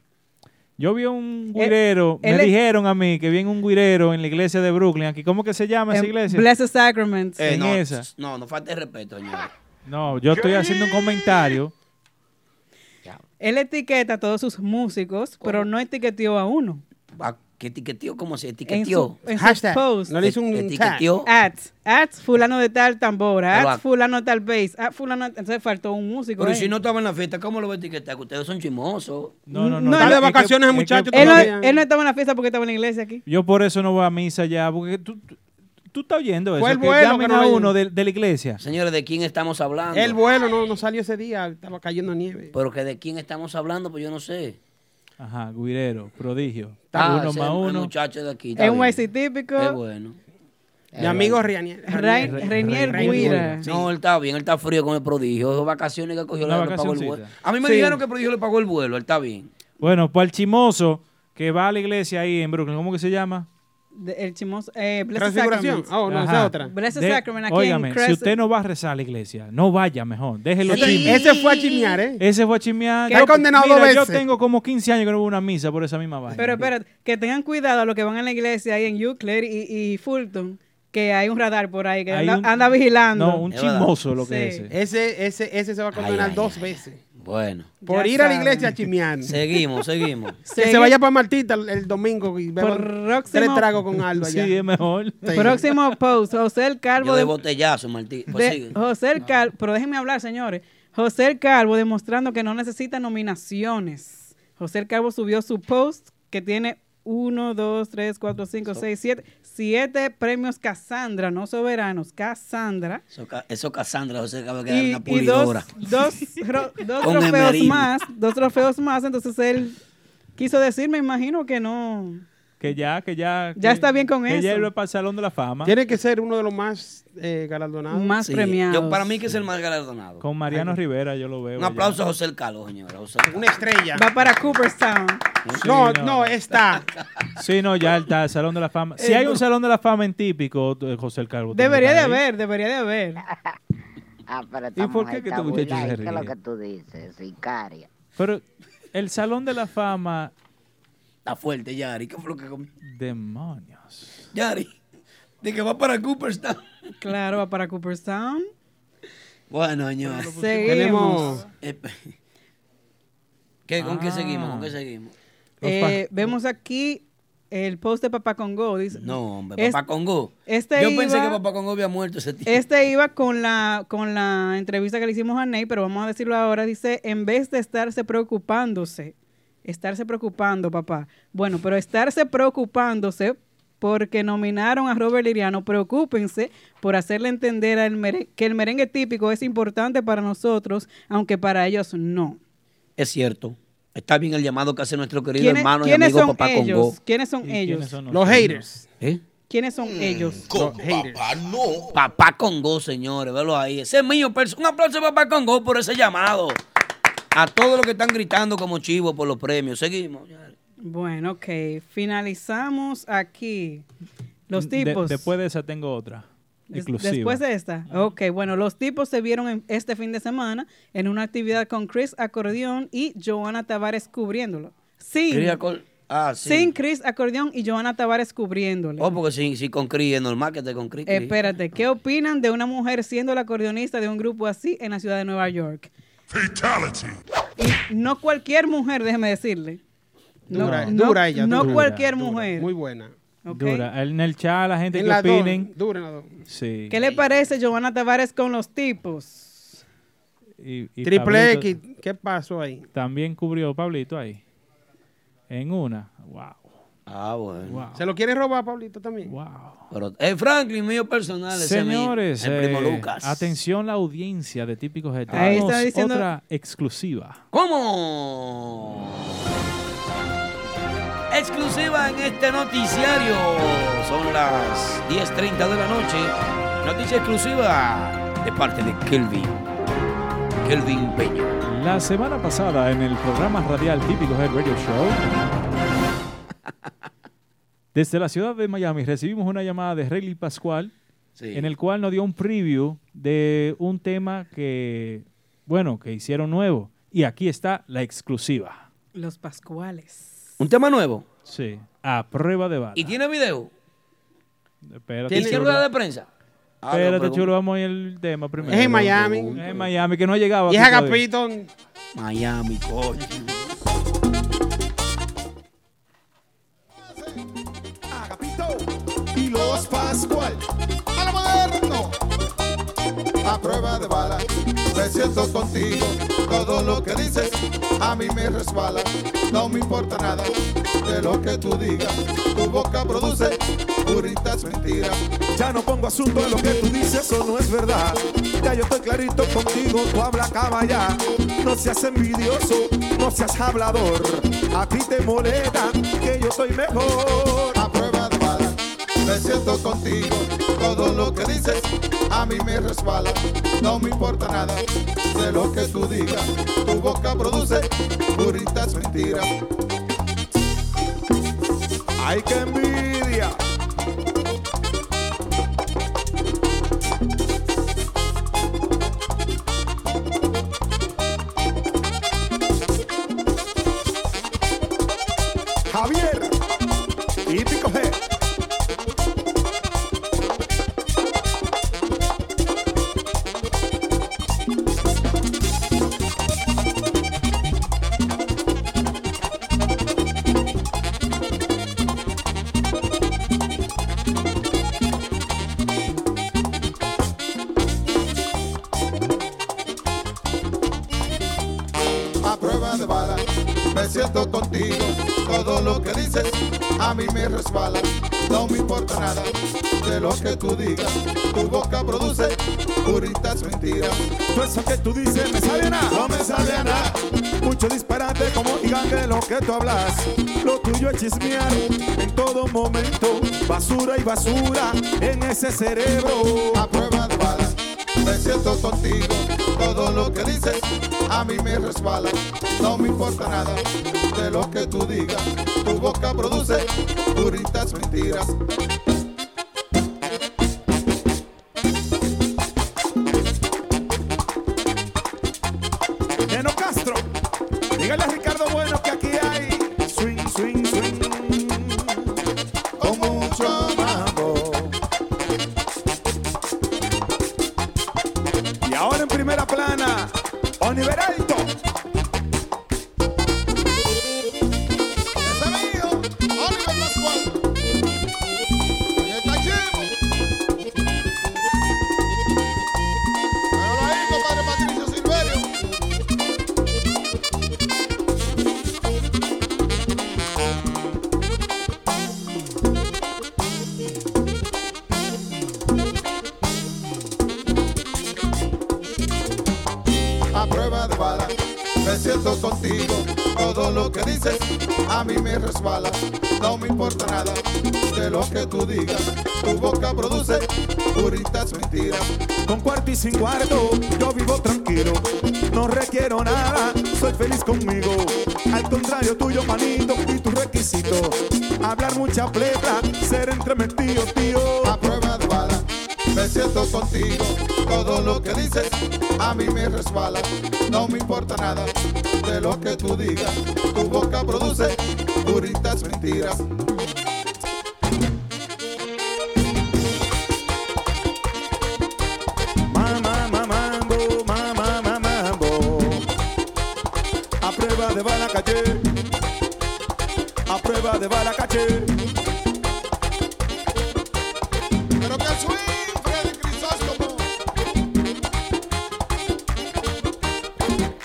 Yo vi un guirero, me él es- dijeron a mí que vi un guirero en la iglesia de Brooklyn. Aquí, ¿Cómo que se llama esa en iglesia? Blessed Sacrament. Eh, en no, esa. no, no falta el respeto, señor. No, yo estoy haciendo un comentario. Él etiqueta a todos sus músicos, pero no etiqueteó a uno. Ah, ¿Qué etiqueteó? ¿Cómo se En, su, etiqueteó? en sus Hashtag. posts. No le hizo un Et- tag. etiqueteó. Ads, ads, fulano de tal tambora, Pero ads, a- fulano tal bass, ads, fulano... Entonces faltó un músico. Pero ahí. si no estaba en la fiesta, ¿cómo lo va a etiquetar? Que ustedes son chismosos. No, No, no, no. Está de es que- vacaciones el es que- muchacho él, no, todavía. él no estaba en la fiesta porque estaba en la iglesia aquí. Yo por eso no voy a misa ya, porque tú, tú, tú estás oyendo eso. Fue Que el vuelo llamen que no a vino. uno de, de la iglesia. Señores, ¿de quién estamos hablando? El vuelo no, no salió ese día, estaba cayendo nieve. Pero que de quién estamos hablando, pues yo no sé. Ajá, guirero, prodigio. Ah, uno ese más es el uno. muchacho de aquí. está Es un bien. YC típico. Qué bueno. Mi amigo Rianier. Ray- Rianier. Rainier Rainier Guira. Sí. No, él está bien, él está frío con el prodigio. Esas vacaciones que cogió, Una le pagó el vuelo. vacacioncita. A mí me Sí. dijeron que el prodigio le pagó el vuelo, él está bien. Bueno, para el chimoso que va a la iglesia ahí en Brooklyn, ¿cómo que se llama? de- el chimoso. Eh, Blessed Transfiguración. Sacrament. Oh, no, esa Ajá. es otra. Blessed De- Sacrament aquí Óigame, en si Crest- usted no va a rezar a la iglesia, no vaya mejor. Déjelo Ese- chisme. Ese fue a chimear, ¿eh? Ese fue a chismear. Está Yo- condenado mira, dos Yo veces. tengo como 15 años que no voy a una misa por esa misma vaina. Pero espérate, que tengan cuidado a los que van a la iglesia ahí en Euclid y, y Fulton, que hay un radar por ahí que Hay anda, un- anda vigilando. No, un Es verdad. chismoso lo que Sí. es. ese. Ese, ese, ese se va a condenar Ay, ay, dos ay, veces. Bueno. Por Ya ir a la saben. iglesia a chimear. Seguimos, seguimos. Que se Sigue- vaya para Martita el, el domingo y beba Próximo- tres tragos con Aldo allá. Sí, es mejor. Próximo post, José el Calvo Yo de de, botellazo, Martín. Pues de- sigue. José el Calvo, pero déjenme hablar, señores. José el Calvo demostrando que no necesita nominaciones. José el Calvo subió su post que tiene 1, 2, 3, 4, 5, 6, 7, 7 premios Cassandra, no soberanos, Cassandra. Eso, ca- eso Casandra, José, acaba de quedar y, una y dos, pulidora. dos, ro- dos Con trofeos Emerín. más, dos trofeos más, entonces él quiso decir, me imagino que no. Que ya, que ya. Ya que- está bien con Que ya eso. iba para el Salón de la Fama. Tiene que ser uno de los más eh, galardonados. Más Sí, premiados. yo- para mí que es el más galardonado. Con Mariano Rivera, yo lo veo. Un allá. aplauso a José el Calo, señora. José el Calo. Una estrella. Va para Cooperstown. no, Sí, no, Eh, no. está. Sí, no, ya está, el Salón de la Fama. Si hay un Salón de la Fama en típico, eh, José el Calvo. tiene que Debería de estar ahí. haber, debería de haber. Ah, pero esta ¿Y por qué mujer que está este muchacho burla, se ¿y qué es lo ríe? que tú dices? Sicaria. Pero el Salón de la Fama, Está fuerte, Yari. ¿Qué fue lo que comió? demonios. Yari, de que va para Cooperstown. Claro, va para Cooperstown. Bueno, señor. Seguimos. Tenemos. Ah. Eh, ¿Qué, ¿Con qué seguimos? ¿Con qué seguimos? Eh, vemos aquí el post de Papá Congo. Dice, No, hombre, Es- Papá Congo. este Yo pensé iba- que Papá Congo había muerto ese tipo. Este iba con la, con la entrevista que le hicimos a Ney, pero vamos a decirlo ahora. Dice, en vez de estarse preocupándose, estarse preocupando, papá. Bueno, pero estarse preocupándose porque nominaron a Robert Liriano, preocúpense por hacerle entender al mere- que el merengue típico es importante para nosotros, aunque para ellos no. Es cierto. Está bien el llamado que hace nuestro querido ¿Quiénes, hermano y quiénes amigo son Papá Congo. ellos? ¿Quiénes ¿Y son quiénes ellos? son Los nosotros? haters. ¿Eh? ¿Quiénes son ellos? Los haters. Papá Congo, señores, velo ahí. Ese es mío. pers- Un aplauso a Papá Congo por ese llamado. A todos los que están gritando como chivos por los premios. Seguimos. Yari. Bueno, ok. Finalizamos aquí. Los De- tipos. después de esa tengo otra. Des- Exclusiva. Después de esta. Ok, bueno, los tipos se vieron en- este fin de semana en una actividad con Chris Acordeón y Joana Tavares cubriéndolo. Sí. Quería col- Ah, sí. Sin Chris Acordeón y Joana Tavares cubriéndole. Oh, porque si, si con Cris es normal que te con Cris. Cris. Espérate, ¿qué opinan de una mujer siendo la acordeonista de un grupo así en la ciudad de Nueva York? Y no cualquier mujer, déjeme decirle. No, Dura, no- dura ella. No dura, cualquier dura, mujer. Muy buena. ¿ok? Dura. En el chat, la gente En que la dos, opinen. Dura en la dos. Sí. ¿Qué le parece Joana Tavares con los tipos? Y- y Triple Pablito X, ¿qué pasó ahí? También cubrió Pablito ahí. En una. Wow. Ah, bueno. Wow. ¿Se lo quiere robar, Pablito, también? Wow. Pero, eh, Franklin, mío personal. ese mío, Señores, el primo eh, Lucas. atención la audiencia de Típicos Head. Ahí está Tenemos diciendo- otra exclusiva. ¿Cómo? Exclusiva en este noticiario. Son las 10.30 de la noche. Noticia exclusiva de parte de Kelvin. Kelvin Peña. La semana pasada en el programa radial típico Head Radio Show, desde la ciudad de Miami recibimos una llamada de Rayleigh Pascual, Sí. en el cual nos dio un preview de un tema que, bueno, que hicieron nuevo. Y aquí está la exclusiva. Los Pascuales. Un tema nuevo. Sí. A prueba de bala. ¿Y tiene video? Espérate, ¿Tiene chulo. rueda de prensa? Ah, no, Espérate, pregunto. chulo, vamos a ir el tema primero. Es en Miami. Es en Miami, que no llegaba. Y es aquí todavía. Agapito. Miami, coño. Agapito y los Pascual. A lo moderno. A prueba de bala. Me siento contigo. Todo lo que dices a mí me resbala. No me importa nada de lo que tú digas. Tu boca produce puritas mentiras. Ya no pongo asunto en lo que tú dices, eso no es verdad. Ya yo estoy clarito contigo, tú habla caballá. No seas envidioso, no seas hablador. A ti te molesta que yo soy mejor. A prueba de bala, me siento contigo. Todo lo que dices a mí me resbala. No me importa nada de lo que tú digas. Tu boca produce puritas mentiras. ¡Ay, qué envidia! Javier y Pico G. a prueba de bala. Me siento contigo, todo lo que dices a mí me resbala. No me importa nada de lo que tú digas, tu boca produce puritas mentiras. Todo eso que tú dices me sale a nada, no me sale a nada. Mucho disparate como digan que lo que tú hablas, lo tuyo es chismear en todo momento. Basura y basura en ese cerebro. A prueba de bala, me siento contigo, todo lo que dices a mí me resbala, no me importa nada de lo que tú digas, tu boca produce puritas mentiras. Neno Castro, dígale a Ricardo Bueno que aquí hay swing, swing, swing, con mucho mambo. Y ahora en primera plana, Oliver Alto. Es amigo, Oliver Pascual. Ahí está Chimo. Míralo ahí, compadre Patricio Silverio. a prueba de bala. Me siento contigo, todo lo que dices a mí me resbala. No me importa nada de lo que tú digas, tu boca produce puritas mentiras. Con cuarto y sin cuarto, yo vivo tranquilo, no requiero nada, soy feliz conmigo. Al contrario tuyo, manito, y tu requisito, hablar mucha plata, ser entremetido, tío. A prueba de bala. Me siento contigo, todo lo que dices a mí me resbala. No me importa nada de lo que tú digas, tu boca produce puritas mentiras. Mamá, mamambo, mamá, mamambo. A prueba de bala caché, a prueba de bala caché. Pero que swing, Freddy Crisóstomo.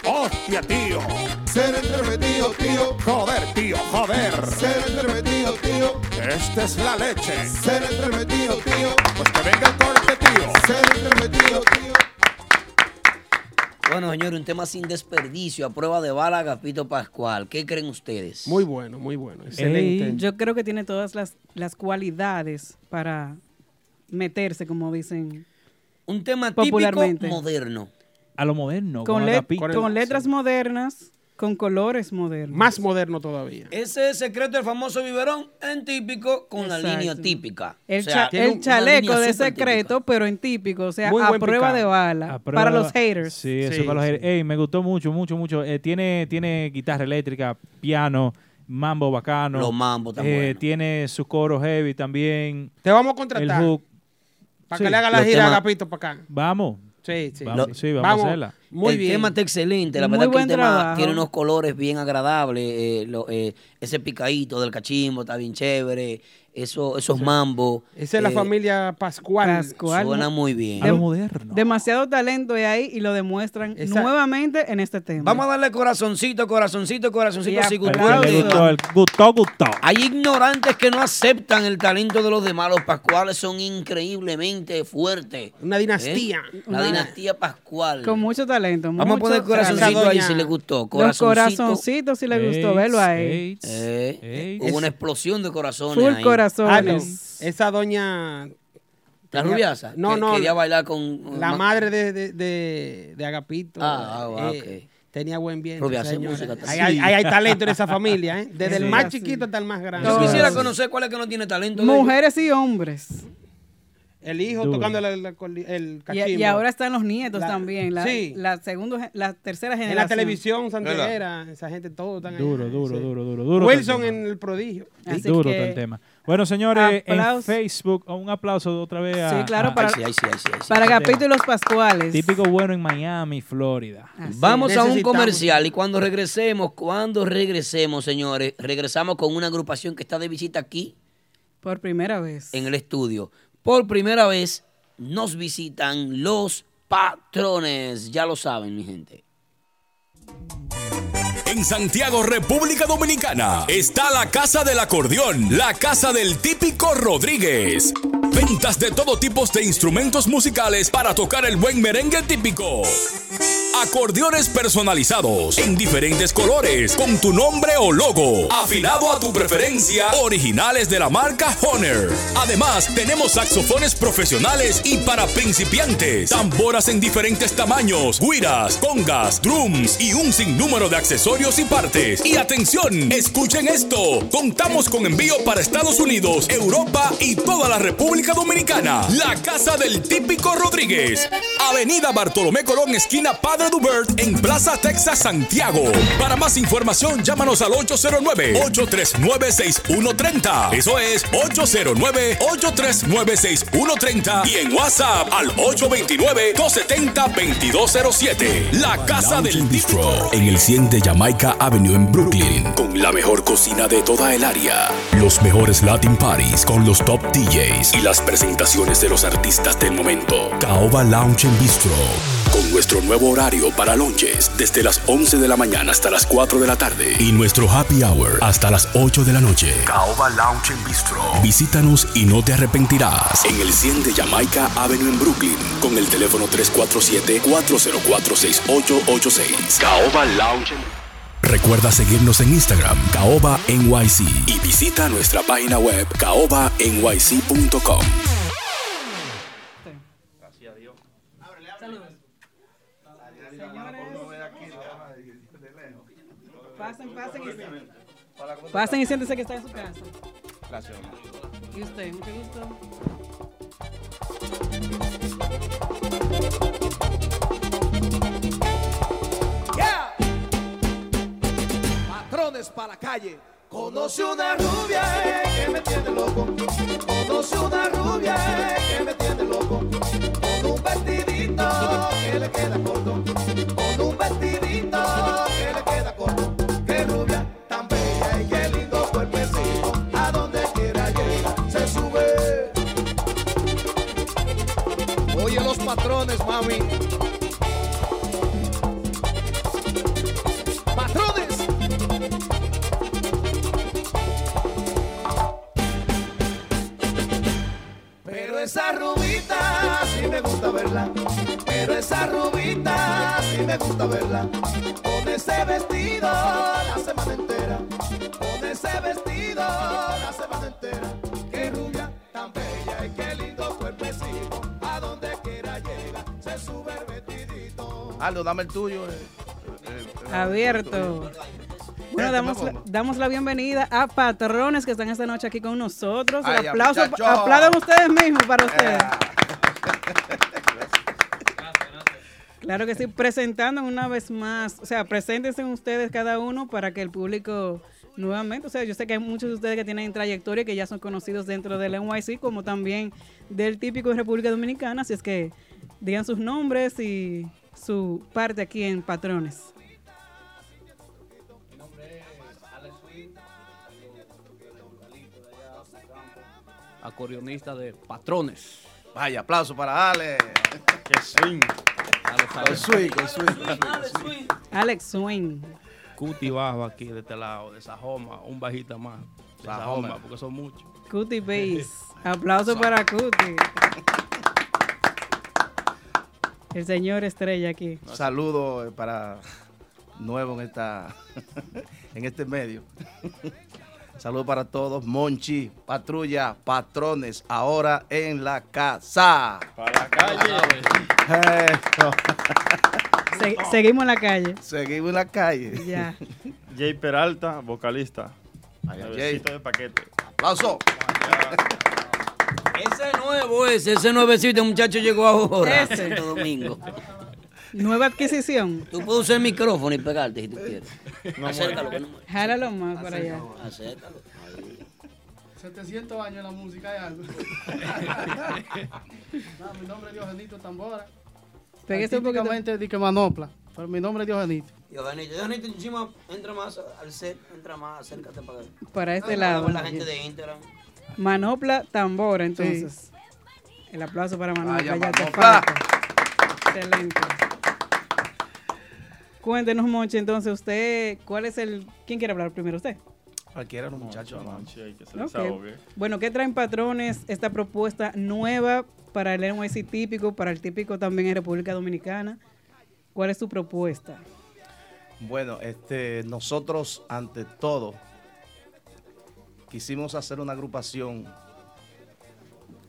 Hostia, tío. Ser entremetido, tío. Joder, tío, joder. Ser entremetido, tío. Esta es la leche. Ser entremetido, tío. Pues que venga el corte, tío. Ser entremetido, tío. Bueno, señores, un tema sin desperdicio, a prueba de bala, Agapito Pascual. ¿Qué creen ustedes? Muy bueno, muy bueno. Excelente. Yo creo que tiene todas las, las cualidades para meterse, como dicen. Un tema típico Popularmente. moderno. a lo moderno. Con, la let- con letras modernas, con colores modernos. Más moderno todavía. Ese es el secreto del famoso biberón en típico con la línea típica. El, O sea, cha- tiene el una chaleco línea de súper típica. secreto, pero en típico, o sea, Muy a buen prueba picado. de bala. A prueba para de los ba- haters. Sí, eso Sí, para los sí. haters. Ey, me gustó mucho, mucho, mucho. Eh, tiene, tiene guitarra eléctrica, piano, mambo bacano. Los mambos tan Eh, buenos. Tiene su coro heavy también. Te vamos a El contratar hook. para sí. que le haga la Los gira a temas- Agapito para acá. Vamos. Sí, sí. Vamos, sí, vamos a hacerla. Muy el bien. tema está excelente, la Muy verdad que el buen tema trabajo. tiene unos colores bien agradables, eh, lo- eh, ese picadito del cachimbo está bien chévere, eso, esos mambos. Esa es la eh, familia Pascual. Pascual. ¿Cuál? Suena muy bien. A lo Em- Dem- moderno. Demasiado talento hay ahí y lo demuestran Esa- nuevamente en este tema. Vamos a darle corazoncito, corazoncito, corazoncito. Y Si Al que gustó el le tema. gustó, el gustó, gustó. Hay ignorantes que no aceptan el talento de los demás. Los Pascuales son increíblemente fuertes. Una dinastía. ¿eh? La Una- dinastía Pascual. Con mucho talento. Vamos a mucho poner talento. corazoncito doña- ahí si le gustó. Los Corazoncito. corazoncitos si le gustó, Eits, velo ahí. eits, Eh, eits. Hubo una explosión de corazones. Full ahí. Ah, no. corazones. Esa doña. La tenía- rubiasa. No, que no. Quería bailar con. La ma- madre de, de, de, de Agapito. eh, Ah, ah, ok. Tenía buen bien. Rubia, hace música también. Ahí, hay- ahí hay talento en esa familia, ¿eh? Desde Sí. el más Sí. chiquito hasta el más grande. Yo Todo. quisiera conocer cuál es que no tiene talento. de Mujeres y hombres. El hijo Duro. tocando el, el, el Y, cachimbo. y ahora están los nietos La- también. La, sí. la segunda, gen- la tercera generación. En la televisión, Santelera, esa gente, todo tan Duro, duro, duro, duro, duro. Wilson Tanto. en el prodigio. Así duro que- todo el tema. Bueno, señores, en Aplausos. Facebook, oh, un aplauso otra vez a, Sí, claro, a- para- ellos. Ay, sí, ay, sí, ay, sí, ay, sí. Para Agapito y los Pascuales. típico bueno en Miami, Florida. Así Vamos a un Necesitamos- comercial y cuando regresemos, cuando regresemos, señores, regresamos con una agrupación que está de visita aquí es, Por primera vez. en el estudio. Por primera vez nos visitan los patrones, ya lo saben, mi gente. En Santiago, República Dominicana, está la Casa del Acordeón, la Casa del Típico Rodríguez. Ventas de todo tipo de instrumentos musicales para tocar el buen merengue típico. Acordeones personalizados en diferentes colores con tu nombre o logo, afinado a tu preferencia, originales de la marca Honor. Además, tenemos saxofones profesionales y para principiantes, tamboras en diferentes tamaños, guiras, congas, drums y un sinnúmero de accesorios y partes. Y atención, escuchen esto. Contamos con envío para Estados Unidos, Europa y toda la República Dominicana. La casa del típico Rodríguez. Avenida Bartolomé Colón, esquina Padre Dubert, en Plaza Texas, Santiago. Para más información, llámanos al 809-839-6130. Eso es 809-839-6130. Y en WhatsApp al 829-270-2207. La Casa del Bistro. En el 100 de Jamaica Avenue en Brooklyn. Con la mejor cocina de toda el área. Los mejores Latin Parties con los top DJs. Y las presentaciones de los artistas del momento. Caoba Lounge en Bistro con nuestro nuevo horario para lunches desde las 11 de la mañana hasta las 4 de la tarde y nuestro happy hour hasta las 8 de la noche. Caoba Lounge en Bistro. Visítanos y no te arrepentirás. En el 100 de Jamaica Avenue en Brooklyn con el teléfono 347-404-6886. Caoba Lounge Recuerda seguirnos en Instagram, Caoba NYC, y visita nuestra página web, caobanyc.com. Pasen, pasen y Pasen y siéntense que está en su casa. Gracias. Y usted, mucho gusto. Patrones para la calle. Conoce una rubia eh, que me tiene loco. Conoce una rubia eh, que me tiene loco. Con un vestidito que le queda corto. Con un vestidito que le queda corto. Qué rubia tan bella y qué lindo cuerpecito. A donde quiera llega se sube. Oye los patrones, mami. Patrones. Pero esa rubita sí me gusta verla. Pero esa rubita sí me gusta verla. Con ese vestido la semana entera. Con ese vestido la semana entera. Qué rubia tan bella y qué lindo cuerpecito. A donde quiera llega se sube el vestidito. Aldo, dame el tuyo. eh, eh, eh, Abierto. Bueno, damos pues, la, damos la bienvenida a patrones que están esta noche aquí con nosotros. El Ay, aplauso, muchachos. aplaudan ustedes mismos para ustedes. Claro que sí, presentando una vez más, o sea, preséntense ustedes cada uno para que el público nuevamente, o sea, yo sé que hay muchos de ustedes que tienen trayectoria y que ya son conocidos dentro del NYC, como también del típico de República Dominicana, así es que digan sus nombres y su parte aquí en Patrones. acordeonista de Patrones. Vaya, aplauso para Ale. Que swing. Con swing, con swing, con swing, con swing. Alex Swing. Cuti bajo aquí de este lado, de Sajoma, un bajita más. De Sajoma. Sajoma, porque son muchos. Cuti Bass. Aplauso para Cuti. El señor estrella aquí. Un saludo eh, para nuevo en esta en este medio. Saludo para todos, Monchi, patrulla, patrones, ahora en la casa. Para la calle. Se- seguimos en la calle. Seguimos en la calle. Ya. Jay Peralta, vocalista. Nuevecito de paquete. Aplauso. Ese nuevo es, ese nuevecito muchacho llegó ahora. Ese. Santo Domingo. Nueva adquisición. Tú puedes usar el micrófono y pegarte si tú quieres. Acércalo. que no muere. Jálalo más para allá. Acércalo. 700 años en la música es algo. No, mi nombre es Diogenito Tambora. Pégase un este poquito. Típicamente di que manopla, pero mi nombre es Diogenito. Diogenito, Diogenito, encima, entra más al set, entra más, acércate para, Para este Ah, lado. La gente de Instagram. Manopla tambora, entonces. El aplauso para Manopla. Vaya, ya te Manopla. falta. Excelente. Cuéntenos, Monche, entonces, usted, ¿cuál es el. ¿Quién quiere hablar primero? ¿Usted? Cualquiera los muchachos. Ok. Bueno, ¿qué traen patrones esta propuesta nueva para el NYC típico, para el típico también en República Dominicana? ¿Cuál es su propuesta? Bueno, este, nosotros ante todo quisimos hacer una agrupación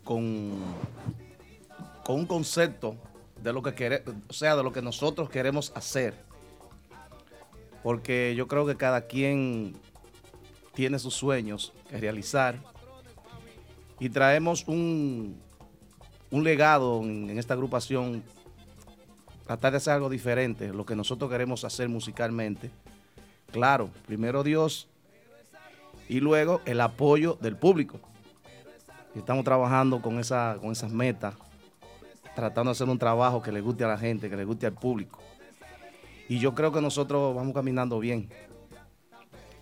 con, con un concepto de lo que quere- o sea, de lo que nosotros queremos hacer. Porque yo creo que cada quien tiene sus sueños que realizar. Y traemos un, un legado en- en esta agrupación tratar de hacer algo diferente, lo que nosotros queremos hacer musicalmente. Claro, primero Dios y luego el apoyo del público. Y Estamos trabajando con, esa, con esas metas, tratando de hacer un trabajo que le guste a la gente, que le guste al público. Y yo creo que nosotros vamos caminando bien.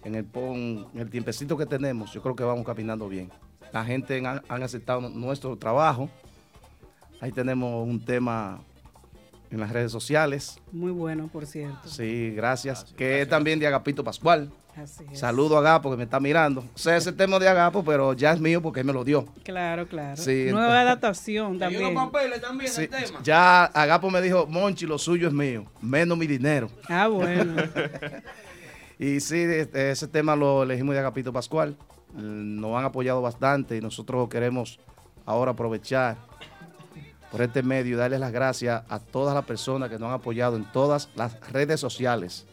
En el, pon- en el tiempecito que tenemos, yo creo que vamos caminando bien. La gente han, han aceptado nuestro trabajo. Ahí tenemos un tema en las redes sociales. Muy bueno, por cierto. Sí, gracias. que es también de Agapito Pascual. Así es. Saludo a Agapo que me está mirando. Sé ese tema de Agapo, pero ya es mío porque él me lo dio. Claro, claro. Sí, Nueva entonces- adaptación también. papeles también Sí, ya Agapo me dijo, Monchi, lo suyo es mío, menos mi dinero. Ah, bueno. y sí, este, ese tema lo elegimos de Agapito Pascual. Eh, Nos han apoyado bastante y nosotros queremos ahora aprovechar por este medio y darles las gracias a todas las personas que nos han apoyado en todas las redes sociales.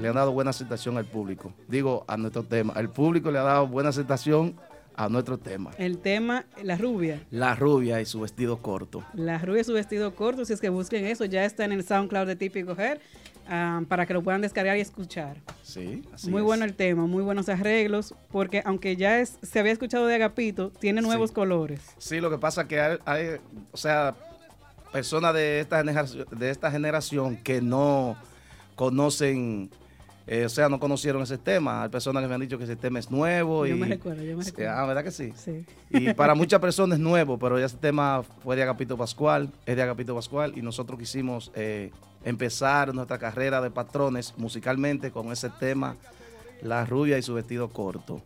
Le han dado buena aceptación al público. Digo, a nuestro tema. El público le ha dado buena aceptación a nuestro tema. El tema, la rubia. La rubia y su vestido corto. La rubia y su vestido corto, si es que busquen eso, ya está en el SoundCloud de Típico Hair ah, para que lo puedan descargar y escuchar. Sí, así muy es. bueno el tema, muy buenos arreglos, porque aunque ya es, se había escuchado de Agapito, tiene nuevos colores. Sí, lo que pasa es que hay, hay, o sea, personas de esta generación, de esta generación que no conocen, eh, o sea, no conocieron ese tema. Hay personas que me han dicho que ese tema es nuevo. Yo y, me recuerdo, yo me recuerdo. Ah, ¿verdad que sí? Sí. Y para muchas personas es nuevo, pero ya ese tema fue de Agapito Pascual, es de Agapito Pascual, y nosotros quisimos eh, empezar nuestra carrera de patrones musicalmente con ese tema, La rubia y su vestido corto.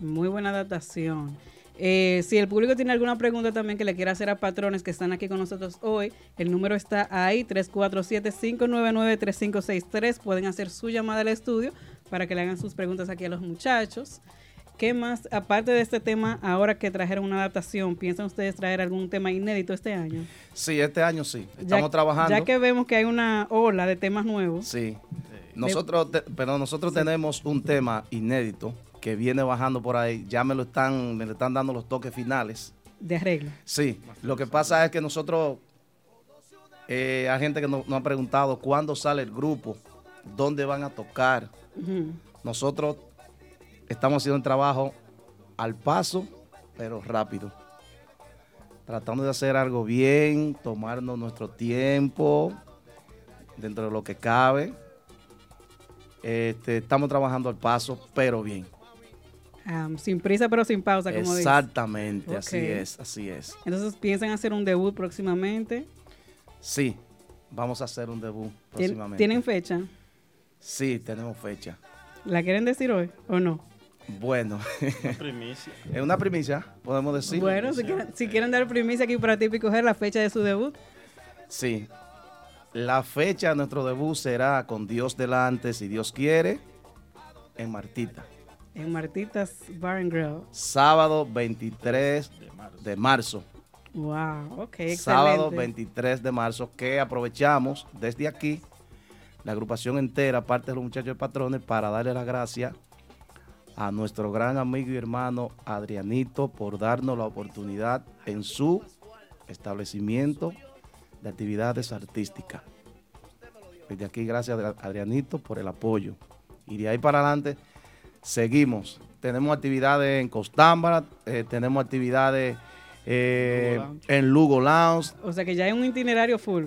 Muy buena adaptación. Eh, si el público tiene alguna pregunta también que le quiera hacer a patrones que están aquí con nosotros hoy, el número está ahí, 347-599-3563. Pueden hacer su llamada al estudio para que le hagan sus preguntas aquí a los muchachos. ¿Qué más, aparte de este tema, ahora que trajeron una adaptación, piensan ustedes traer algún tema inédito este año? Sí, este año sí. Ya- Estamos trabajando. Ya que vemos que hay una ola de temas nuevos. Sí. Nosotros, te- perdón, nosotros tenemos un tema inédito que viene bajando por ahí. Ya me lo están, me le están dando los toques finales. De arreglo. Sí, lo que pasa es que nosotros, eh, hay gente que no- nos, ha preguntado cuándo sale el grupo, dónde van a tocar. Ujú. Nosotros estamos haciendo un trabajo al paso, pero rápido. Tratando de hacer algo bien, tomarnos nuestro tiempo, dentro de lo que cabe. Este, estamos trabajando al paso, pero bien. Am, sin prisa, pero sin pausa, como dice. Exactamente, así Ok. es, así es. Entonces, ¿piensan hacer un debut próximamente? Sí, vamos a hacer un debut ¿Tien- próximamente. ¿Tienen fecha? Sí, tenemos fecha. ¿La quieren decir hoy o no? Bueno. primicia. Es una primicia, podemos decir. bueno, si quieren, si quieren dar primicia aquí para ti, coger la fecha de su debut. Sí. La fecha de nuestro debut será con Dios delante, si Dios quiere, en Martita. En Martitas Bar and Grill. Sábado 23 de marzo. Wow, ok, excelente. Sábado 23 de marzo, que aprovechamos desde aquí, la agrupación entera, aparte de los muchachos de patrones, para darle las gracias a nuestro gran amigo y hermano Adrianito por darnos la oportunidad en su establecimiento de actividades artísticas. Desde aquí, gracias Adri- Adrianito por el apoyo. Y de ahí para adelante, seguimos. Tenemos actividades en Costámbara, eh, tenemos actividades eh, en Lugo Lounge, O sea que ya hay un itinerario full.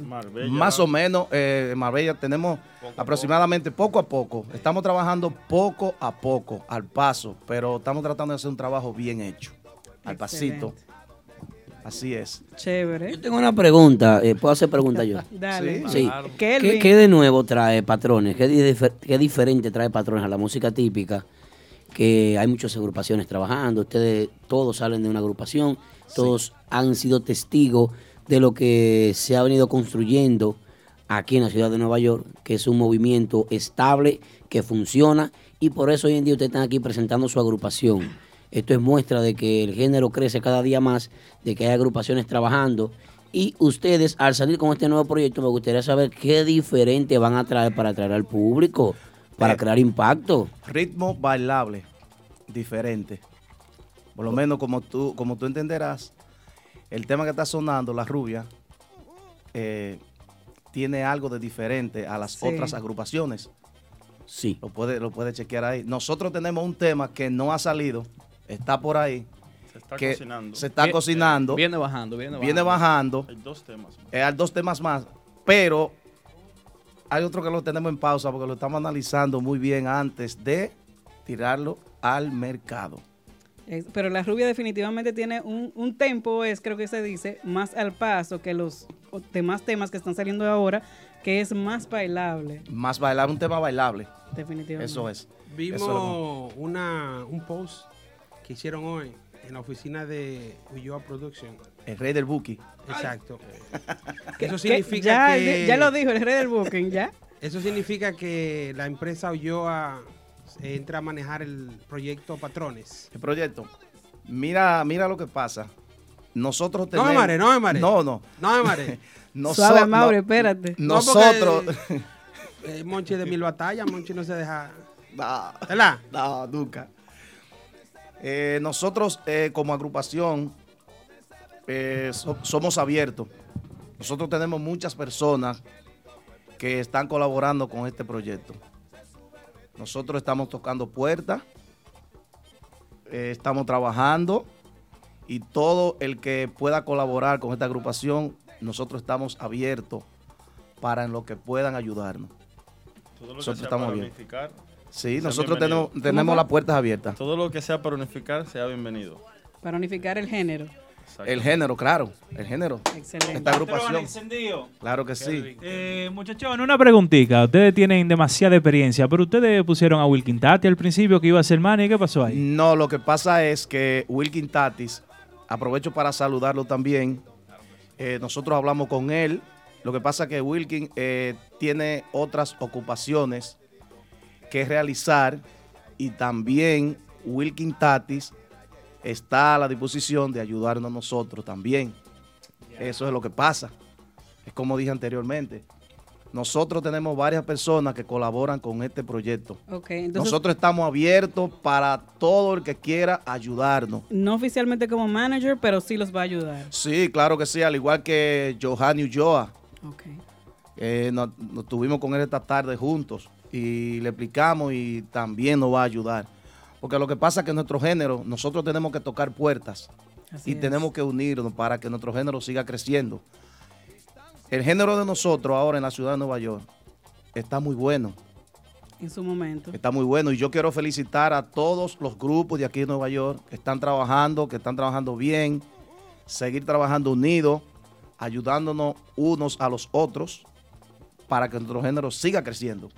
más o menos, eh, en Marbella tenemos aproximadamente poco a poco. Estamos trabajando poco a poco, al paso, pero estamos tratando de hacer un trabajo bien hecho, al pasito. Así es. Chévere. Tengo una pregunta, eh, puedo hacer pregunta yo. Dale. Sí. Claro. ¿Qué, Kelvin. qué de nuevo trae patrones? ¿Qué, di- difer- qué diferente trae patrones a la música típica? Que hay muchas agrupaciones trabajando, ustedes todos salen de una agrupación, todos han sido testigos de lo que se ha venido construyendo aquí en la ciudad de Nueva York, que es un movimiento estable, que funciona, y por eso hoy en día ustedes están aquí presentando su agrupación. Esto es muestra de que el género crece cada día más, de que hay agrupaciones trabajando. Y ustedes, al salir con este nuevo proyecto, me gustaría saber qué diferente van a traer para atraer al público, para crear impacto. Ritmo bailable, diferente. Por lo menos como tú, como tú entenderás, el tema que está sonando, La Rubia, eh, tiene algo de diferente a las Sí. otras agrupaciones. Sí. Lo puede, lo puede chequear ahí. Nosotros tenemos un tema que no ha salido, está por ahí. Se está cocinando. Se está Vie- cocinando. viene bajando, viene Viene bajando. bajando. Hay dos temas más. Eh, hay dos temas más. Pero hay otro que lo tenemos en pausa porque lo estamos analizando muy bien antes de tirarlo al mercado. Es- Pero la rubia definitivamente tiene un, un tempo, es creo que se dice, más al paso que los o- demás temas que están saliendo ahora, que es más bailable, Más bailar, un tema bailable. definitivamente. Eso es. Vimos- Eso es lo- Vimos una, un post que hicieron hoy en la oficina de Ulloa Production. el rey del buki. Exacto. Que- Eso que ya, significa que... ya lo dijo el rey del booking, ¿ya? Eso significa que la empresa Ulloa eh, entra a manejar el proyecto Patrones. El proyecto. Mira, mira lo que pasa. Nosotros No me tenemos. mare, no me mare. No, no. No me mare. Noso- Suave, no- Maure, espérate. No, porque- Nosotros. Eh, Monchi de mil batallas, Monchi no se deja... No, ¿Verdad? no, nunca. Eh, nosotros eh, como agrupación eh, so- somos abiertos. Nosotros tenemos muchas personas que están colaborando con este proyecto. Nosotros estamos tocando puertas, eh, estamos trabajando y todo el que pueda colaborar con esta agrupación, nosotros estamos abiertos para en lo que puedan ayudarnos. Todo lo que Nosotros sea estamos para bien. unificar, Sí, sea nosotros bienvenido. tenemos, tenemos las puertas abiertas. Todo lo que sea para unificar sea bienvenido. Para unificar el género. El género, claro, el género. Excelente. Esta Patrón agrupación. encendido. Claro que sí. Eh, muchachos, una preguntita. Ustedes tienen demasiada experiencia, pero ustedes pusieron a Wilkin Tati al principio que iba a ser Manny. ¿Qué pasó ahí? No, lo que pasa es que Wilkin Tatis, aprovecho para saludarlo también. Eh, nosotros hablamos con él. Lo que pasa es que Wilkin eh, tiene otras ocupaciones que realizar y también Wilkin Tatis está a la disposición de ayudarnos a nosotros también. Eso es lo que pasa. Es como dije anteriormente. Nosotros tenemos varias personas que colaboran con este proyecto. Ok, entonces Nosotros estamos abiertos para todo el que quiera ayudarnos. no oficialmente como manager, pero sí los va a ayudar. Sí, claro que sí, al igual que Johanny Ulloa. Ok. Eh, nos, nos tuvimos con él esta tarde juntos y le explicamos y también nos va a ayudar. Porque lo que pasa es que en nuestro género, nosotros tenemos que tocar puertas Así y es. tenemos que unirnos para que nuestro género siga creciendo. El género de nosotros ahora en la ciudad de Nueva York está muy bueno. En su momento. Está muy bueno y yo quiero felicitar a todos los grupos de aquí de Nueva York que están trabajando, que están trabajando bien, seguir trabajando unidos, ayudándonos unos a los otros para que nuestro género siga creciendo.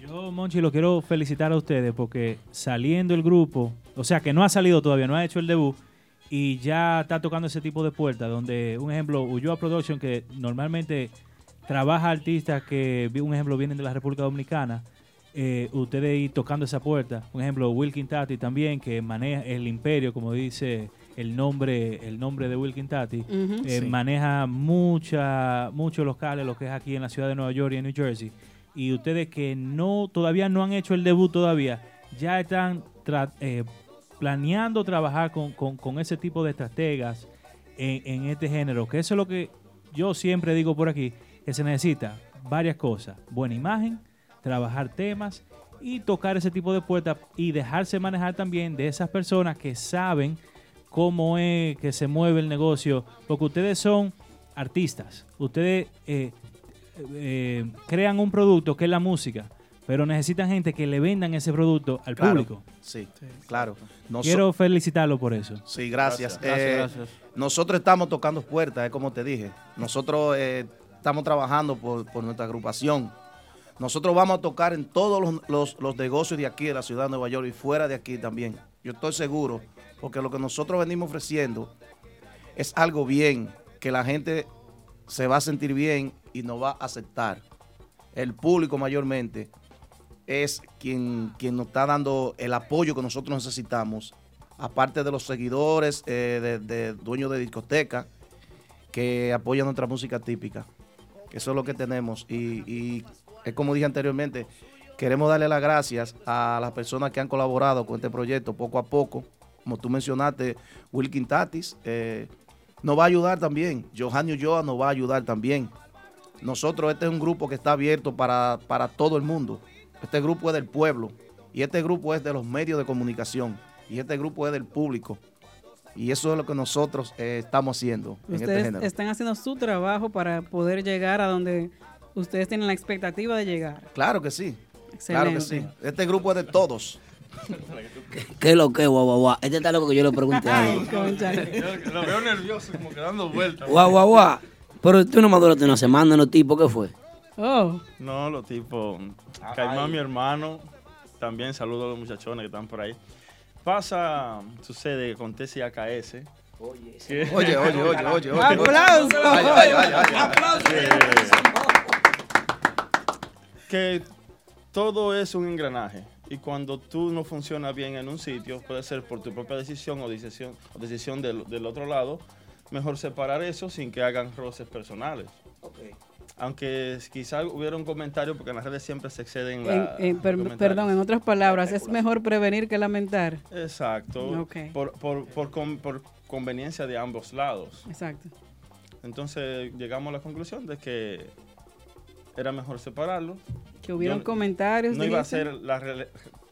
Yo, Monchi, lo quiero felicitar a ustedes porque saliendo el grupo, o sea, que no ha salido todavía, no ha hecho el debut y ya está tocando ese tipo de puertas, donde, un ejemplo, Ulloa Production, que normalmente trabaja artistas que, vi- un ejemplo, vienen de la República Dominicana, eh, ustedes ir tocando esa puerta. Un ejemplo, Wilkin Tati también, que maneja el imperio, como dice el nombre, el nombre de Wilkin Tati, Ujú. eh, Sí. maneja mucha, muchos locales, lo que es aquí en la ciudad de Nueva York y en New Jersey. Y ustedes que no todavía no han hecho el debut todavía, ya están tra- eh, planeando trabajar con, con- con ese tipo de estrategas en, en este género, que eso es lo que yo siempre digo por aquí, que se necesita varias cosas, buena imagen, trabajar temas y tocar ese tipo de puertas y dejarse manejar también de esas personas que saben cómo es que se mueve el negocio, porque ustedes son artistas, ustedes eh, eh, crean un producto que es la música, pero necesitan gente que le vendan ese producto al Claro, público. Sí, claro. Noso- Quiero felicitarlo por eso. Sí, gracias. Gracias, Eh, gracias. Nosotros estamos tocando puertas, es como te dije. Nosotros eh, estamos trabajando por, por nuestra agrupación. Nosotros vamos a tocar en todos los, los- los negocios de aquí, de la ciudad de Nueva York y fuera de aquí también. Yo estoy seguro, porque lo que nosotros venimos ofreciendo es algo bien, que la gente se va a sentir bien y nos va a aceptar. El público mayormente es quien, quien nos está dando el apoyo que nosotros necesitamos, aparte de los seguidores, eh, de, de dueños de discoteca, que apoyan nuestra música típica. Que eso es lo que tenemos. Y, y es como dije anteriormente, queremos darle las gracias a las personas que han colaborado con este proyecto poco a poco. Como tú mencionaste, Wilkin Tatis eh, nos va a ayudar también. Johanny Ulloa nos va a ayudar también. Nosotros, este es un grupo que está abierto para, para todo el mundo. Este grupo es del pueblo y este grupo es de los medios de comunicación y este grupo es del público. Y eso es lo que nosotros eh, estamos haciendo en este Ustedes género. están haciendo su trabajo para poder llegar a donde ustedes tienen la expectativa de llegar. Claro que sí. Claro que sí. Excelente. Este grupo es de todos. ¿Qué es lo que, guau, guau, guau? Este está loco que yo le pregunte algo. Lo, lo veo nervioso, como que dando vueltas. Guau, guau, guau. Pero tú no maduraste una semana, ¿no, tipo? ¿Qué fue? Oh. No, los tipos. Ah, Caimán, ay. mi hermano. También saludo a los muchachones que están por ahí. Pasa, sucede, acontece y AKS. Oye, Oye, oye, oye, oye, oye. ¡Aplausos! Ay, ay, ay, ay, ay. Eh, que todo es un engranaje. Y cuando tú no funcionas bien en un sitio, puede ser por tu propia decisión o decisión, o decisión del, del otro lado, mejor separar eso sin que hagan roces personales. Aunque quizás hubiera un comentario, porque en las redes siempre se exceden En- la- en- los per- comentarios. perdón, en otras palabras, es mejor prevenir que lamentar. Exacto. Ok. Por, por- por con- por conveniencia de ambos lados. Exacto. Entonces llegamos a la conclusión de que era mejor separarlo. Que hubieron Yo- comentarios, No iba a dijiste. hacer las rele-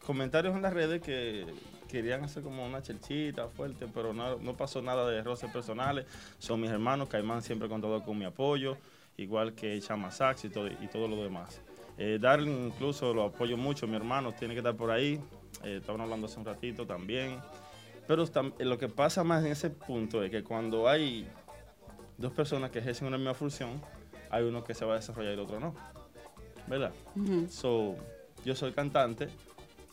comentarios en las redes que querían hacer como una chelchita fuerte, pero no, no pasó nada de roces personales. Son mis hermanos, Caimán siempre ha contado con mi apoyo, igual que Chama Sax y todo, y todo lo demás. Eh, Darling incluso lo apoyo mucho, mi hermano tiene que estar por ahí. Eh, estaban hablando hace un ratito también. Pero tam- eh, lo que pasa más en ese punto es que cuando hay dos personas que ejercen una misma función, hay uno que se va a desarrollar y el otro no. ¿Verdad? Ujú. So, yo soy cantante,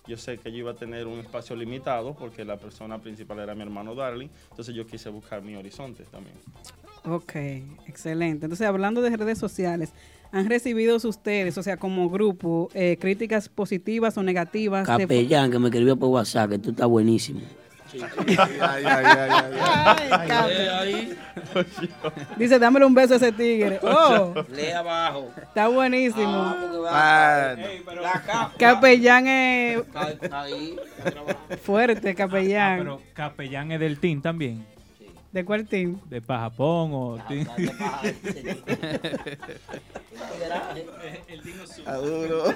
yo sé que yo iba a tener un espacio limitado porque la persona principal era mi hermano Darling, entonces yo quise buscar mi horizonte también. Ok, excelente. Entonces, hablando de redes sociales, han recibido ustedes, o sea, como grupo, eh, críticas positivas o negativas? de- Capellán, que me escribió por WhatsApp, que tú estás buenísimo. Ay, Capellán. Dice, dámele un beso a ese tigre. Oh, Lee abajo. está buenísimo. Ah, La capa. Capellán es Está- está ahí. fuerte, Ah, capellán. pero Capellán es del team también. ¿De cuál team? De Pajapón o... team-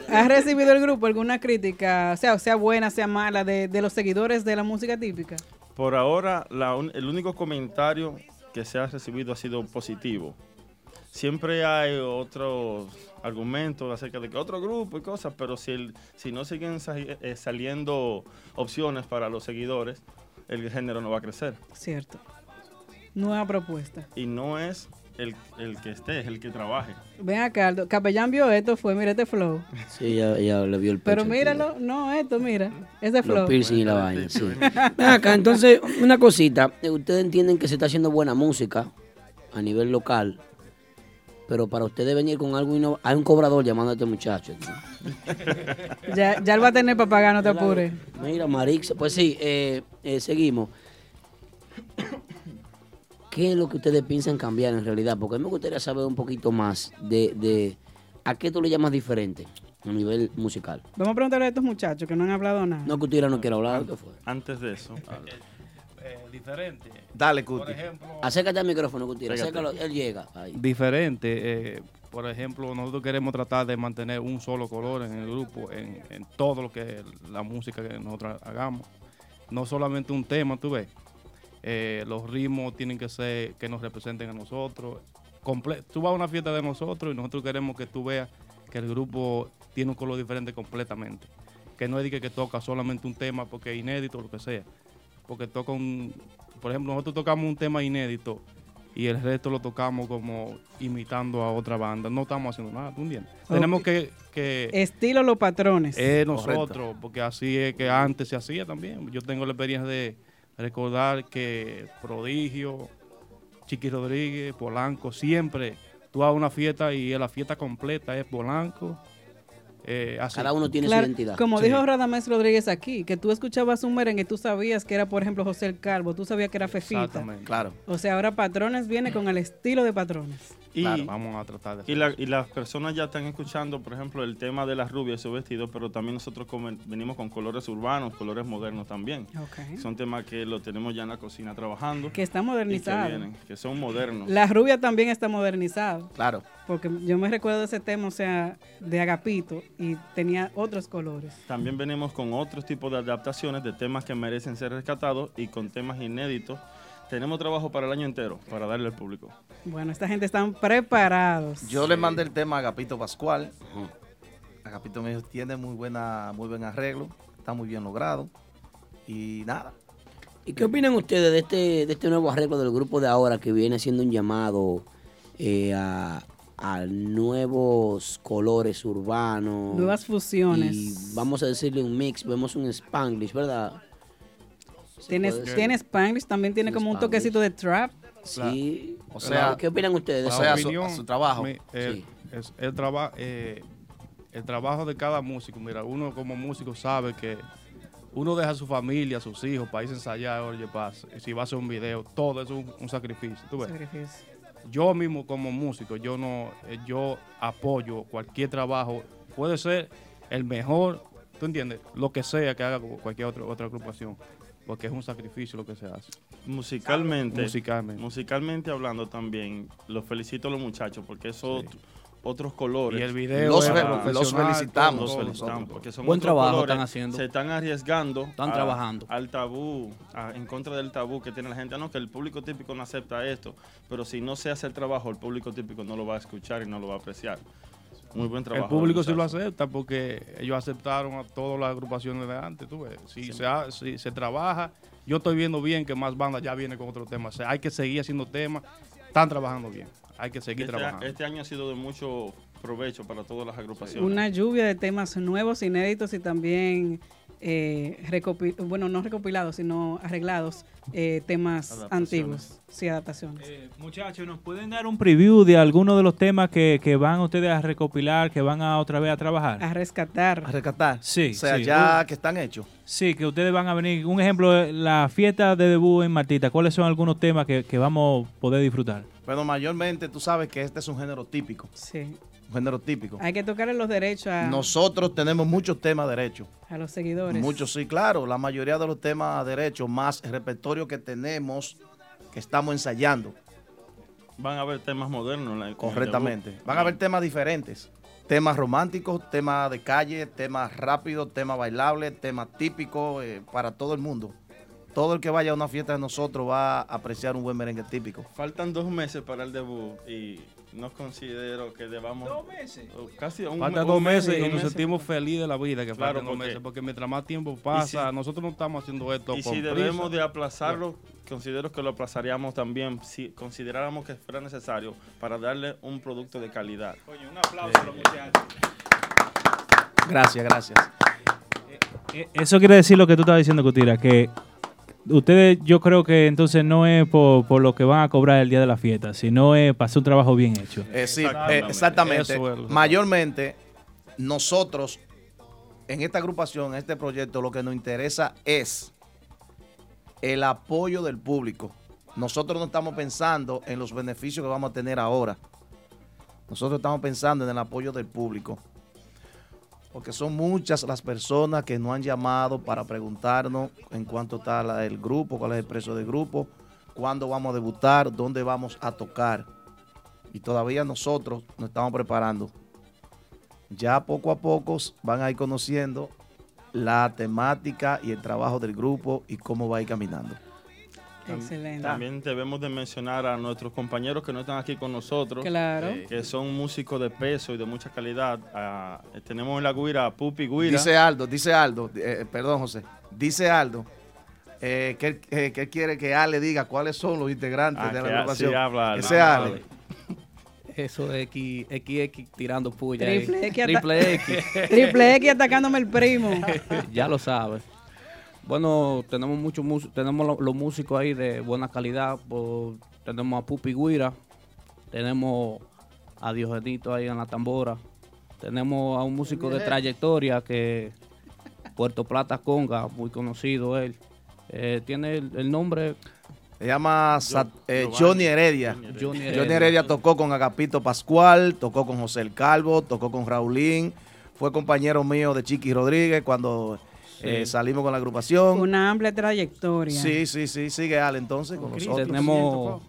¿Has recibido el grupo alguna crítica, o sea, sea buena, sea mala, de, de los seguidores de la música típica? Por ahora, la un- el único comentario que se ha recibido ha sido positivo. Siempre hay otros argumentos acerca de que otro grupo y cosas, pero si, el- si no siguen sa- eh, saliendo opciones para los seguidores, el género no va a crecer. Cierto. Nueva propuesta. Y no es el, el que esté, es el que trabaje. Ven acá, Aldo. Capellán vio esto, fue, mira este flow. Sí, ya, ya le vio el pecho. Pero míralo, no, esto, mira, ese flow. Los piercing y la vaina, sí. Ven acá, entonces, una cosita. Eh, Ustedes entienden que se está haciendo buena música a nivel local, pero para ustedes venir con algo innovador, hay un cobrador llamando a este muchacho. tío. Ya, ya él va a tener para pagar, no te Claro. apures. Mira, Marix, pues sí, eh, eh, seguimos. ¿Qué es lo que ustedes piensan cambiar en realidad? Porque a mí me gustaría saber un poquito más de, de a qué tú le llamas diferente a nivel musical. Vamos a preguntarle a estos muchachos que no han hablado nada. No, que usted no quiere hablar. ¿qué fue? Antes de eso, diferente. Dale, Por ejemplo, Acércate al micrófono, Cuti. Pégate. Acércalo, él llega. Ahí. diferente. eh, por ejemplo, nosotros queremos tratar de mantener un solo color en el grupo, en, en todo lo que es la música que nosotros hagamos. No solamente un tema, tú ves. Eh, los ritmos tienen que ser que nos representen a nosotros. Comple- tú vas a una fiesta de nosotros y nosotros queremos que tú veas que el grupo tiene un color diferente completamente. Que no es de que, que toca solamente un tema porque es inédito o lo que sea. Porque toca un. Por ejemplo, nosotros tocamos un tema inédito y el resto lo tocamos como imitando a otra banda. No estamos haciendo nada, ¿tú entiendes? Ok. Tenemos que. que Estilo los patrones. eh, nosotros, porque así es que antes se hacía también. Yo tengo la experiencia de recordar que Prodigio, Chiqui Rodríguez, Polanco, siempre tú vas a una fiesta y la fiesta completa es Polanco. eh, así. Cada uno tiene Claro, como Sí. dijo Radamés Rodríguez aquí, que tú escuchabas un merengue, tú sabías que era, por ejemplo, José el Calvo, tú sabías que era Fefita. Exactamente. Claro. O sea, ahora Patrones viene con el estilo de Patrones. Y, Claro, vamos a tratar de y, la- y las personas ya están escuchando, por ejemplo, el tema de las rubias y su vestido, pero también nosotros comen- venimos con colores urbanos, colores modernos también. Ok. Son temas que lo tenemos ya en la cocina trabajando. Que está y modernizado. Que, vienen, que son modernos. La rubia también está modernizada. Claro. Porque yo me recuerdo ese tema, o sea, de Agapito, y tenía otros colores. También venimos con otros tipos de adaptaciones de temas que merecen ser rescatados y con temas inéditos. Tenemos trabajo para el año entero, para darle al público. Bueno, esta gente están preparados. Yo le mandé el tema a Agapito Pascual. Agapito me dijo, tiene muy, buena, muy buen arreglo, está muy bien logrado. Y nada, ¿Y qué opinan ustedes de este, de este nuevo arreglo del grupo de ahora que viene haciendo un llamado eh, a, a nuevos colores urbanos? Nuevas fusiones. Y vamos a decirle un mix, vemos un Spanglish, ¿verdad? Tienes, puede ser. tienes Spanglish, también tiene como un toquecito de trap. Sí. O sea, ¿qué opinan ustedes? la O sea, a su- opinión, a su trabajo. mi- el, Sí. es- el traba- eh, el trabajo de cada músico. Mira, uno como músico sabe que uno deja a su familia, a sus hijos, para irse a ensayar, oye, pasa. Si va a hacer un video, todo es un, un sacrificio. ¿tú ves? Sacrificio. Yo mismo como músico, yo no, eh, yo apoyo cualquier trabajo. Puede ser el mejor, ¿tú entiendes? Lo que sea que haga cualquier otra otra agrupación, porque es un sacrificio lo que se hace. Musicalmente, Musicalmente. musicalmente hablando también, los felicito a los muchachos porque esos otros colores. Y el video Los es fe- profesional, los felicitamos Los todos felicitamos nosotros. porque son Buen otros trabajo colores, están haciendo. Se están arriesgando. Están a- trabajando. Al tabú, a- en contra del tabú que tiene la gente. No, que el público típico no acepta esto, pero si no se hace el trabajo, el público típico no lo va a escuchar y no lo va a apreciar. Muy buen trabajo. El público muchachos. sí lo acepta porque ellos aceptaron a todas las agrupaciones de antes, tú ves. Si, se, ha- si se trabaja, yo estoy viendo bien que más bandas ya vienen con otros temas. O sea, hay que seguir haciendo temas, están trabajando bien. Hay que seguir Este, trabajando. este año ha sido de mucho provecho para todas las agrupaciones. Una lluvia de temas nuevos, inéditos y también eh, recopi- bueno, no recopilados, sino arreglados eh, temas Adaptaciones. Eh, antiguos, sí, adaptaciones. muchachos, ¿nos pueden dar un preview de alguno de los temas que, que van ustedes a recopilar, que van a otra vez a trabajar? A rescatar. A rescatar. Sí. O sea, sí. ya que están hechos. Sí, que ustedes van a venir. Un ejemplo, eh, la fiesta de debut en Martita. ¿Cuáles son algunos temas que, que vamos a poder disfrutar? Pero mayormente tú sabes que este es un género típico. Sí. Un género típico. Hay que tocarle los derechos a, Nosotros tenemos muchos temas derechos. a los seguidores. Muchos sí, claro. La mayoría de los temas derechos, más el repertorio que tenemos, que estamos ensayando Van a haber temas modernos. en la- en el correctamente. debut. Van a haber temas diferentes. Temas románticos, temas de calle, temas rápidos, temas bailables, temas típicos eh, para todo el mundo. Todo el que vaya a una fiesta de nosotros va a apreciar un buen merengue típico. Faltan dos meses para el debut y no considero que debamos. ¿Dos meses? Casi un Falta un dos meses mes, y dos nos meses. sentimos feliz de la vida que Claro, faltan dos porque- meses, porque mientras más tiempo pasa, nosotros no estamos haciendo esto Y con si prisa. debemos de aplazarlo, considero que lo aplazaríamos también si consideráramos que fuera necesario para darle un producto de calidad. Eh, Coño, un aplauso a los muchachos. Gracias, gracias. Eh, Eso quiere decir lo que tú estabas diciendo, Cutira, que ustedes yo creo que entonces no es por, por lo que van a cobrar el día de la fiesta, sino es para hacer un trabajo bien hecho. Eh, sí, eh, Exactamente. exactamente. Eso es lo que- Mayormente, nosotros en esta agrupación, en este proyecto, lo que nos interesa es el apoyo del público. Nosotros no estamos pensando en los beneficios que vamos a tener ahora. Nosotros estamos pensando en el apoyo del público. Porque son muchas las personas que nos han llamado para preguntarnos en cuánto está la- el grupo, cuál es el precio del grupo, cuándo vamos a debutar, dónde vamos a tocar y todavía nosotros nos estamos preparando. Ya poco a poco van a ir conociendo la temática y el trabajo del grupo y cómo va a ir caminando. Tam- Excelente. También debemos de mencionar a nuestros compañeros que no están aquí con nosotros. Claro. eh, Que son músicos de peso y de mucha calidad. Ah, eh, tenemos en la guira a Pupi Guira. Dice Aldo, dice Aldo, eh, eh, perdón José, dice Aldo eh, que, él, eh, que él quiere que Ale diga cuáles son los integrantes Ah, de que la así agrupación. habla Ale. Ese Ale. Eso es X, XX tirando puya. ahí. Triple X, ata- Triple X. Triple X atacándome el primo. ya lo sabes. Bueno, tenemos muchos mus- tenemos lo- los músicos ahí de buena calidad. por- tenemos a Pupi Guira, tenemos a Diogenito ahí en la tambora, tenemos a un músico de Bien. trayectoria que Puerto Plata Conga, muy conocido él. Eh, tiene el, el nombre. Se llama Sat- eh, Johnny Heredia. Johnny Heredia. Johnny Heredia tocó con Agapito Pascual, tocó con José el Calvo, tocó con Raulín. Fue compañero mío de Chiqui Rodríguez cuando eh, Sí. salimos con la agrupación. Una amplia trayectoria. Sí, sí, sí, sigue Ale entonces con nosotros. Tenemos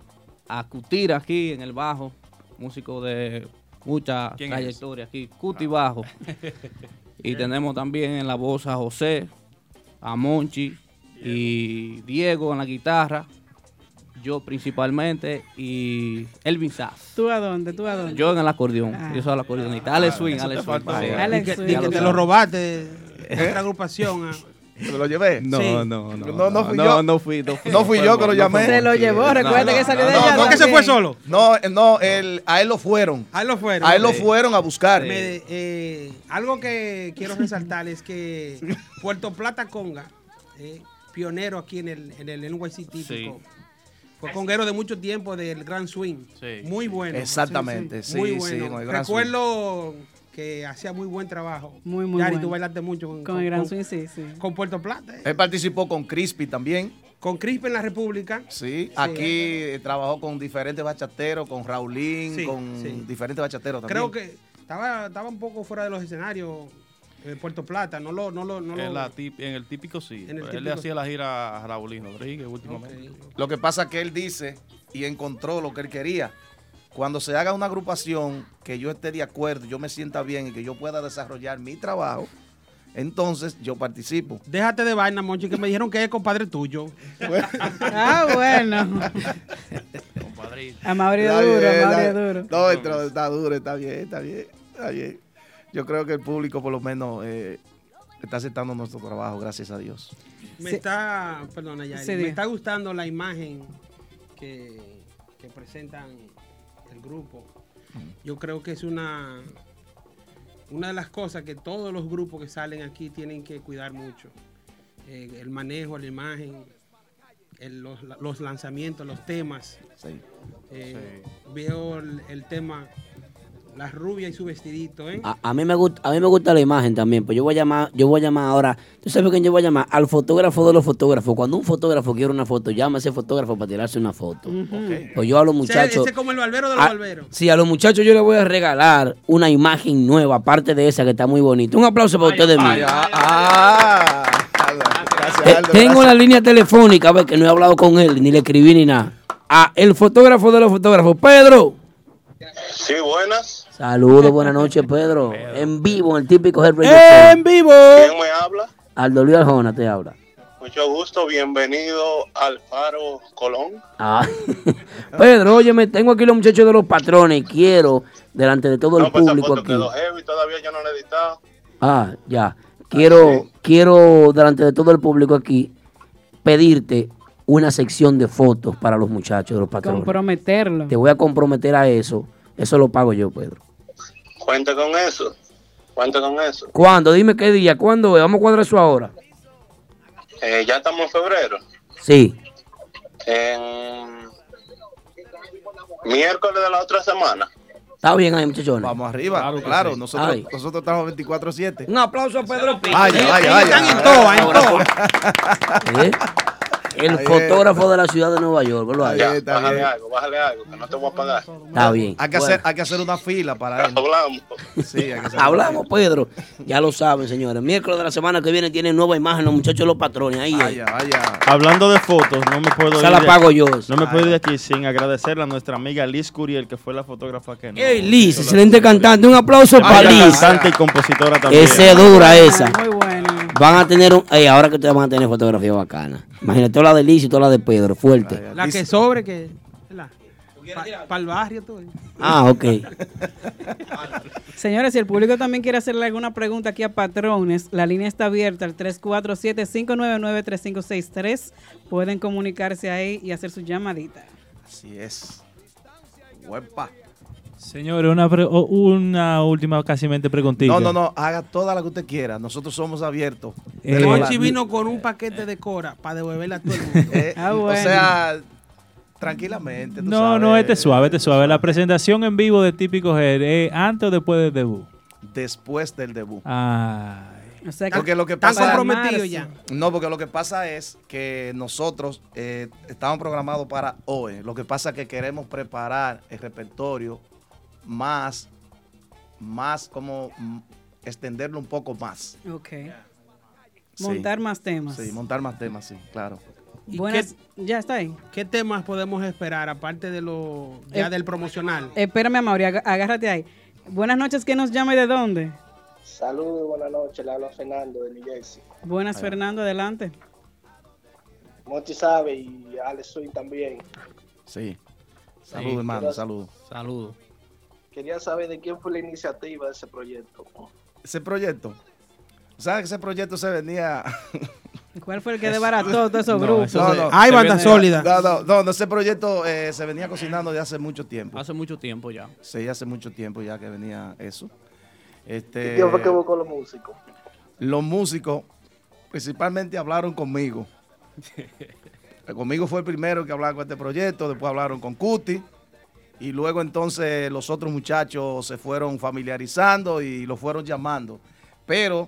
a Cutira aquí en el bajo, músico de mucha ¿Quién es? trayectoria aquí, Cuti Bajo. y tenemos también en la voz a José, a Monchi y Diego en la guitarra, yo principalmente y Elvin Sass. ¿Tú a dónde? ¿Tú a dónde? Yo en el acordeón, yo soy el acordeonista. Ale Ah, Swing, eso Ale te Swing. faltó. sí. Di que, di Ya que te lo lo sabes. robaste de otra agrupación. ah. ¿Te lo llevé? No, Sí. no, no, No, no, no fui no, yo. no fui, no fui. No fui No yo fue- que lo no fue llamé. Se lo llevó, No, recuerda que salió de no, ella No, que se también. fue solo. No, eh, no, él- a él lo fueron. A él lo fueron. A él lo fueron a buscar. Me- eh, algo que quiero resaltar es que Puerto Plata Conga, eh, pionero aquí en el, en el NYC típico, fue conguero de mucho tiempo del Grand Swing. Sí, muy sí. bueno. Exactamente, sí, muy sí, bueno. con el Grand Swing. Recuerdo que hacía muy buen trabajo. Muy, muy Yari, bueno. tú bailaste mucho con, Con el Grand Swing, sí, sí. Con Puerto Plata. Él participó con Crispy también. Con Crispy en la República. Sí, aquí eh, trabajó con diferentes bachateros, con Raulín, Sí, con sí. diferentes bachateros también. Creo que estaba, estaba un poco fuera de los escenarios eh, Puerto Plata. No lo, no lo, no En, lo- la tip- en el típico sí. pues, En el Él le típico. hacía la gira a Raulín Rodríguez últimamente. Lo que pasa que él dice y encontró lo que él quería. Cuando se haga una agrupación que yo esté de acuerdo, yo me sienta bien y que yo pueda desarrollar mi trabajo, entonces yo participo. Déjate de vaina, Monchi, que me dijeron que es compadre tuyo. Ah, bueno. A Mauri Está duro, bien, a Mauri está- duro. No, entró- está duro, está bien, está bien, está bien. Yo creo que el público por lo menos eh, está aceptando nuestro trabajo, gracias a Dios. Me está, perdona, Yair, Sí, me diga. está gustando la imagen que, que presentan el grupo. Yo creo que es una una de las cosas que todos los grupos que salen aquí tienen que cuidar mucho. Eh, el manejo, la imagen, el- los, los lanzamientos, los temas. Sí. Eh, Veo el, el tema La rubia y su vestidito, ¿eh? A, a mí me gusta, a mí me gusta la imagen también, pues yo voy a llamar, yo voy a llamar ahora, ¿tú sabes quién yo voy a llamar? Al fotógrafo de los fotógrafos. Cuando un fotógrafo quiere una foto, llama a ese fotógrafo para tirarse una foto. Pues yo a los O sea, muchachos, ese es como el barbero de los Ah, barberos. sí, a los muchachos yo les voy a regalar una imagen nueva, aparte de esa que está muy bonita. Un aplauso para ustedes Ay, mismos. ah, ah, gracias, Eh, Aldo, tengo gracias. la línea telefónica, a ver, que no he hablado con él, ni le escribí ni nada. A el fotógrafo de los fotógrafos, Pedro. Sí, buenas. Saludos, buenas noches, Pedro. En vivo, en el típico Head Radio En Show. vivo. ¿Quién me habla? Aldo Luis Arjona te habla. Mucho gusto, bienvenido al Faro Colón. Ah. Pedro, óyeme, tengo aquí los muchachos de los patrones. Quiero, delante de todo el público aquí. Ah, ya. Quiero, quiero, delante de todo el público aquí, pedirte una sección de fotos para los muchachos de los patrones. Comprometerlo. Te voy a comprometer a eso. Eso lo pago yo, Pedro. Cuenta con eso. Cuenta con eso. ¿Cuándo? Dime qué día. ¿Cuándo? es? Vamos a cuadrar eso ahora. Eh, ya estamos en febrero. Sí. En miércoles de la otra semana. Está bien ahí, muchachones. Vamos arriba, claro, nosotros, nosotros estamos 24-7. Un aplauso a Pedro Pinto. Vaya, vaya, vaya. Están en toa, en toa. ¿Eh? El Ahí es. fotógrafo de la ciudad de Nueva York, velo ahí. Ya, bájale Está algo, bájale algo, que no te voy a pagar. bien. Hay que, Bueno. hacer, hay que hacer una fila para él. Hablamos. Sí, hay que hacer Hablamos, Pedro. Ya lo saben, señores. Miércoles de la semana que viene tienen nueva imagen los muchachos de los patrones. Ahí, ahí. Hablando de fotos, no me puedo Esa ir Ah, la de- pago yo. No me puedo ir de aquí sin agradecerle a nuestra amiga Liz Curiel, que fue la fotógrafa que nos Ey, Liz, excelente cantante. Un aplauso Ella para Liz. cantante y compositora también. Esa es dura esa. Muy bueno. Van a tener un. Ey, ahora que ustedes van a tener fotografía bacana. Imagínate toda la de Liz y toda la de Pedro. Fuerte. La que sobre, que. Para el barrio, tú. ¿eh? Ah, ok. Señores, si el público también quiere hacerle alguna pregunta aquí a Patrones, la línea está abierta al 347-599-3563. Pueden comunicarse ahí y hacer su llamadita. Así es. Huepa. Señores, una, pre- o- una última casi mente preguntita. No, no, no, haga toda la que usted quiera. Nosotros somos abiertos. Eh, Monchi vino con un paquete de cora para devolverla a todo el mundo. Ah, Eh, O sea, tranquilamente. tú No, sabes. no, este es suave, este es suave. La presentación en vivo de Típico Head, eh, antes o después del debut. Después del debut. Ah, porque lo que están pasa comprometidos ya. No, porque lo que pasa es que nosotros eh, estamos programados para hoy. Lo que pasa es que queremos preparar el repertorio más, más como mm, extenderlo un poco más. Ok. Sí. Montar más temas. Sí, montar más temas, sí, claro. ¿Y Buenas- ya está ahí. ¿Qué temas podemos esperar aparte de lo ya Eh, del promocional? Espérame, Mauri, aga- agárrate ahí. Buenas noches, ¿quién nos llama y de dónde? Saludos, buenas noches. Le habla Fernando de New Jersey. Buenas, Fernando, adelante. Monchi sabe y Alex Swing también. Sí. Saludos, hermano, saludos. Saludos. Quería saber de quién fue la iniciativa de ese proyecto. Ese proyecto. ¿Sabes que ese proyecto se venía ¿Cuál fue el que debarató todos esos No, grupos? eso se- Ay, se banda venía- sólida. No, no, no, no, ese proyecto eh, se venía cocinando de hace mucho tiempo. Hace mucho tiempo ya. Sí, hace mucho tiempo ya que venía eso. Este, ¿Y quién fue que buscó los músicos? los músicos principalmente hablaron conmigo. Conmigo fue el primero que hablaron con este proyecto, después hablaron con Cuti. Y luego entonces los otros muchachos se fueron familiarizando y lo fueron llamando. Pero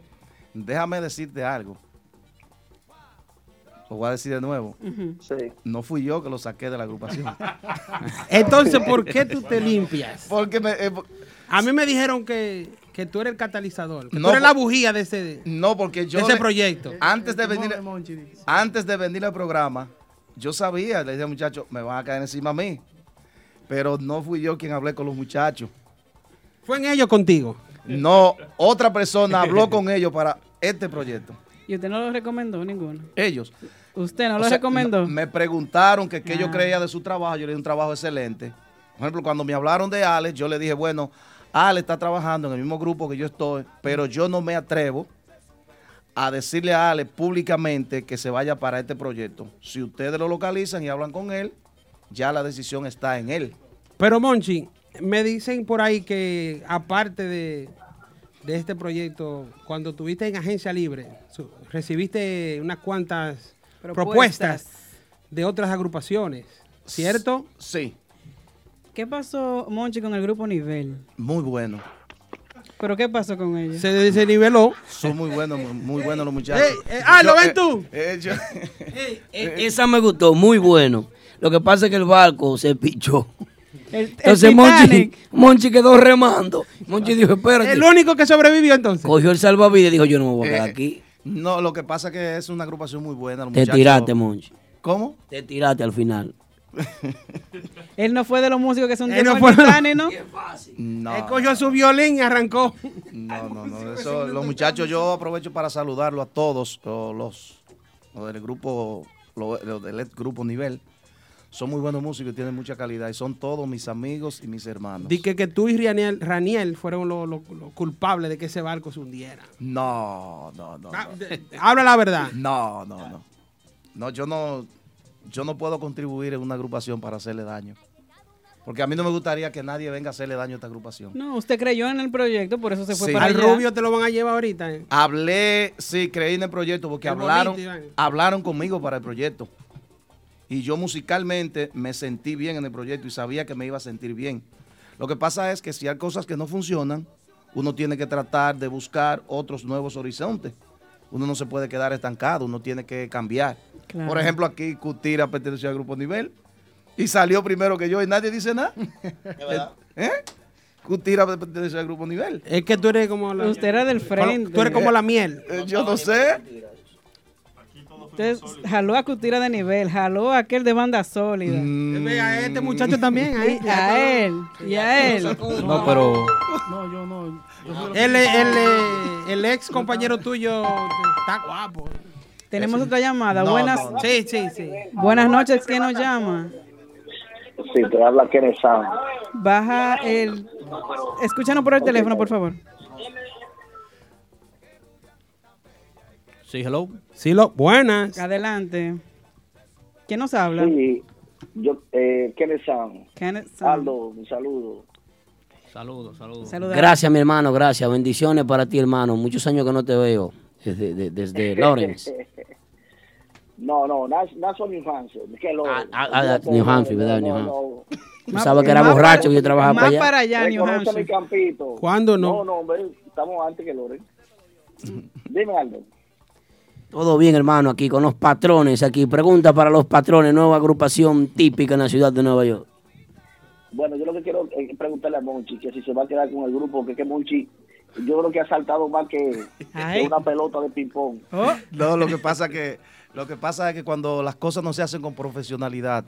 déjame decirte algo. Lo voy a decir de nuevo. No fui yo que lo saqué de la agrupación. Entonces, ¿por qué tú te limpias? Porque eh, a mí me dijeron que, que tú eres el catalizador, que No, tú eres la por- bujía de ese, No, porque yo de ese le- proyecto. Antes de venir, antes de venir al programa, yo sabía, le dije al muchacho, me van a caer encima a mí. Pero no fui yo quien hablé con los muchachos. ¿Fue en ellos contigo? No, otra persona habló con ellos para este proyecto. Y usted no lo recomendó ninguno. Ellos. ¿Usted no O lo sea, recomendó? no- me preguntaron que qué Ah. yo creía de su trabajo. Yo le dije un trabajo excelente. Por ejemplo, cuando me hablaron de Alex, yo le dije, bueno, Alex está trabajando en el mismo grupo que yo estoy, pero yo no me atrevo a decirle a Alex públicamente que se vaya para este proyecto. Si ustedes lo localizan y hablan con él, ya la decisión está en él. Pero Monchi, me dicen por ahí que aparte de, de este proyecto, cuando estuviste en agencia libre, su- recibiste unas cuantas propuestas. Propuestas. de otras agrupaciones, ¿cierto? Sí. ¿Qué pasó, Monchi, con el grupo Nivel? Muy bueno. ¿Pero qué pasó con ellos? Se, se niveló. Son muy buenos, muy, muy buenos los muchachos. Ey, eh, ah, ¿lo ven tú? eh, eh, yo- E- Esa me gustó, muy bueno. Lo que pasa es que el barco se pichó. El, el Entonces Monchi, Titanic. Monchi quedó remando. Monchi dijo, espérate. El único que sobrevivió entonces. Cogió el salvavidas y dijo, yo no me voy a quedar Eh, aquí. No, lo que pasa es que es una agrupación muy buena. los Te muchachos- tiraste, Monchi. ¿Cómo? Te tiraste al final. Él no fue de los músicos que son Él de no no fue- ¿no? No. Él cogió su violín y arrancó. No, no, no. Eso, los muchachos, yo aprovecho para saludarlo a todos, o los, los del grupo, los, los del grupo Nivel. Son muy buenos músicos y tienen mucha calidad. Y son todos mis amigos y mis hermanos. Dije que, que tú y Raniel, Raniel fueron los los- los culpables de que ese barco se hundiera. No, no, no. no. Ah, Habla la verdad. No, no, no. No, yo no, yo no puedo contribuir en una agrupación para hacerle daño. Porque a mí no me gustaría que nadie venga a hacerle daño a esta agrupación. No, usted creyó en el proyecto, por eso se fue Sí. para Al allá. rubio te lo van a llevar ahorita. eh. Hablé, sí, creí en el proyecto porque El hablaron, bonito, Iván. hablaron conmigo para el proyecto. Y yo musicalmente me sentí bien en el proyecto y sabía que me iba a sentir bien. Lo que pasa es que si hay cosas que no funcionan, uno tiene que tratar de buscar otros nuevos horizontes. Uno no se puede quedar estancado, uno tiene que cambiar. Claro. Por ejemplo, aquí Cutira pertenecía al grupo Nivel y salió primero que yo y nadie dice nada. ¿Eh? Cutira pertenecía al grupo Nivel. Es que tú eres como la... Usted era del frente. Tú eres como la miel. Eh, yo no sé. Usted jaló a Cutira de nivel, jaló a aquel de banda sólida. a este muchacho también, a eh. él. Y a él. Y a él. No, pero No, yo no. Yo soy de los El, que- el, eh, el ex compañero tuyo está guapo. Tenemos otra llamada. No, Buenas, no, no. Sí, sí, sí. buenas noches. ¿Quién nos llama? Sí, te habla Kenneth Sam. Baja el. Escúchanos por el teléfono, por favor. sí, hello. Sí, lo, buenas. Adelante. ¿Quién nos habla? Sí, yo, eh, Kenneth Sam. Kenneth Sam. Aldo, un saludo. Saludos, saludos. Gracias, mi hermano, gracias. Bendiciones para ti, hermano. Muchos años que no te veo desde, de- desde Lawrence. no, no, that's, that's on New Hampshire. Que lo, ah, ah, New Hampshire, ¿verdad? New Hampshire. Tú sabes que era borracho y yo trabajaba para allá. Reconoce mi campito. Este, ¿Cuándo no? No, no, hombre, estamos antes que Loren. Dime, Aldo. Todo bien, hermano, aquí con los patrones. Aquí, pregunta para los patrones, nueva agrupación típica en la ciudad de Nueva York. Bueno, yo lo que quiero eh, preguntarle a Monchi, que si se va a quedar con el grupo, que que Monchi, yo creo que ha saltado más que, que una pelota de ping-pong. No, lo que pasa que lo que pasa es que cuando las cosas no se hacen con profesionalidad,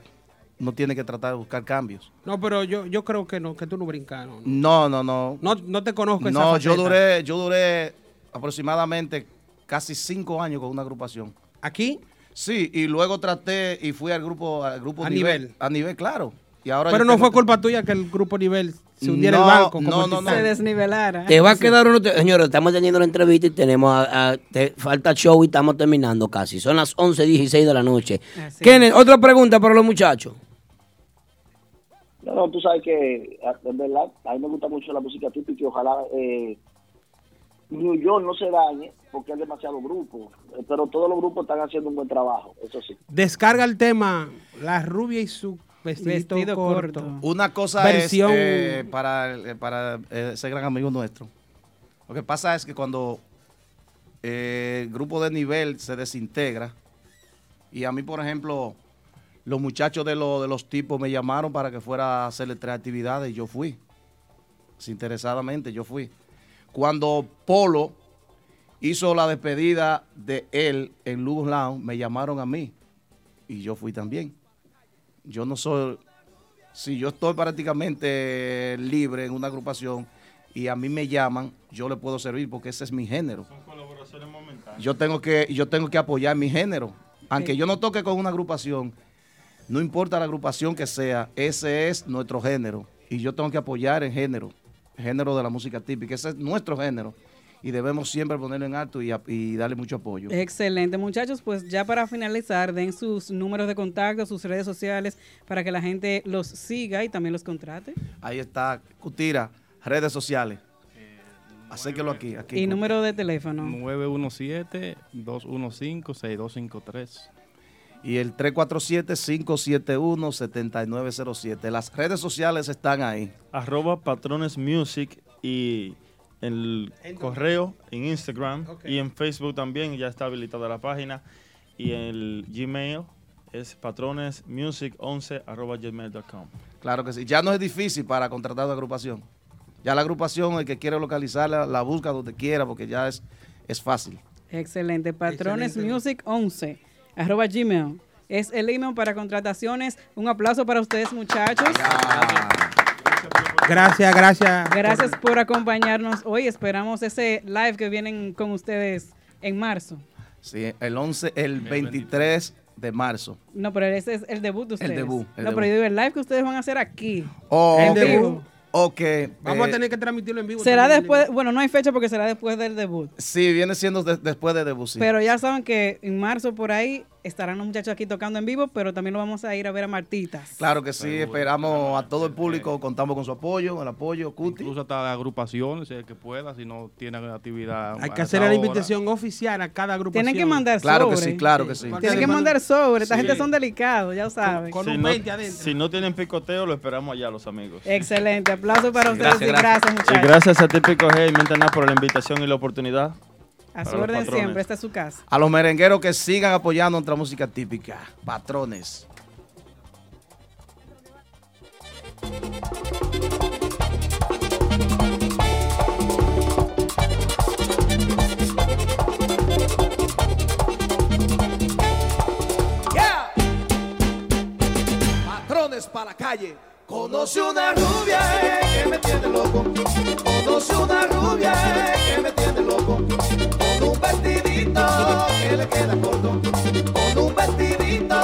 no tiene que tratar de buscar cambios. No, pero yo, yo creo que no, que tú no brincaron. No, no, no. No, no te conozco esa No, yo faceta. duré, yo duré aproximadamente casi cinco años con una agrupación. ¿Aquí? Sí, y luego traté y fui al grupo, al grupo A nivel. A nivel, claro. Y ahora yo Pero no tengo- fue culpa tuya que el grupo nivel se hundiera No, el barco. no, como el no, Titanic. Se desnivelara. Te va a quedar uno, te- señores, estamos teniendo la entrevista y tenemos, a- a- te- falta show y estamos terminando casi. Son las 11.16 de la noche. Kenneth, otra pregunta para los muchachos. No, no, tú sabes que, a- en verdad, a mí me gusta mucho la música típica y ojalá eh, New York no se dañe porque es demasiado grupo. Eh, Pero todos los grupos están haciendo un buen trabajo, eso sí. Descarga el tema La rubia y su vestidito Vestido corto. Una cosa Versión- es eh, para, el- eh, para eh, ese gran amigo nuestro. Lo que pasa es que cuando eh, el grupo de nivel se desintegra, y a mí, por ejemplo, los muchachos de, lo- de los tipos me llamaron para que fuera a hacerle tres actividades y yo fui. Desinteresadamente yo fui. Cuando Polo hizo la despedida de él en Lugos Lounge, me llamaron a mí y yo fui también. Yo no soy si yo estoy prácticamente libre en una agrupación y a mí me llaman, yo le puedo servir porque ese es mi género. Yo tengo que, yo tengo que apoyar mi género. Aunque yo no toque con una agrupación, no importa la agrupación que sea, ese es nuestro género. Y yo tengo que apoyar el género, el género de la música típica. Ese es nuestro género. Y debemos siempre ponerlo en alto y, ap- y darle mucho apoyo. Eh. Excelente, muchachos. Pues ya para finalizar, den sus números de contacto, sus redes sociales, para que la gente los siga y también los contrate. Ahí está, Cutira, redes sociales. Acérquelo aquí, aquí. Eh, Y número de teléfono. 917-215-6253. Y el 347-571-7907. Las redes sociales están ahí. Arroba Patrones Music y el correo en Instagram y en Facebook también, ya está habilitada la página. Y el Gmail es patronesmusic11 arroba gmail.com. Claro que sí. Ya no es difícil para contratar una agrupación. Ya la agrupación, el que quiere localizarla, la busca donde quiera porque ya es, es fácil. Excelente. Patrones Excelente. Music 11, arroba Gmail. Es el email para contrataciones. Un aplauso para ustedes, muchachos. Gracias, gracias. Gracias por acompañarnos hoy. Esperamos ese live que vienen con ustedes en marzo. Sí, el 11, el 23 de marzo. No, pero ese es el debut de ustedes. debut, el debut. no, Oh, pero yo digo, el live que ustedes van a hacer aquí. O- en o- vivo. o que, Vamos eh, a tener que transmitirlo en vivo. Será también. después, bueno, no hay fecha porque será después del debut. Sí, viene siendo de- después de Debussy. Pero ya saben que en marzo por ahí estarán los muchachos aquí tocando en vivo, pero también lo vamos a ir a ver a Martitas. Claro que sí, esperamos a todo el público, contamos con su apoyo, el apoyo, Cuti. Incluso hasta agrupaciones, el que pueda, si no tiene actividad. Hay Eh, a que esa hacerle la hora. invitación oficial a cada agrupación. Tienen que mandar Claro que sobre. sí, claro que sí. Tienen que mandar sobre. Esta gente son delicados, ya saben. si, no, si no tienen picoteo, lo esperamos allá, los amigos. Excelente. Aplauso para Sí, ustedes y gracias, muchachos. Y gracias a Típico G y Mintaná por la invitación y la oportunidad. A su Para los orden patrones. siempre, esta es su casa. A los merengueros que sigan apoyando nuestra música típica, patrones. Yeah. Patrones para la calle. Conoce una rubia eh, que me tiene loco. Conoce una rubia eh, que me tiene loco. Con un vestidito que le queda corto. Con un vestidito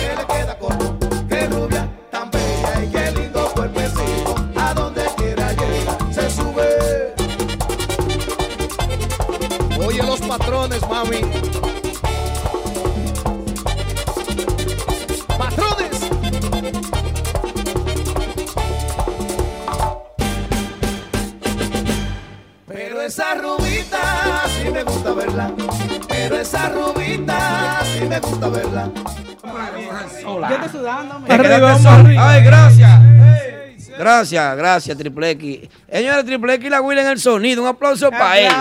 que le queda corto. Qué rubia tan bella y qué lindo cuerpecito. A donde quiera llega se sube. Oye los patrones, mami. patrones. Pero esa rubita sí me gusta verla. Pero esa rubita sí me gusta verla. Yo estoy sudando. me- Ay, gracias. Gracias, gracias, Triple X. Señora Triple X y la Will en el sonido. Un aplauso para él.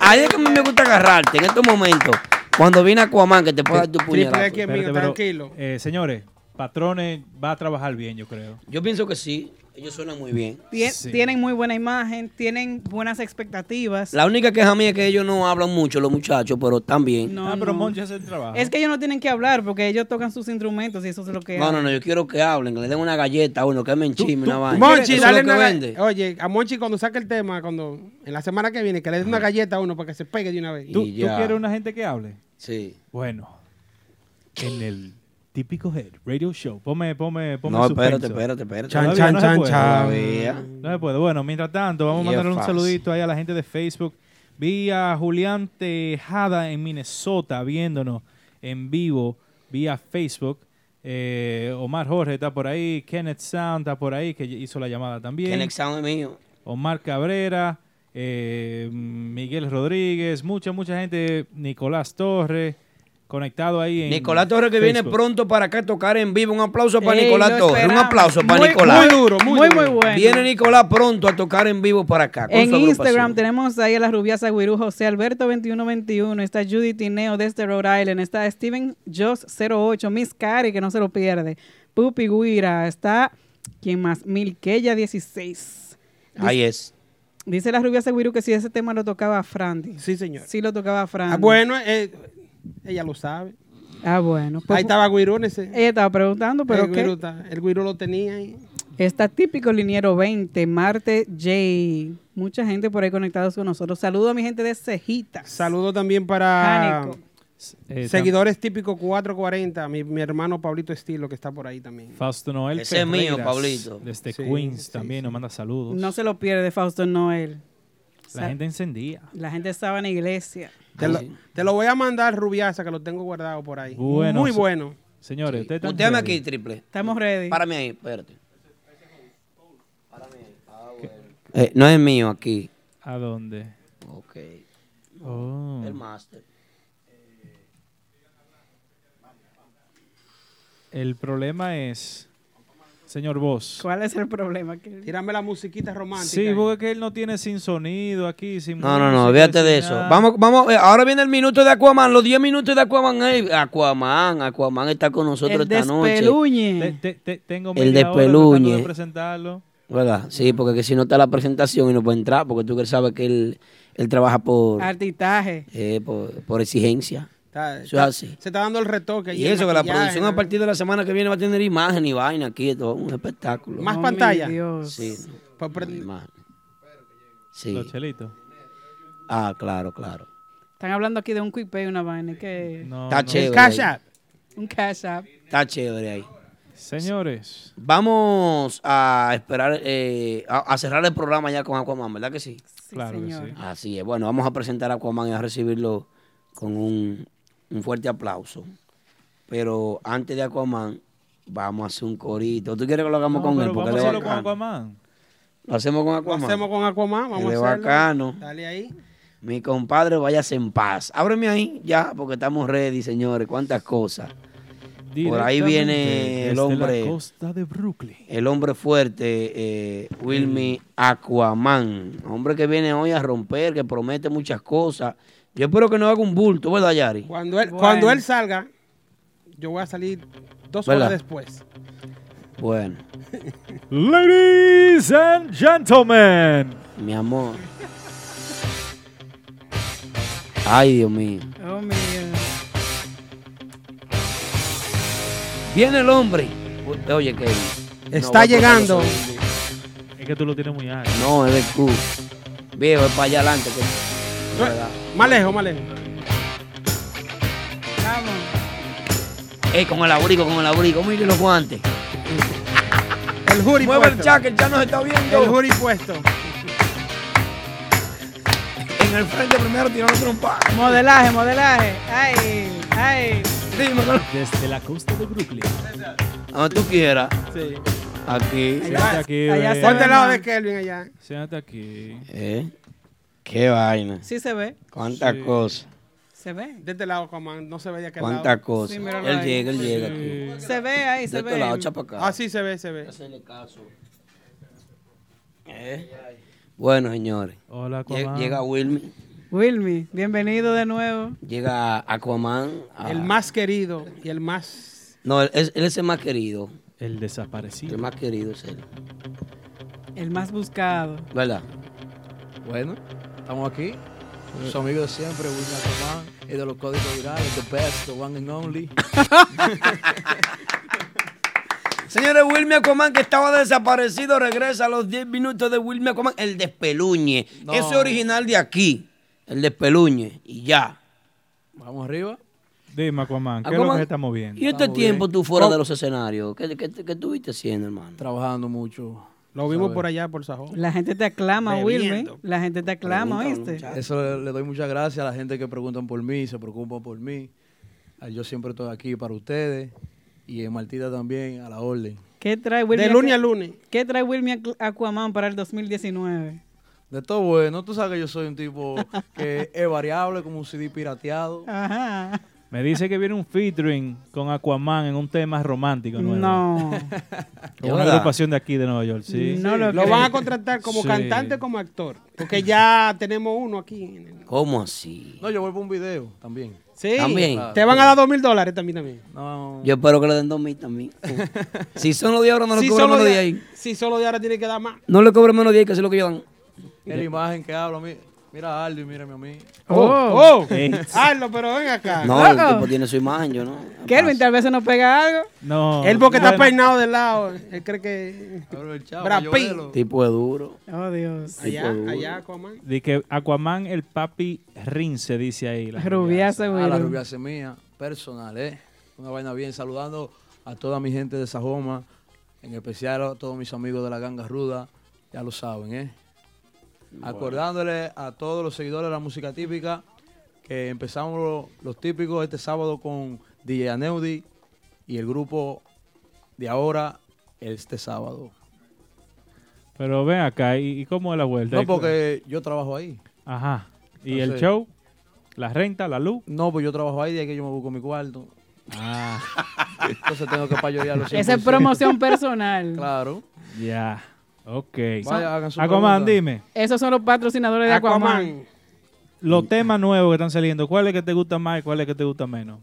Ahí es que a mí me gusta agarrarte en estos momentos. Cuando viene Aquaman, que te pueda dar tu puñalada. Espérate, pero, eh, señores, Patrones va a trabajar bien, yo creo. Yo pienso que sí. Ellos suenan muy bien. Tien- Tienen muy buena imagen, tienen bunas expectativas. La única queja mía es que ellos no hablan mucho, los muchachos, pero también. No, Ah, pero no. Monchi hace el trabajo. Es que ellos no tienen que hablar porque ellos tocan sus instrumentos y eso es lo que No, hacen. no, no, yo quiero que hablen, que le den una galleta a uno, que me enchime una vaina. Eso Monchi, es dale lo que una ga- vende. Oye, a Monchi cuando saque el tema, cuando en la semana que viene, que le dé una galleta a uno para que se pegue de una vez. ¿Tú, tú quieres una gente que hable? Sí. Bueno, en el típico Head Radio Show. Ponme, ponme, ponme. No, suspenso. espérate, espérate, espérate. Todavía Chan, no chan, se chan, puede. chan. Todavía. No se puede. Bueno, mientras tanto, vamos a Y es mandarle un fácil. saludito ahí a la gente de Facebook. Vi a Julián Tejada en Minnesota viéndonos en vivo vía Facebook. Eh, Omar Jorge está por ahí. Kenneth Sound está por ahí, que hizo la llamada también. Kenneth Sound es mío. Omar Cabrera, eh, Miguel Rodríguez, mucha, mucha gente, Nicolás Torres, conectado ahí en Mm. Nicolás Torres que viene Facebook. pronto para acá a tocar en vivo. Un aplauso para Ey, Nicolás lo Torres. Un esperamos. aplauso para Muy- Nicolás. muy duro, muy Muy, duro. muy bueno. Viene Nicolás pronto a tocar en vivo para acá. con En su agrupación. Instagram tenemos ahí a la rubiasa Guirú, José Alberto 2121, está Judy Tineo desde Rhode Island, está Steven Joss 08, Miss Cari, que no se lo pierde, Pupi Guira, está, ¿quién más? Milqueya 16. Ahí es. Dice la rubiasa Guirú que si ese tema lo tocaba a Frandy. Sí, señor. Sí lo tocaba a Frandy. Ah, bueno, eh, ella lo sabe. Ah, bueno. Ahí estaba Guirú en ese. Ella estaba preguntando, pero el, ¿qué? Guirú está- el Guirú lo tenía ahí. Está típico liniero 20, Marte J. Mucha gente por ahí conectados con nosotros. Saludo a mi gente de Cejita. Saludo también para Jánico. Eh, seguidores típicos 440, mi, mi hermano Pablito Estilo que está por ahí también. Fausto Noel. Ese es mío, Ferreiras, Pablito. Desde Sí, Queens también nos manda saludos. No se lo pierde Fausto Noel. La gente encendía. La gente estaba en la iglesia. Te lo, te lo voy a mandar, Rubiasa, que lo tengo guardado por ahí. Bueno, Muy se- bueno. Señores, ustedes están Muteame ready. aquí, triple. Estamos ready. Párame ahí, espérate. Eh, no es mío aquí. ¿A dónde? Ok. Oh. Mm. El máster. El problema es, señor Vos. ¿Cuál es el problema? Que- Tírame la musiquita romántica. Sí, porque es que él no tiene sin sonido aquí, sin No, no, no, música, olvídate sin de eso. nada. Vamos, vamos, eh, ahora viene el minuto de Aquaman, los 10 minutos de Aquaman. ahí. Aquaman, Aquaman está con nosotros El esta noche. Te- te- te- tengo El media hora tratando despeluñe. de presentarlo. ¿Verdad? Sí, porque que si no está la presentación y no puede entrar, porque tú que sabes que él, él trabaja por, Artistaje. eh, por, por exigencia. Está- Eso es está- así. Se está dando el retoque. Y el eso, que la maquillaje, producción ¿no? a partir de la semana que viene va a tener imagen y vaina aquí, todo un espectáculo. Más Oh, mi pantalla. Pues, Dios. Sí. Pa- pre- Imagen. Sí. Los chelitos. Ah, claro, claro. Están hablando aquí de un quipé y una vaina. Que... Está no. chévere Cash ahí. App. Un cash app. Está chévere ahí. Señores. Vamos a esperar, eh, a, a cerrar el programa ya con Aquaman, ¿verdad que sí? Claro que señor. sí. Así es. Bueno, vamos a presentar a Aquaman y a recibirlo con un, un fuerte aplauso. Pero antes de Aquaman, vamos a hacer un corito. ¿Tú quieres que lo hagamos No, con él? pero Porque él vamos a es hacerlo con bacano. Aquaman. Lo hacemos con Lo Aquaman. hacemos con Aquaman. Vamos Él es a hacerlo. bacano. Dale ahí. Mi compadre, váyase en paz. Ábreme ahí ya, porque estamos ready, señores. Cuántas cosas. Por ahí Directamente viene desde el la hombre. costa de Brooklyn. El hombre fuerte, eh, Wilmy Aquaman. Hombre que viene hoy a romper, que promete muchas cosas. Yo espero que no haga un bulto, ¿verdad, Yari? Cuando él, cuando él salga, yo voy a salir dos ¿Verdad? horas después. Bueno, Ladies and gentlemen. mi amor. Ay, Dios mío. Oh, mi Dios. Viene el hombre. U- Oye, Kevin. Está va a llegando. cortar los oídos. Es que tú lo tienes muy alto. No, es del club. Viejo, es para allá adelante. que- Más lejos, más lejos. Ey, con el abrigo, con el abrigo. Mire los guantes. El jury Mueve el puesto. jacket, ya nos está viendo. El jury puesto. En el frente primero tirando trompa. Modelaje, modelaje. Ay, ay. Desde la costa de Brooklyn. Donde tú quieras. Sí. Aquí. Siéntate aquí, allá se bebé. Ponte ve al lado de Kelvin allá. Siéntate aquí. ¿Eh? Qué vaina. Sí se ve. Cuántas Sí. cosas. Se ve. De este lado, Aquaman. No se ve de aquel Cuántas lado. cosas. Sí, míralo Él ahí. llega, él llega aquí. Se ve ahí, se este ve. lado, echa pa' acá. Ah, sí, se ve, se ve. Eh. Bueno, señores. Hola, Lle- Aquaman. Llega Wilmy, Wilmy, bienvenido de nuevo. llega Aquaman. a- El más querido y el más. No, él es, él es el más querido. El desaparecido. El más querido es él. El más buscado. ¿Verdad? Bueno, estamos aquí. Sus amigos de siempre, Wilma Tomán, y de los códigos virales, the best, the one and only. Señores, Wilmy Aquaman, que estaba desaparecido, regresa a los 10 minutos de Wilmy Aquaman. El despeluñe. No. eh. Eso es original de aquí. El despeluñe. Y ya. Vamos arriba. Dime, Aquaman, ¿qué es lo Aquaman, que estamos viendo? ¿Y este Estamos tiempo bien. tú fuera Oh. de los escenarios? ¿Qué, qué, qué estuviste haciendo, hermano? Trabajando mucho. Lo vimos por allá, por Sajón. La gente te aclama, Bebiendo. Wilmy. La gente te aclama, ¿oíste? Eso le, le doy muchas gracias a la gente que preguntan por mí, se preocupan por mí. Ah, Yo siempre estoy aquí para ustedes. Y en Martita también, a la orden. ¿Qué trae Wilmy? De lunes Aqu- a lunes. ¿Qué trae Wilmy Aqu- Aquaman para el 2019? De todo bueno, tú sabes que yo soy un tipo que es variable, como un CD pirateado. Ajá. Me dice que viene un featuring con Aquaman en un tema romántico nuevo. No. Con una agrupación de aquí de Nueva York, sí. Sí, lo van a contratar como Sí. cantante, como actor. Porque ya tenemos uno aquí. en el- ¿Cómo así? No, yo vuelvo un video también. Sí, También. te van a dar dos mil dólares también. también. No. Yo espero que le den dos mil también. si son los de ahora, no le si, cobran solo menos de, de ahí. si solo de ahora tiene que dar más. No le cobran menos de ahí, que es lo que yo dan. Es la imagen que hablo. mi- Mira a Aldo y mírame a mí. Oh, oh. Eh. Hazlo, pero ven Ah. acá. No, el tipo tiene su imagen, yo no. Kelvin, tal vez se nos pega algo. No. Él porque está Bueno. peinado de lado. Él cree que. Brad yo Pitt. velo. Tipo es duro. Oh, Dios. Allá, allá, Aquaman. De que Aquaman, el papi Rince, dice ahí. la Rubiace, Ah, güey. la rubiace mía, personal, ¿eh? Una vaina bien. Saludando a toda mi gente de Sajoma, en especial a todos mis amigos de la ganga ruda, ya lo saben, ¿eh? Acordándole a todos los seguidores de la música típica que empezamos lo- los, típicos este sábado con DJ Aneudi y el grupo de ahora este sábado. Pero ven acá, ¿y, y cómo es la vuelta? No, porque yo trabajo ahí. Ajá. ¿Y el Entonces- show? ¿La renta? ¿La luz? No, pues yo trabajo ahí, de ahí que yo me busco mi cuarto. Ah. Entonces tengo que payorearlo. Esa es promoción personal. Claro. Ya. Ok. Vaya, hagan su Aquaman, pregunta. dime. Esos son los patrocinadores de Aquaman. Aquaman. Los temas nuevos que están saliendo, ¿cuál es que te gusta más y cuál es que te gusta menos?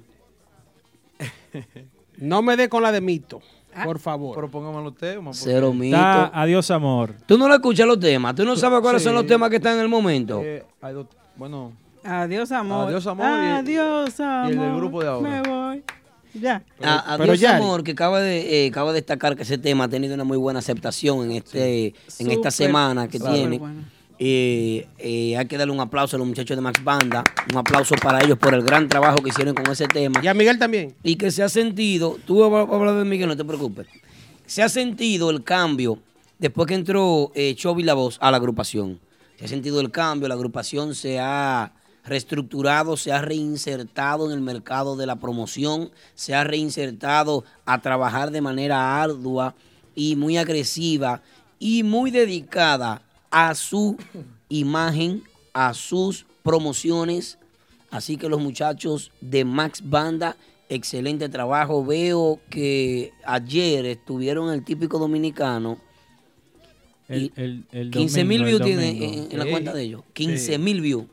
No me dé con la de mito, por favor. Propóngamelo Ah. usted. ma, porque- Cero mito. Está, adiós, amor. Tú no le escuchas los temas, tú no sabes cuáles son los Sí. temas que están en el momento. Eh, hay dos- bueno, Adiós, amor. Adiós, amor, y- Adiós, amor. y el del grupo de ahora. Me voy. Ya. A- Ah, Adiós, amor, que acaba de, eh, acaba de destacar que ese tema ha tenido una muy buena aceptación en este en Súper, esta semana que súper tiene. bueno. Eh, eh, hay que darle un aplauso a los muchachos de Max Banda, un aplauso para ellos por el gran trabajo que hicieron con ese tema. Y a Miguel también. Y que se ha sentido, tú vas a hablar de Miguel, no te preocupes. Se ha sentido el cambio después que entró eh, Chovy La Voz a la agrupación. Se ha sentido el cambio, la agrupación se ha reestructurado, se ha reinsertado en el mercado de la promoción, se ha reinsertado a trabajar de manera ardua y muy agresiva y muy dedicada a su imagen, a sus promociones. Así que los muchachos de Max Banda, excelente trabajo. Veo que ayer estuvieron el típico dominicano. El- el- el 15 mil domingo, views el tiene en, domingo. en la Sí. cuenta de ellos. 15 mil views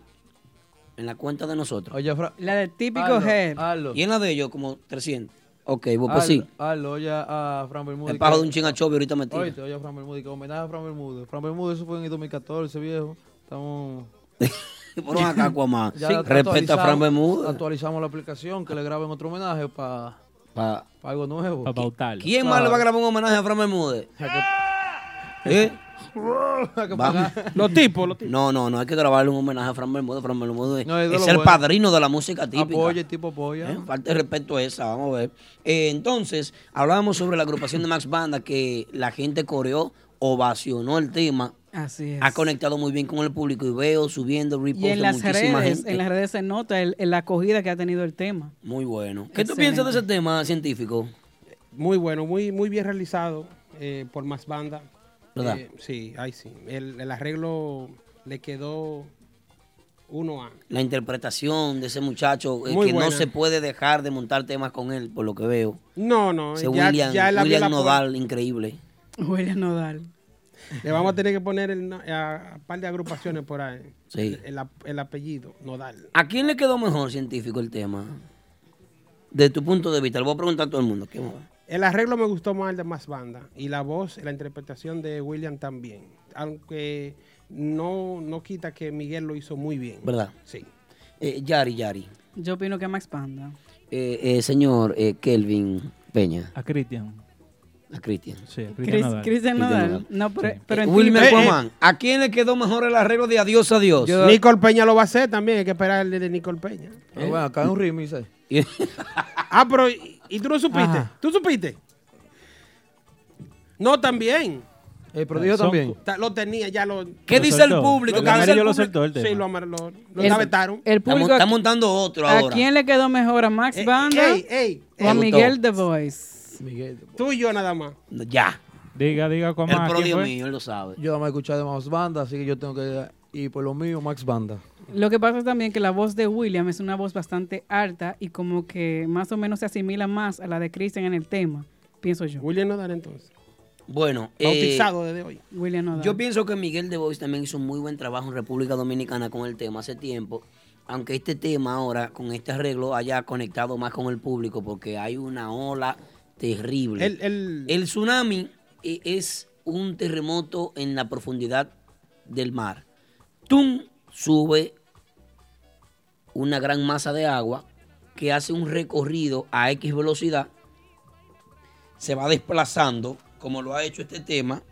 en la cuenta de nosotros. Oye, Fra- La del Hazlo, hazlo. Y en la de ellos como 300. Ok, pues, pues Hazlo, sí. hazlo, oye a Fran Bermúdez. El pajo que- de un chingachobi ahorita me tira. Oíste, oye a Fran Bermúdez, que homenaje a Fran Bermúdez. Fran Bermúdez, eso fue en el 2014, viejo. Estamos... Fueron acá, Aquaman. Ya Sí, respeta a actualizamos- Fran Bermúdez. Actualizamos la aplicación, que le graben otro homenaje para Pa- algo nuevo. Pa' pautarlo. ¿Quién más le va a grabar un homenaje a Fran Bermúdez? ¿Eh? Vamos. Los tipos, los tipos. No, no, no hay que grabarle un homenaje a Fran Bermúdez. Fran Bermúdez No, es es, de lo el bueno. padrino de la música típica. Apoya, el tipo apoya. ¿Eh? Falta de respeto a esa, vamos a ver. Eh, entonces, hablábamos sobre la agrupación de Max Banda que la gente coreó, ovacionó el tema. Así es. Ha conectado muy bien con el público y veo subiendo reposts Y en de las muchísima redes, gente. en las redes se nota el- el- la acogida que ha tenido el tema. Muy bueno. ¿Qué tú Excelente. piensas de ese Este tema científico? Muy bueno, muy, muy bien realizado eh, por más banda. ¿Verdad? Eh, sí, ahí sí. El, el arreglo le quedó uno a La interpretación de ese muchacho, eh, Muy que buena. no se puede dejar de montar temas con él, por lo que veo. No, no, Ese ya- William, ya él abrió William la puerta. Nodal, increíble. William Nodal. Le vamos a tener que poner el no- a, a par de agrupaciones por ahí. Sí. El, ap- el apellido, Nodal. ¿A quién le quedó mejor científico el tema? De tu punto de vista, le voy a preguntar a todo el mundo. ¿qué más? El arreglo me gustó más el de más banda. Y la voz, la interpretación de William también. Aunque no, no quita que Miguel lo hizo muy bien. ¿Verdad? Sí. Eh, Yari, Yari. Yo opino que Max Panda. Eh, eh, señor eh, Kelvin Peña, A Cristian. a Cristian. Sí, a Chris- Cristian Nodal. No, pero, pero Eh, en Wilmer Twitter- Cuamán, ¿a quién le quedó mejor el arreglo de Adiós, Adiós? Nicole Peña lo va a hacer también. Hay que esperar el de Nicole Peña. ¿Eh? Pero Ah, bueno, acá hay un remix ahí. Ah, pero ¿y y tú no supiste? Ajá. ¿Tú supiste? No, también. El prodigio también. Ta- Lo tenía, ya lo... ¿Qué Lo dice el soltó. público? Lo ¿Qué dice el cabeceó- público? Sí, lo, amar- lo, lo El- navetaron. el público Está mon- está montando otro ¿A quién le quedó mejor? ¿A Max Banda? Eh, ey, ey, ¿O a ey. Miguel The Voice? Tú y yo nada más. Ya. Diga, diga, Aquaman. ¿a quién fue? él lo sabe. Yo me he escuchado de Max Banda, así que yo tengo que ir por lo mío, Max Banda. Lo que pasa es también que la voz de William es una voz bastante alta y como que más o menos se asimila más a la de Christian en el tema, pienso yo. William Nodal entonces. Bueno, eh, Bautizado desde hoy. William Nodal. Yo pienso que Miguel de Bois también hizo un muy buen trabajo en República Dominicana con el tema hace tiempo. Aunque este tema ahora, con este arreglo, haya conectado más con el público porque hay una ola terrible. El- el- El tsunami eh, es un terremoto en la profundidad del mar. Tum sube una gran masa de agua que hace un recorrido a X velocidad, se va desplazando, como lo ha hecho este tema,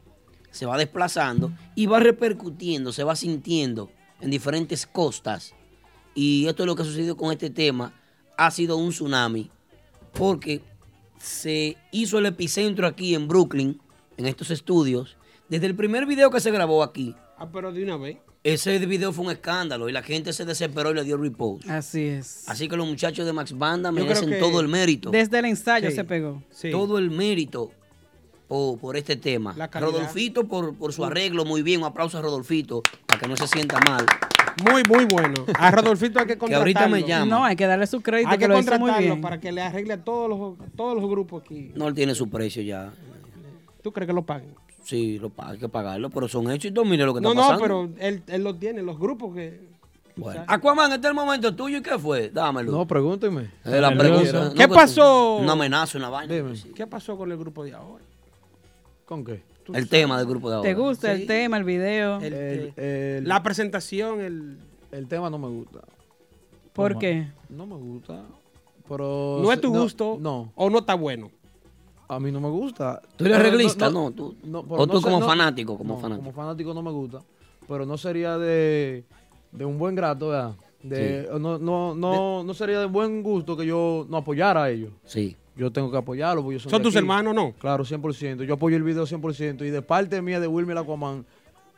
se va desplazando y va repercutiendo, se va sintiendo en diferentes costas. Y esto es lo que ha sucedido con este tema, ha sido un tsunami, porque se hizo el epicentro aquí en Brooklyn, en estos estudios, desde el primer video que se grabó aquí. Ah, pero de una vez. Ese video fue un escándalo y la gente se desesperó y le dio repost. Así es. Así que los muchachos de Max Banda Yo creo merecen que todo el mérito. desde el ensayo se pegó. Sí. Todo el mérito por, por este tema. La calidad. Rodolfito por, por su arreglo, muy bien. Un aplauso a Rodolfito para que no se sienta mal. Muy, muy bueno. A Rodolfito hay que Que contratarlo. ahorita me No, hay que darle su crédito Hay que que lo hizo muy contratarlo bien. para que le arregle a todos los, todos los grupos aquí. No, él tiene su precio ya. ¿Tú crees que lo paguen? Sí, lo, pa- hay que pagarlo, pero son hechos y todo, mire lo que No, está no, pasando. pero él, él lo tiene, los grupos que... Bueno. Aquaman, este es el momento tuyo y qué fue. Dámelo. No, pregúnteme. Eh, la pregunta- no, ¿Qué que- pasó? Una amenaza, una vaina. ¿Qué pasó con el grupo de ahora? ¿Con qué? El tema del grupo de ahora. ¿Te gusta Sí. el tema, el video? la presentación, el... El tema no me gusta. ¿Por No me- qué? No me gusta. Pero ¿No es tu gusto? No. ¿O no está bueno? A mí no me gusta. ¿Tú eres Pero arreglista? No, tú- pero o tú como no- fanático, como no, fanático. Como fanático no me gusta. Pero no sería de, de un buen grato, ¿verdad? De, no, no, no, no sería de buen gusto que yo no apoyara a ellos. Sí. Yo tengo que apoyarlos. porque yo soy ¿Son de tus aquí. hermanos no? Claro, 100%. Yo apoyo el video 100%. Y de parte mía de Wilmer Aquaman,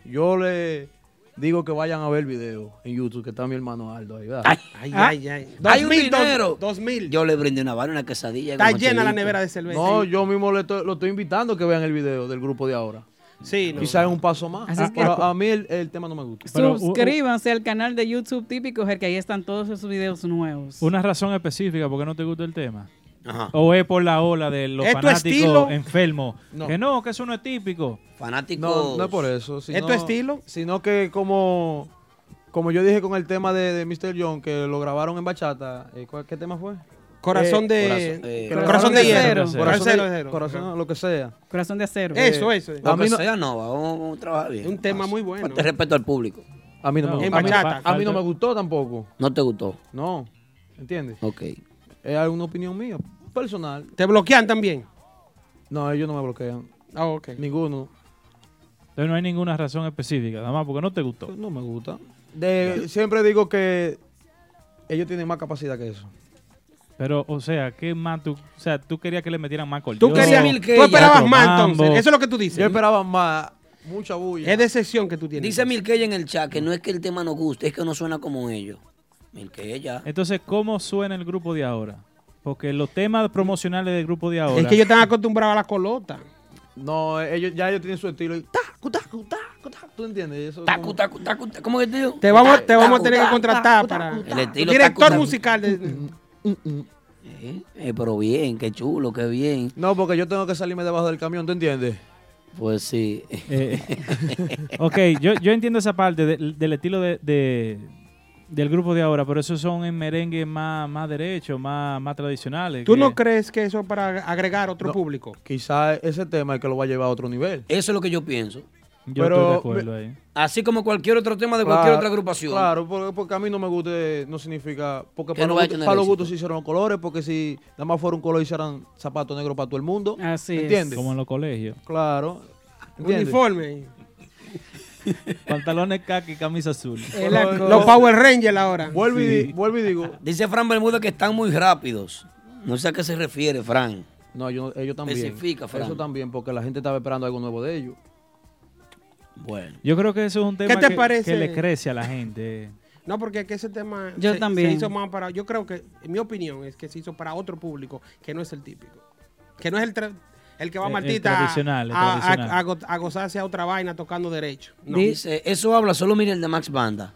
yo le digo que vayan a ver el video en YouTube, que está mi hermano Aldo ahí, ¿verdad? Ay, ay, ay. Dos Hay un mil, dos- dinero. Dos mil. Yo le brindé una vaina, una quesadilla. Está con llena la chelito. nevera de cerveza. No, yo mismo le estoy- lo estoy invitando a que vean el video del grupo de ahora. Sí, Quizás es un paso más. Así es que- Pero a mí el, el tema no me gusta. uh, Suscríbanse al canal de YouTube típico, que ahí están todos esos videos nuevos. ¿Una razón específica por qué no te gusta el tema? Ajá. ¿O es por la ola de los ¿Es tu fanáticos estilo? enfermos? No. Que no, que eso no es típico. Fanáticos. No, no es por eso. Sino, ¿Es tu estilo? Sino que como, como yo dije con el tema de, de Mr. John, que lo grabaron en bachata, eh, ¿cuál- ¿qué tema fue? Corazón de- que Corazón lo de grabaron- hierro. Eh, Corazón Corazón de de hierro. Corazón, lo que sea. Corazón de acero. Eh, Eso, eso. a mí no- no, vamos, vamos a trabajar bien. Un tema muy bueno. Falta de respeto al público. A mí no, me, En a mí no- bachata. a mí no me gustó tampoco. ¿No te gustó? No, ¿entiendes? Ok. Es alguna opinión mía, personal. ¿Te bloquean también? No, ellos no me bloquean. Ah, ok. Ninguno. Entonces no hay ninguna razón específica, nada más porque no te gustó. No me gusta. De, siempre digo que ellos tienen más capacidad que eso. Pero, o sea, ¿qué más tú? O sea, tú querías que le metieran más cordón. Tú querías- tú esperabas más, entonces. Eso es lo que tú dices. Yo esperaba más, mucha bulla. Es decepción que tú tienes. Dice Milkey en el chat que no es que el tema no guste, es que no suena como ellos. Milkey ya. Entonces, ¿cómo suena el grupo de ahora? Porque los temas promocionales del grupo de ahora. Es que ellos están acostumbrados a la colota. No, ellos ya ellos tienen su estilo. y Tacu, tacu, tacu, tacu. ¿Tú entiendes? Eso tacu, tacu, tacu, tacu. ¿Cómo que te digo? Te vamos, te vamos a tener que contratar para... El estilo tacu, Director tacu. musical. Mm, de- Eh, pero bien, qué chulo, qué bien. No, porque yo tengo que salirme debajo del camión, ¿tú entiendes? Pues sí. Eh. Ok, yo, yo entiendo esa parte de- del estilo de, de- del grupo de ahora, pero esos son en merengue más, más derechos, más, más tradicionales. ¿Tú que- no crees que eso es para agregar otro público? Quizás ese tema es el que lo va a llevar a otro nivel. Eso es lo que yo pienso. Yo Pero- estoy de acuerdo ahí. Así como cualquier otro tema de cualquier Claro, otra agrupación. Claro, porque, porque a mí no me guste, no significa. Porque Que para, no los, vaya a gustos- tener para los éxito. gustos se hicieron colores, porque si nada más fuera un color, hicieran zapato negro para todo el mundo. Así es. ¿Entiendes? Como en los colegios. Claro. ¿entiendes? Uniforme. Pantalones caqui, camisa azul. Los- los Power Rangers ahora. Vuelvo, y, di- Sí. vuelvo y digo. Dice Fran Bermúdez que están muy rápidos. No sé a qué se refiere, Fran. No, yo- ellos también. Especifica, Fran. Eso también, porque la gente estaba esperando algo nuevo de ellos. Bueno. Yo creo que eso es un tema ¿Qué te que, parece? que le crece a la gente. No, porque es que ese tema Yo se, también. se hizo más para... Yo creo que, en mi opinión, es que se hizo para otro público que no es el típico. Que no es el, tra- el que va Eh, El- el Martita a- tradicional, el a, a- tradicional. a go- a gozarse a otra vaina tocando derecho. No. Dice, eso habla solo Miguel de Max Banda.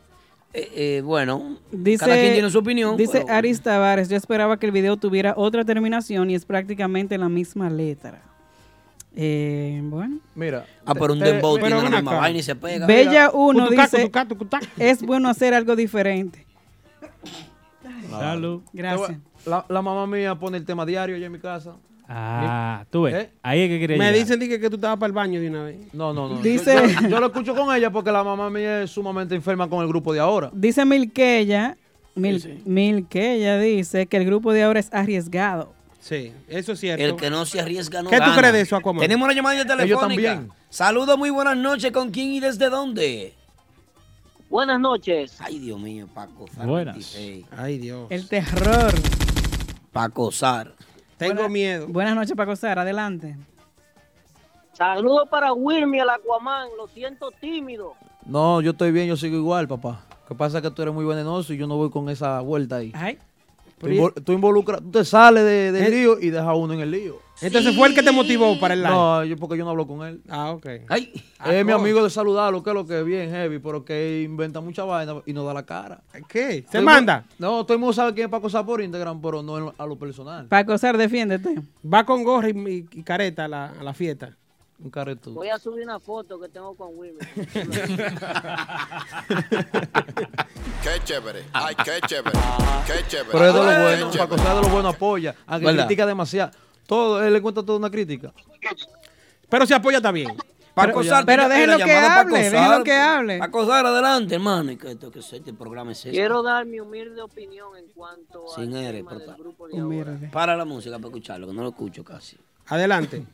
Eh, eh, bueno, Dice, cada quien tiene su opinión. Dice pero- Aris Tavares, yo esperaba que el video tuviera otra terminación y es prácticamente la misma letra. Eh, bueno. Mira. Ah, pero un Te- dembow pero tiene la ven misma acá. vaina y se pega. Bella Mira. 1 Cutucá, dice, cutucá. es bueno hacer algo diferente. Salud. Gracias. La, la mamá mía pone el tema diario allá en mi casa. Ah, tú ves. ¿Eh? Ahí es que quería Me llegar. dicen dije, que tú estabas para el baño de una vez. No, no, no. Dice- Yo, yo- yo lo escucho con ella porque la mamá mía es sumamente enferma con el grupo de ahora. Dice Milqueya, Mil, Milqueya dice que el grupo de ahora es arriesgado. Sí, eso es cierto. El que no se arriesga no ¿Qué tú gana. crees de eso, Aquaman? Tenemos una llamada Ellos telefónica. también. Saludos, muy buenas noches. ¿Con quién y desde dónde? Buenas noches. Ay, Dios mío, Paco. Buenas. Ay, Dios. El terror. Paco Sar. Tengo miedo. Buenas noches, Paco Sara, adelante. Saludos para Wilmy, el Aquaman. Lo siento tímido. No, yo estoy bien, yo sigo igual, papá. Lo que pasa es que tú eres muy venenoso y yo no voy con esa vuelta ahí. Ay. Tú, invol- tú involucras, tú te sales de- del lío y dejas a uno en el lío. Eh. Entonces fue el que te motivó para el live. No, yo porque yo no hablo con él. Ah, ok. es mi amigo de saludarlo, que es lo que es bien heavy, pero que inventa mucha vaina y no da la cara. ¿Qué? Todo el mu- No, todo el mundo sabe quién es Paco Sá por Instagram, pero no en- a lo personal. Paco Sar, defiéndete. Va con gorra y, y careta a la, a la fiesta. Un caretudo. Voy a subir una foto que tengo con Wilmer. Qué chévere, ay, qué chévere, qué chévere. Pero es de ay, lo qué bueno, chévere. Paco Sá es de lo bueno apoya, aunque ¿Verdad? critica demasiado. Todo, él le cuenta toda una crítica. Pero se apoya también. Paco Sá, pero déjenlo que hable, déjenlo que hable. Paco Sar, adelante, hermano. y que esto- que este programa es este. Quiero dar mi humilde opinión en cuanto Sin al eres, tema por del favor. grupo de ahora. Para la música para escucharlo, que no lo escucho casi. Adelante.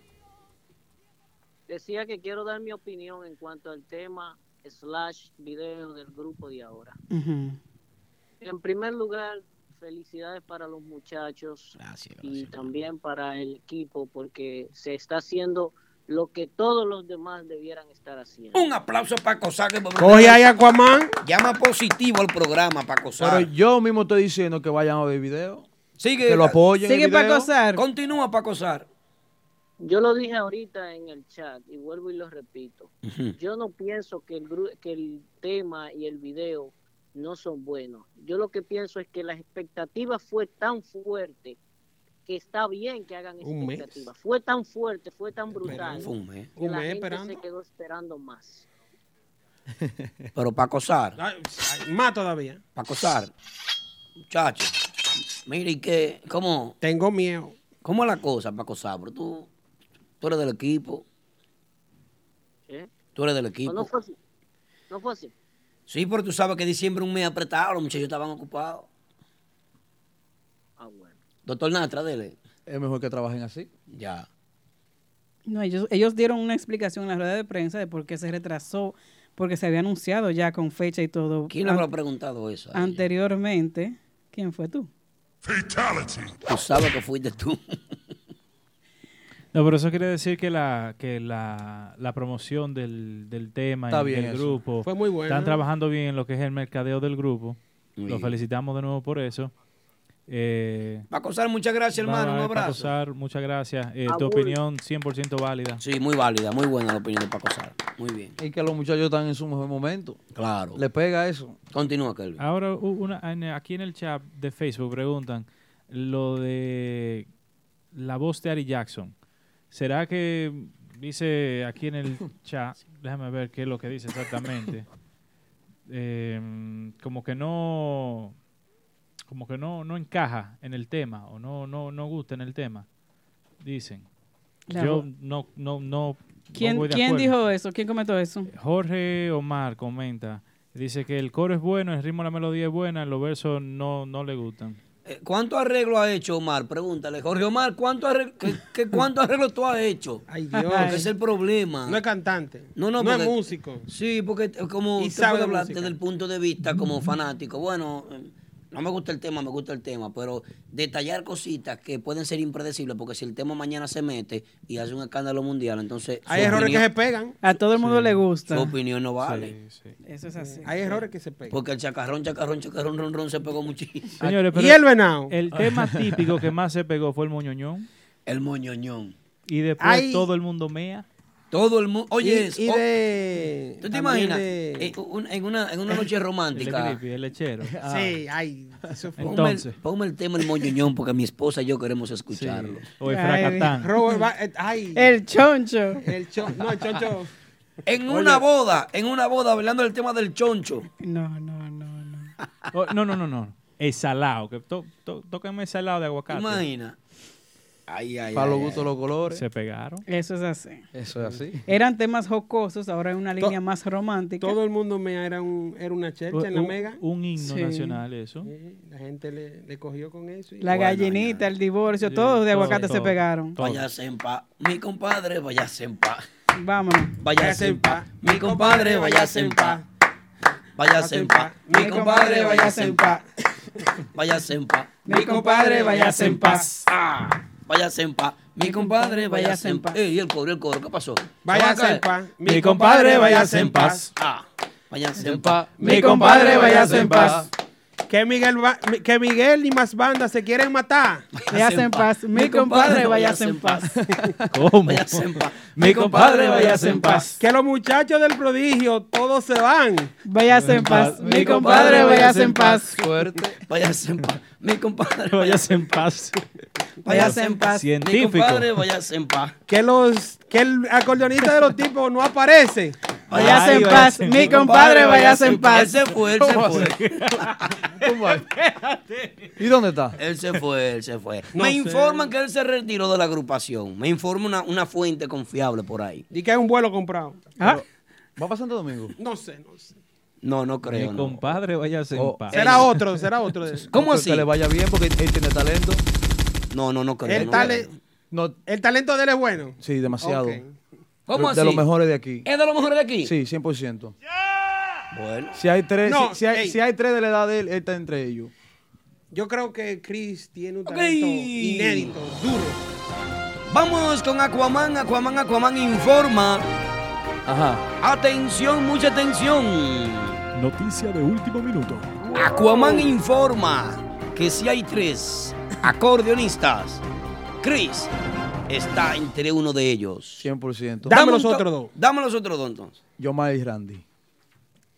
Decía que quiero dar mi opinión en cuanto al tema slash video del grupo de ahora. En primer lugar, felicidades para los muchachos y también para el equipo porque se está haciendo lo que todos los demás debieran estar haciendo. Un aplauso para Cosar. que- Coge ahí Aquaman. Llama positivo al programa para Pero Cosar. yo mismo estoy diciendo que vayan a ver video. Sigue. Que lo apoyen. el video. Continúa para Cosar. Yo lo dije ahorita en el chat y vuelvo y lo repito. Yo no pienso que el, gru- que el tema y el video no son buenos. Yo lo que pienso es que la expectativa fue tan fuerte que está bien que hagan Un mes. expectativa. Fue tan fuerte, fue tan brutal. Fue un mes. que Un la mes gente esperando. se quedó esperando más. Pero para Cosar. Más todavía. Para Cosar. Muchacho. Mira, ¿y qué? ¿Cómo? Tengo miedo. ¿Cómo es la cosa, Paco Sabro? Tú, tú eres del equipo. ¿eh? Tú eres del No, equipo. no fue así. No fue así. Sí, pero tú sabes que diciembre un mes apretado, los muchachos estaban ocupados. Ah, bueno. Doctor Natra, dele. Es mejor que trabajen así. Ya. No, ellos, ellos dieron una explicación en la rueda de prensa de por qué se retrasó, porque se había anunciado ya con fecha y todo. ¿Quién le habrá preguntado eso a ella? Anteriormente, ¿quién fue tú? Tú sabes que fuiste tú. No, pero eso quiere decir que la, que la, la promoción del, del tema Está y bien del eso. grupo. Fue muy bueno. Están trabajando bien en lo que es el mercadeo del grupo. Muy Los bien. felicitamos de nuevo por eso. Eh, Paco Sar, muchas gracias, hermano. Un bye, Paco abrazo. Sar, muchas gracias. Eh, Ah, tu bueno. opinión 100% válida. Sí, muy válida, muy buena la opinión de Paco Sar. Muy bien. Y que los muchachos están en su mejor momento. Claro. Le pega eso. Continúa, Kelvin. Ahora, u- una, en- aquí en el chat de Facebook preguntan lo de la voz de Ari Jackson. ¿Será que dice aquí en el chat? Déjame ver qué es lo que dice exactamente. Eh, como que no como que no, no encaja en el tema o no, no, no gusta en el tema. Dicen. La Yo voz. no, no, no. no ¿Quién, voy de quién acuerdo. dijo eso? ¿Quién comentó eso? Eh, Jorge Omar comenta. Dice que el coro es bueno, el ritmo de la melodía es buena, los versos no, no le gustan. Eh, ¿Cuánto arreglo ha hecho Omar? Pregúntale. Jorge Omar, ¿cuánto arreglo, qué, qué- cuánto arreglo tú has hecho? Ay, Dios. Porque es el problema. No es cantante. No, no, No es porque- músico. Sí, porque eh, como Y usted sabe puede de hablar música. desde el punto de vista como fanático, bueno, eh, no me gusta el tema, me gusta el tema, pero detallar cositas que pueden ser impredecibles, porque si el tema mañana se mete y hace un escándalo mundial, entonces... su opinión- pegan. A todo el mundo le gusta. Su opinión no vale. Eso es así. Hay errores que se pegan. Porque el chacarrón, chacarrón, chacarrón, ron, ron se pegó muchísimo. Señores, pero El tema típico que más se pegó fue el moñoñón. El moñoñón. Y después Ay. todo el mundo mea. Todo el mundo. Oye, Y- es- y o- de- ¿Tú te también imaginas? de- Eh, un- en, una, en una noche romántica. El creepy, el lechero. Ah. Sí, ay, eso fue. Ponme, el, ponme el tema el moñoñón porque mi esposa y yo queremos escucharlo. O el Ay, fracatán. Robert va- eh, ay. El choncho. El choncho. No, el choncho. En Oye. una boda, en una boda, hablando del tema del choncho. No, no. Oh, no, no, no, no. El salado. Que to, to- tóquenme el salado de aguacate. Imagina. Ay, ay, Para los gustos, los colores. Se pegaron. Eso es así. Eso es así. Eran temas jocosos, ahora hay una línea más romántica. Todo el mundo me era, un, era una chercha en la Un- mega. un himno Sí. nacional, eso. Eh, la gente le, le cogió con eso. y- La Bueno, gallinita, el divorcio, Sí, todos de todo, aguacate se todo, pegaron. Váyase en paz, mi compadre, váyase en paz. Vámonos. Váyase en paz, mi compadre, váyase en paz. Váyase en paz, mi compadre, váyase en paz. Váyase en paz, mi compadre, váyase en paz. Ah, Váyase en paz, mi compadre, váyase en paz. Ey, el coro, el coro, ¿qué pasó? Váyase Acá. en paz, mi compadre, váyase en paz. Ah, váyase en paz, Mi compadre, váyase en paz. Que Miguel, va- que Miguel y más bandas se quieren matar. Váyase en paz. Mi compadre, váyase en paz. ¿Cómo? Váyase en paz. Mi compadre, váyase en paz. Que los muchachos del prodigio todos se van. Váyase en paz. Mi compadre, váyase en paz. Fuerte. Váyase en paz. Mi compadre, váyase en paz. Váyase en paz. Científico. Mi compadre, váyase en paz. Que los que el acordeonista de los tipos no aparece. Váyase Ay, en paz, váyase en mi paz. compadre, váyase en paz. Él se fue, él se ¿Cómo fue. así? ¿Y dónde está? Él se fue, él se fue. No me sé. informan que él se retiró de la agrupación. Me informa una, una fuente confiable por ahí. Y que hay un vuelo comprado. ¿Va para Santo Domingo? No sé, no sé. No, no creo. Mi no. compadre, váyase Oh, en paz. Será otro, será otro. de- ¿Cómo así? Que le vaya bien porque él tiene talento. No, no, no creo. El, no tale- No. el talento de él es bueno. Sí, demasiado. Ok. ¿Cómo De- De los así? mejores de aquí. ¿Es de los mejores de aquí? Sí, 100%. Bueno. Si hay tres, No, si, si hay, ey. si hay tres de la edad de él, él está entre ellos. Yo creo que Chris tiene un talento inédito, duro. Vámonos con Aquaman, Aquaman, Aquaman informa. Ajá. Atención, mucha atención. Noticia de último minuto. Aquaman informa que si hay tres acordeonistas, Chris está entre uno de ellos. 100%. Dame un to- Dame los otros dos entonces. Yo más y Randy.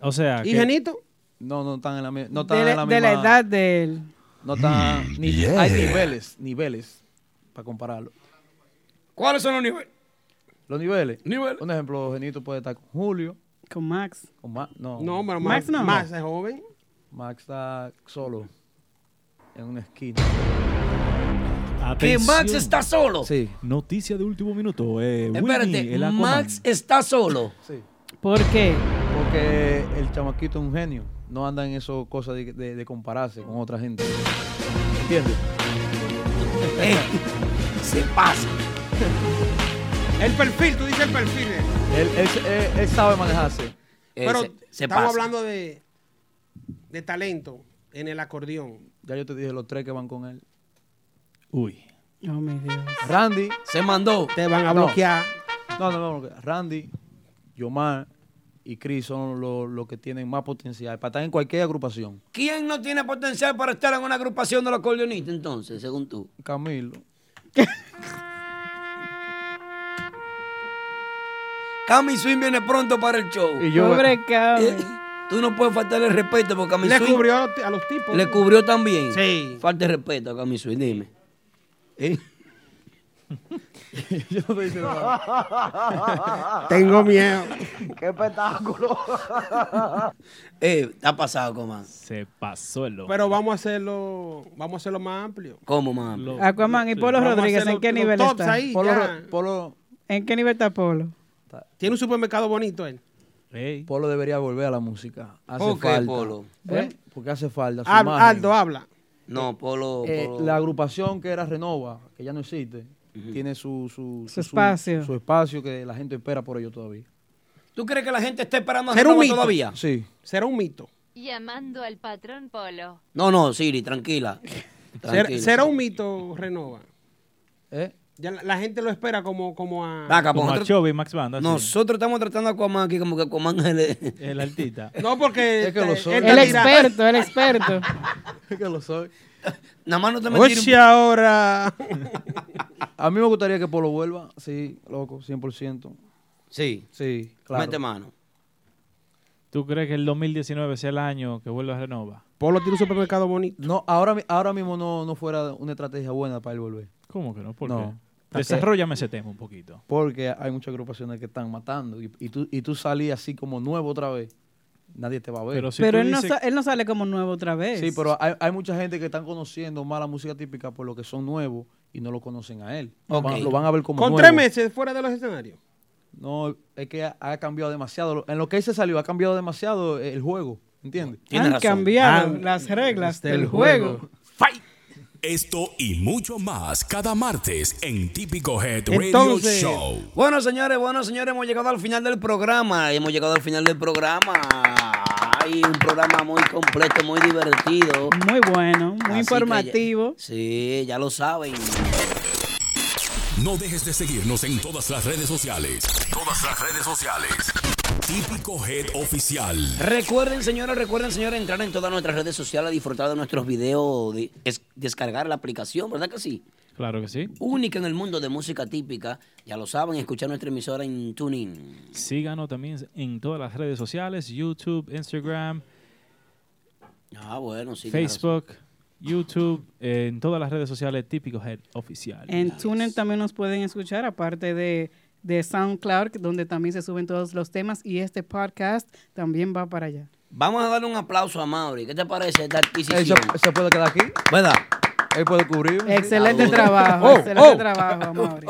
O sea. ¿Y Genito? No, no están en la, mi- no están en De la, la de misma la edad de él. No están. ni- Yeah. Hay niveles, niveles, para compararlo. ¿Cuáles son los niveles? Los niveles. Un ejemplo, Genito puede estar con Julio. Con Max. Con Max. No. No, pero Max, Max, no. es joven. Max está solo. En una esquina. Que Atención. Max está solo. Sí. Noticia de último minuto. Eh, Winnie, Espérate, el Aquaman. Max está solo. Sí. ¿Por qué? Porque el chamaquito es un genio. No anda en eso cosas de, de- de compararse con otra gente. ¿Entiendes? se pasa. El perfil, tú dices el perfil. eh. Él, él se- él- él sabe manejarse. Eh, Pero estamos hablando de, de talento en el acordeón. Ya yo te dije los tres que van con él. Uy. No me Dios. Randy. Se mandó. Te van a No. bloquear. No, no, no, no. Randy, Yomar y Chris son los los que tienen más potencial para estar en cualquier agrupación. ¿Quién no tiene potencial para estar en una agrupación de los acordeonistas entonces, según tú? Camilo. Cami Swing viene pronto para el show. Eh, Y yo- Pobre Cami. tú no puedes faltarle respeto porque Cami Le Swing cubrió a los, a los tipos. le cubrió también. Sí. Falta de respeto a Cami Swing, dime. ¿Eh? Yo no estoy diciendo nada. Tengo miedo. ¡Qué espectáculo! Eh, está pasado, Coman. Se pasó el loco. Pero vamos a hacerlo, vamos a hacerlo más amplio. ¿Cómo, más? Aquaman y Polo Vamos a Rodríguez, hacer ¿en los- qué los nivel tops está? ahí, Polo ya. Ro- Polo, ¿En qué nivel está Polo? Tiene un supermercado bonito él. Polo debería volver a la música. Hace ¿Por qué, falta. Polo? ¿Eh? Porque hace falta. su Hab- imagen. Aldo, habla. No, Polo. Eh, Polo- la agrupación que era Renova, que ya no existe, tiene su, su, Su espacio. su espacio que la gente espera por ello todavía. ¿Tú crees que la gente está esperando a ¿Será un Renova mito? todavía? Sí. Será un mito. Llamando al patrón Polo. No, no, Siri, tranquila. Será, Tranquila. será un mito, Renova. ¿Eh? Ya la, la gente lo espera como, como a. Vaca, pues Como nosotros- Achovi, Max Banda. sí. Nosotros estamos tratando a Aquaman aquí como que Aquaman es el, El artista. No, porque. Es que lo soy. él El está tirado. experto, el experto. que lo soy. Nada más no te Oye, metí. ahora. A mí me gustaría que Polo vuelva, sí, loco, 100%. Sí. Sí, claro. Mete mano. ¿Tú crees que el 2019 sea el año que vuelva a Renova? Polo tiene un supermercado bonito. No, ahora, mi- ahora mismo no, no fuera una estrategia buena para él volver. ¿Cómo que no? ¿Por No. qué? Desarrollame ese tema un poquito. Porque hay muchas agrupaciones que están matando y, y tú, y tú salís así como nuevo otra vez, nadie te va a ver. Pero si Pero él no, sa- él no sale como nuevo otra vez. Sí, pero hay, hay mucha gente que están conociendo más la música típica por lo que son nuevos y no lo conocen a él. Lo Ok. van- Lo van a ver como Con nuevo. tres meses fuera de los escenarios. No, es que ha, ha cambiado demasiado. En lo que él se salió, ha cambiado demasiado el juego. ¿Entiendes? Han cambiado las reglas del, juego. Esto y mucho más cada martes en Típico Head Entonces- Radio Show. Bueno, señores, bueno, señores, hemos llegado al final del programa. Hemos llegado al final del programa. Hay un programa muy completo, muy divertido. Muy bueno, muy Así que ya- informativo. sí, ya lo saben. No dejes de seguirnos en todas las redes sociales. Todas las redes sociales. Típico Head Oficial. Recuerden, señores, recuerden, señores, entrar en todas nuestras redes sociales, disfrutar de nuestros videos, de- es- descargar la aplicación, ¿verdad que sí? Claro que sí. Única en el mundo de música típica. Ya lo saben, escuchar nuestra emisora en TuneIn. Síganos también en todas las redes sociales, YouTube, Instagram, Ah, bueno, sí. claro. Facebook, YouTube, eh, en todas las redes sociales, típico Head Oficial. En TuneIn también nos pueden escuchar, aparte de, de SoundCloud, que- donde también se suben todos los temas y este podcast también va para allá. Vamos a darle un aplauso a Mauri. ¿Qué te parece esta adquisición? se, se puede quedar aquí? ¿Verdad? Él puede cubrir. Excelente trabajo, excelente trabajo, Mauri.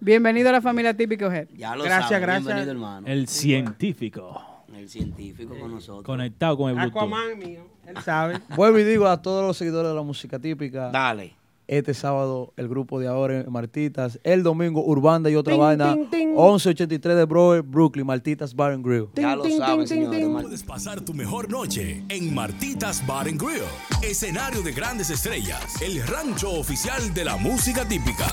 Bienvenido a la familia Típico Head. Ya lo Gracias, saben, gracias. Bienvenido, hermano. El científico. El científico con nosotros. Conectado con el Bluetooth. Aquaman mío, él sabe. Vuelvo y digo a todos los seguidores de la música típica. Dale. Este sábado, el grupo de ahora en Martitas. El domingo, Urbanda y otra Ting, vaina. ting, ting. 1183 de Broadway, Brooklyn, Martitas Bar and Grill. Ya lo saben, señores. Puedes pasar tu mejor noche en Martitas Bar and Grill, escenario de grandes estrellas, el rancho oficial de la música típica.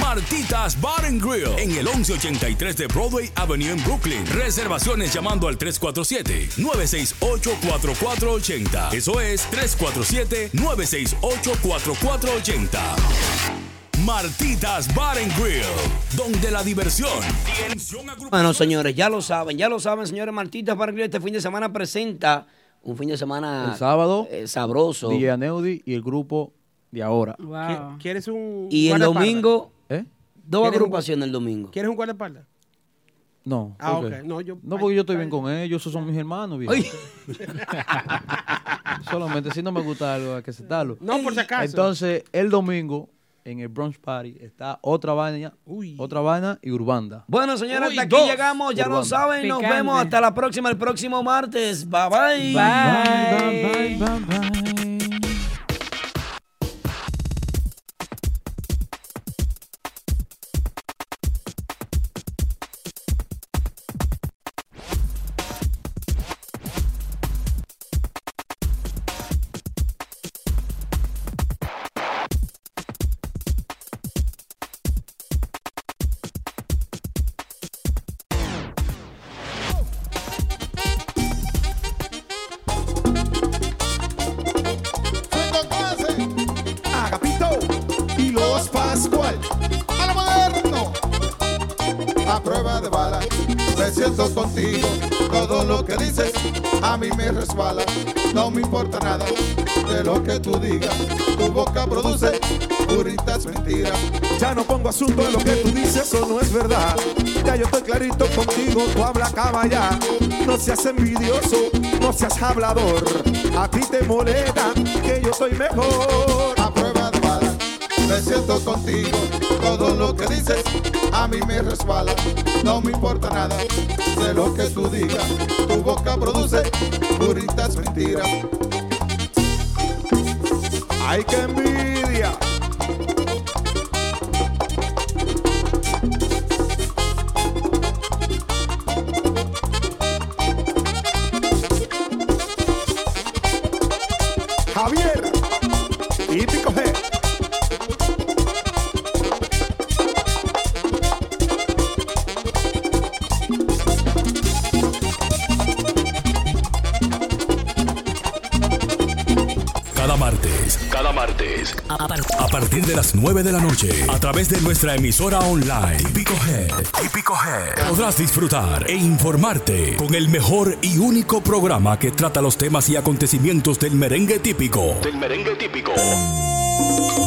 Martitas Bar and Grill en el 1183 de Broadway Avenue en Brooklyn. Reservaciones llamando al 347-968-4480. Eso es 347-968-4480. Martitas Bar and Grill, donde la diversión. Bueno, señores, ya lo saben, ya lo saben, señores. Martitas Bar and Grill este fin de semana presenta un fin de semana El sábado, eh, sabroso. DJ Aneudi y el grupo de ahora. ¿Qui- ¿Quieres un Y el guardaespaldas? domingo, ¿Eh? dos ¿Quieres un- agrupaciones el domingo. ¿Quieres un guardaespaldas? No. Ah, ¿por qué? ok. No, yo- porque yo estoy bien con ellos, esos son mis hermanos, viejo. Solamente si no me gusta algo, hay que aceptarlo. No, por si acaso. Entonces, el domingo, en el brunch party, está otra vaina, otra vaina y Urbanda. Bueno, señores, hasta aquí llegamos, ya lo Urbanda. saben. Nos Picante. vemos hasta la próxima, el próximo martes. Bye bye. Bye, bye, bye, bye. Agapito y los Pascual. A lo moderno. A prueba de bala. Me siento contigo. Todo lo que dices a mí me resbala. No me importa nada de lo que tú digas. Tu boca produce puritas mentiras. Ya no pongo asunto en lo que tú dices, eso no es verdad. Ya yo estoy clarito contigo, tú habla caballa. No seas envidioso, no seas hablador. A ti te molesta que yo soy mejor. A prueba de bala. Me siento contigo. Todo lo que dices a mí me resbala. No me importa nada de lo que tú digas. Tu boca produce puritas mentiras. Ay, qué envidia. Javier y Pico G. Cada martes. Cada martes. A partir de las 9 de la noche, a través de nuestra emisora online, Típico Head. Típico Head. Podrás disfrutar e informarte con el mejor y único programa que trata los temas y acontecimientos del merengue típico. Del merengue típico.